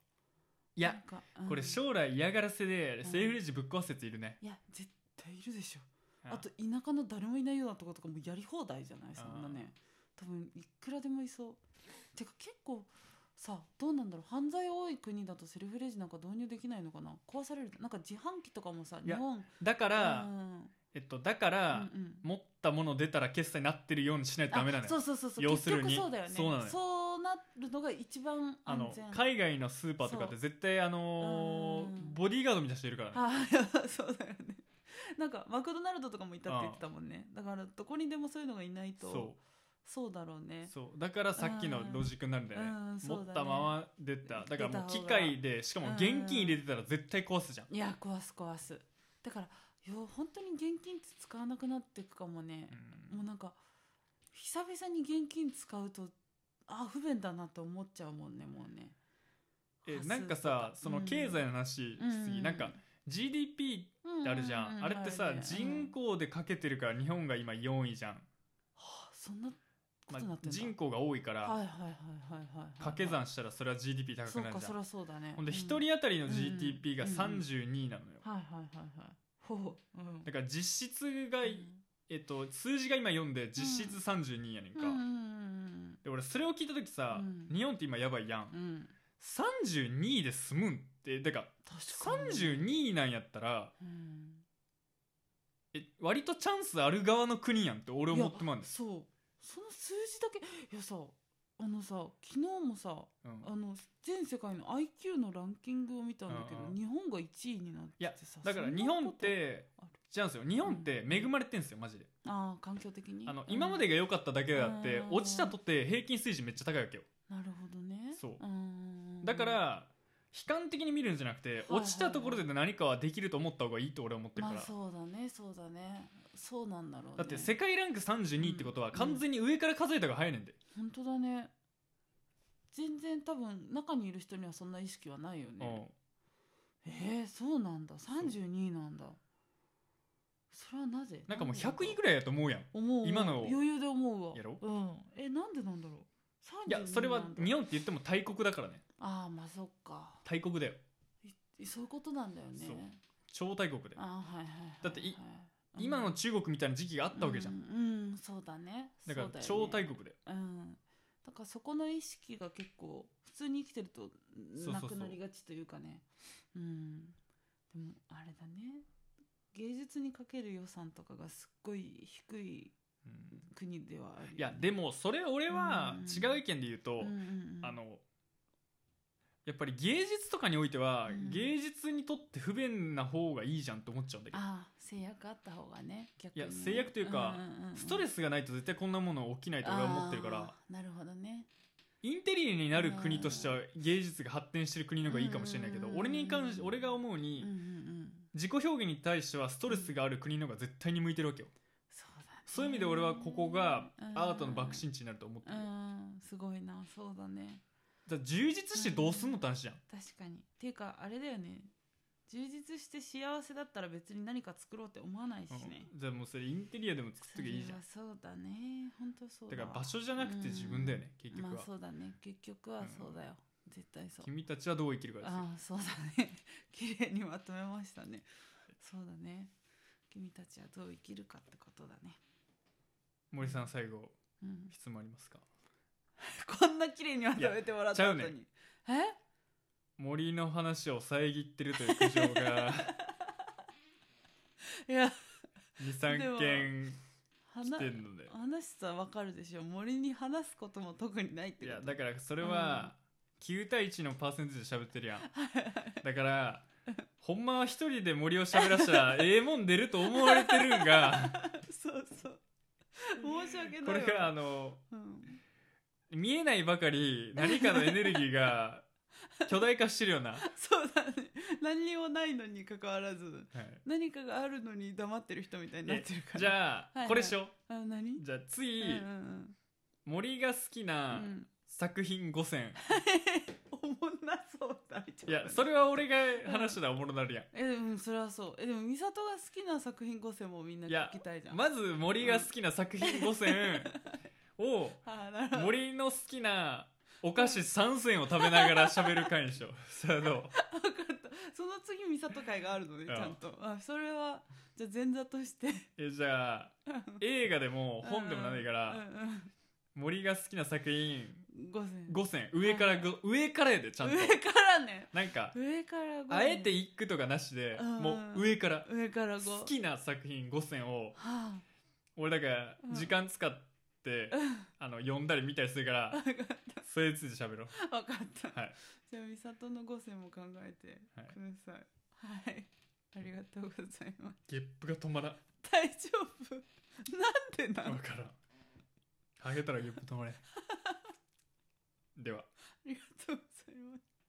[SPEAKER 1] い
[SPEAKER 2] な
[SPEAKER 1] や
[SPEAKER 2] んかうん
[SPEAKER 1] これ将来嫌がらせで
[SPEAKER 2] うん
[SPEAKER 1] セーフレジぶっ壊すやついるね、
[SPEAKER 2] いや絶対いるでしょ
[SPEAKER 1] うん
[SPEAKER 2] あと田舎の誰もいないようなとことかもやり放題じゃないそんなね多分いくらでもいそうてか結構さあどうなんだろう犯罪多い国だとセルフレジなんか導入できないのかな壊されるなんか自販機とかもさ
[SPEAKER 1] い
[SPEAKER 2] 日
[SPEAKER 1] や
[SPEAKER 2] 本
[SPEAKER 1] だから、
[SPEAKER 2] うん
[SPEAKER 1] えっとだから、
[SPEAKER 2] うんうん
[SPEAKER 1] 持ったもの出たら決済になってるようにしないとダメなの
[SPEAKER 2] あそ
[SPEAKER 1] よ
[SPEAKER 2] うそうそうそう
[SPEAKER 1] 要
[SPEAKER 2] 結
[SPEAKER 1] する
[SPEAKER 2] 局
[SPEAKER 1] に
[SPEAKER 2] そうだよね
[SPEAKER 1] そうなのよ
[SPEAKER 2] そうなるのが一番
[SPEAKER 1] あ
[SPEAKER 2] 安
[SPEAKER 1] の
[SPEAKER 2] 全
[SPEAKER 1] 海外のスーパーとかって絶対あのー
[SPEAKER 2] うん
[SPEAKER 1] ボディーガードみたいな人いるからね
[SPEAKER 2] あ (laughs) そうだよねなんかマクドナルドとかもいたって言ってたもんねだからどこにでもそういうのがいないと
[SPEAKER 1] そ
[SPEAKER 2] そうだろう
[SPEAKER 1] う
[SPEAKER 2] ね
[SPEAKER 1] そうだからさっきのロジックになるんだよね
[SPEAKER 2] うんそ
[SPEAKER 1] 持
[SPEAKER 2] うだね
[SPEAKER 1] ったまま出ただからもう
[SPEAKER 2] 出た
[SPEAKER 1] 機
[SPEAKER 2] 方が
[SPEAKER 1] 械でしかも現金入れてたら絶対壊すじゃん
[SPEAKER 2] いや壊す壊すだからよ本当に現金って使わなくなっていくかもね、
[SPEAKER 1] うん
[SPEAKER 2] もうなんか久々に現金使うとあ不便だなと思っちゃうもんねもうね
[SPEAKER 1] え
[SPEAKER 2] 端数
[SPEAKER 1] なんかさ
[SPEAKER 2] と
[SPEAKER 1] その経済の話しすぎなんか GDP ってあるじゃ
[SPEAKER 2] うんう
[SPEAKER 1] あれって
[SPEAKER 2] あ
[SPEAKER 1] さ
[SPEAKER 2] るね
[SPEAKER 1] 人口でかけてるから日本が今4位じゃん
[SPEAKER 2] はあそんなこと
[SPEAKER 1] ま
[SPEAKER 2] になっ
[SPEAKER 1] あ
[SPEAKER 2] てんだ、
[SPEAKER 1] 人口が多いか
[SPEAKER 2] はい
[SPEAKER 1] ら
[SPEAKER 2] はいはいはいはいはい
[SPEAKER 1] 掛け算したらそれは GDP 高
[SPEAKER 2] そ
[SPEAKER 1] く
[SPEAKER 2] う
[SPEAKER 1] なる
[SPEAKER 2] か
[SPEAKER 1] じゃ
[SPEAKER 2] そり
[SPEAKER 1] ん
[SPEAKER 2] ゃそうだね
[SPEAKER 1] ほんで
[SPEAKER 2] う
[SPEAKER 1] 1人当たりの
[SPEAKER 2] うん
[SPEAKER 1] GDP が
[SPEAKER 2] うんうん
[SPEAKER 1] 32なのよ
[SPEAKER 2] はいはいはいはいほううん
[SPEAKER 1] だから実質が
[SPEAKER 2] うん
[SPEAKER 1] えっと数字が今4で実質32やねんか
[SPEAKER 2] うんうん
[SPEAKER 1] で俺それを聞いた時さ
[SPEAKER 2] うん
[SPEAKER 1] 日本って今やばいやん
[SPEAKER 2] うんうん
[SPEAKER 1] 32で済むんってだから
[SPEAKER 2] 確かに
[SPEAKER 1] 32なんやったら
[SPEAKER 2] うん
[SPEAKER 1] え割とチャンスある側の国やんって俺思ってまうんです、
[SPEAKER 2] そうその数字だけいやさあのさ昨日もさ
[SPEAKER 1] うん
[SPEAKER 2] あの全世界の IQ のランキングを見たんだけ
[SPEAKER 1] うんう
[SPEAKER 2] ど
[SPEAKER 1] ん
[SPEAKER 2] 日本が1位になっててさ
[SPEAKER 1] だから
[SPEAKER 2] そんな
[SPEAKER 1] 日
[SPEAKER 2] こと
[SPEAKER 1] 本って
[SPEAKER 2] ある
[SPEAKER 1] 違うんですよ日本って恵まれてんですよマジで
[SPEAKER 2] ああ環境的に
[SPEAKER 1] あの今までが良かっただけであって
[SPEAKER 2] うん
[SPEAKER 1] 落ちたとって平均水準めっちゃ高いわけよ
[SPEAKER 2] うんなるほどね
[SPEAKER 1] そう
[SPEAKER 2] うん
[SPEAKER 1] だから悲観的に見るんじゃなくて
[SPEAKER 2] はい
[SPEAKER 1] 落ちたところで何かはできると思った方がいいと俺は思ってるか
[SPEAKER 2] まあ
[SPEAKER 1] ら
[SPEAKER 2] そうだねそうだねそうなんだろうね
[SPEAKER 1] だって世界ランク32ってことは完全に上から数えた方が早いねんで
[SPEAKER 2] 本当だね全然多分中にいる人にはそんな意識はないよ
[SPEAKER 1] うん
[SPEAKER 2] ねえー、そうなんだ32なんだそれはなぜ
[SPEAKER 1] なんかもう100位
[SPEAKER 2] ぐらい
[SPEAKER 1] ぐらいやと思うやん
[SPEAKER 2] 思う思う
[SPEAKER 1] 今の
[SPEAKER 2] 余裕で思うわ
[SPEAKER 1] やろ
[SPEAKER 2] うんえなんでなんだろう
[SPEAKER 1] いやそれは日本っ
[SPEAKER 2] 本
[SPEAKER 1] て言っても大国だからね
[SPEAKER 2] ああまあそっか
[SPEAKER 1] 大国だよ
[SPEAKER 2] いそういうことなんだよね
[SPEAKER 1] そう超大国だよ
[SPEAKER 2] ああはいはいはいはい
[SPEAKER 1] だってい
[SPEAKER 2] うん
[SPEAKER 1] 今の中国みたいな時期があったわけじゃん、
[SPEAKER 2] うん、うんそうだね
[SPEAKER 1] だか
[SPEAKER 2] そう
[SPEAKER 1] ら
[SPEAKER 2] よね
[SPEAKER 1] 超大国だよ
[SPEAKER 2] うん、だからそこの意識が結構普通に生きてると
[SPEAKER 1] そうそう
[SPEAKER 2] な
[SPEAKER 1] そう
[SPEAKER 2] くなりがちというかねうんでもあれだね芸術にかける予算とかがすっごい低い
[SPEAKER 1] うん
[SPEAKER 2] 国ではあるよね、
[SPEAKER 1] いやでもそれ俺は
[SPEAKER 2] うん
[SPEAKER 1] 違う意見で言うと、
[SPEAKER 2] うんうんうん
[SPEAKER 1] あのやっぱり芸術とかにおいては、
[SPEAKER 2] うん
[SPEAKER 1] 芸術にとって不便な方がいいじゃんと思っちゃうんだけど
[SPEAKER 2] ああ制約あった方がね逆
[SPEAKER 1] い
[SPEAKER 2] に
[SPEAKER 1] や
[SPEAKER 2] ね
[SPEAKER 1] 制約というか
[SPEAKER 2] んんんん
[SPEAKER 1] ストレスがないと絶対こんなもの起きないと俺は思ってるから
[SPEAKER 2] ああなるほどね
[SPEAKER 1] インテリアになる国としては芸術が発展してる国の方がいいかもしれないけど、
[SPEAKER 2] うん
[SPEAKER 1] 俺に関して俺が思う
[SPEAKER 2] う
[SPEAKER 1] に、
[SPEAKER 2] んうんうん
[SPEAKER 1] 自己表現に対してはストレスがある国の方が絶対に向いてるわけよ
[SPEAKER 2] そうだね
[SPEAKER 1] そういう意味で俺はここがアートの爆
[SPEAKER 2] う
[SPEAKER 1] 心地になると思って
[SPEAKER 2] んう
[SPEAKER 1] る、だか
[SPEAKER 2] んうんすごいなそうだね
[SPEAKER 1] ら充実してどうすんのって話じゃん、
[SPEAKER 2] 確かにっていうかあれだよね充実して幸せだったら別に何か作ろうって思わないしね、
[SPEAKER 1] うんじゃあもうそれインテリアでも作っ
[SPEAKER 2] そ
[SPEAKER 1] と
[SPEAKER 2] れ
[SPEAKER 1] きゃいいじゃん
[SPEAKER 2] はそうだね本当そう
[SPEAKER 1] だ
[SPEAKER 2] だ
[SPEAKER 1] から場
[SPEAKER 2] わ
[SPEAKER 1] 所じゃなくて自分だよね、結局は、
[SPEAKER 2] まあそうだね結局はそうだよ、絶対そう
[SPEAKER 1] 君たちはどう生きるかですよ
[SPEAKER 2] ああそうだね (laughs) 綺麗にまとめましたねそうだね君たちはどう生きるかってことだね、
[SPEAKER 1] 森さん最後
[SPEAKER 2] うん、 (laughs)
[SPEAKER 1] 質問ありますか
[SPEAKER 2] こんな綺麗にまとめてもらった後に
[SPEAKER 1] いやちゃう
[SPEAKER 2] え
[SPEAKER 1] 森の話を遮ってるという苦情が
[SPEAKER 2] いや
[SPEAKER 1] 23件
[SPEAKER 2] 話
[SPEAKER 1] 来てるので
[SPEAKER 2] 話すはわかるでしょ森に話すことも特にないって
[SPEAKER 1] い
[SPEAKER 2] こと
[SPEAKER 1] やだからそれは9対1のパーセンテージで喋ってる
[SPEAKER 2] (laughs)
[SPEAKER 1] やんだからほんまは一人で森を喋らしたらええもん出ると思われてるん
[SPEAKER 2] (laughs)
[SPEAKER 1] が
[SPEAKER 2] そうそう。申し訳ないわ。
[SPEAKER 1] これがあの
[SPEAKER 2] うん、
[SPEAKER 1] 見えないばかり何かのエネルギー
[SPEAKER 2] (laughs)
[SPEAKER 1] が巨大化してるような、は
[SPEAKER 2] そうだね。何にもないのに関わらず、
[SPEAKER 1] い
[SPEAKER 2] 何かがあるのに黙ってる人みたいになってるから。
[SPEAKER 1] じ
[SPEAKER 2] あ、
[SPEAKER 1] ゃ
[SPEAKER 2] は
[SPEAKER 1] あ
[SPEAKER 2] い
[SPEAKER 1] これしよう、
[SPEAKER 2] あ何
[SPEAKER 1] じゃあ
[SPEAKER 2] う
[SPEAKER 1] 次、
[SPEAKER 2] んうん
[SPEAKER 1] 森が好き
[SPEAKER 2] うんう。
[SPEAKER 1] なん作品5選、
[SPEAKER 2] おもんなそうだみたい
[SPEAKER 1] い
[SPEAKER 2] な。
[SPEAKER 1] やそれは俺が話したらおもろなるやん、
[SPEAKER 2] え、うん、それはそう。え、でも、美里が好きな作品5選もみんな聞きたいじゃん。
[SPEAKER 1] まず森が好きな作品5選を
[SPEAKER 2] (laughs) あーなるほど。
[SPEAKER 1] 森の好きなお菓子3選を食べながら喋る会にしよう (laughs) それはど
[SPEAKER 2] 分かった。その次、美里会があるのね、
[SPEAKER 1] ん
[SPEAKER 2] ちゃんと。あ、それは、じゃあ前座として。
[SPEAKER 1] うえじ (laughs) ゃあ映画でも本でもなんでいいか
[SPEAKER 2] うん
[SPEAKER 1] ら
[SPEAKER 2] うん
[SPEAKER 1] 森が好きな作品
[SPEAKER 2] 五千
[SPEAKER 1] 5選上からご、上からやでちゃん
[SPEAKER 2] (laughs)
[SPEAKER 1] と
[SPEAKER 2] 上からね
[SPEAKER 1] なんか
[SPEAKER 2] 上から五
[SPEAKER 1] あえて一句とかなしで
[SPEAKER 2] うん
[SPEAKER 1] もう上から
[SPEAKER 2] 上から五
[SPEAKER 1] 好きな作品5選を
[SPEAKER 2] は
[SPEAKER 1] 俺だから
[SPEAKER 2] うん
[SPEAKER 1] 時間使って
[SPEAKER 2] あ (laughs)
[SPEAKER 1] あの読んだり見たりするから
[SPEAKER 2] 分かっ
[SPEAKER 1] それについて喋ろう
[SPEAKER 2] た分かった
[SPEAKER 1] はい
[SPEAKER 2] じゃあ美里の五千も考えて
[SPEAKER 1] はい
[SPEAKER 2] くださいはいありがとうございます
[SPEAKER 1] ゲップが止まらん
[SPEAKER 2] 大丈夫 (laughs) なんでな
[SPEAKER 1] わ
[SPEAKER 2] んあ
[SPEAKER 1] からんハゲたらゲップ止まれんでは
[SPEAKER 2] りがとうございます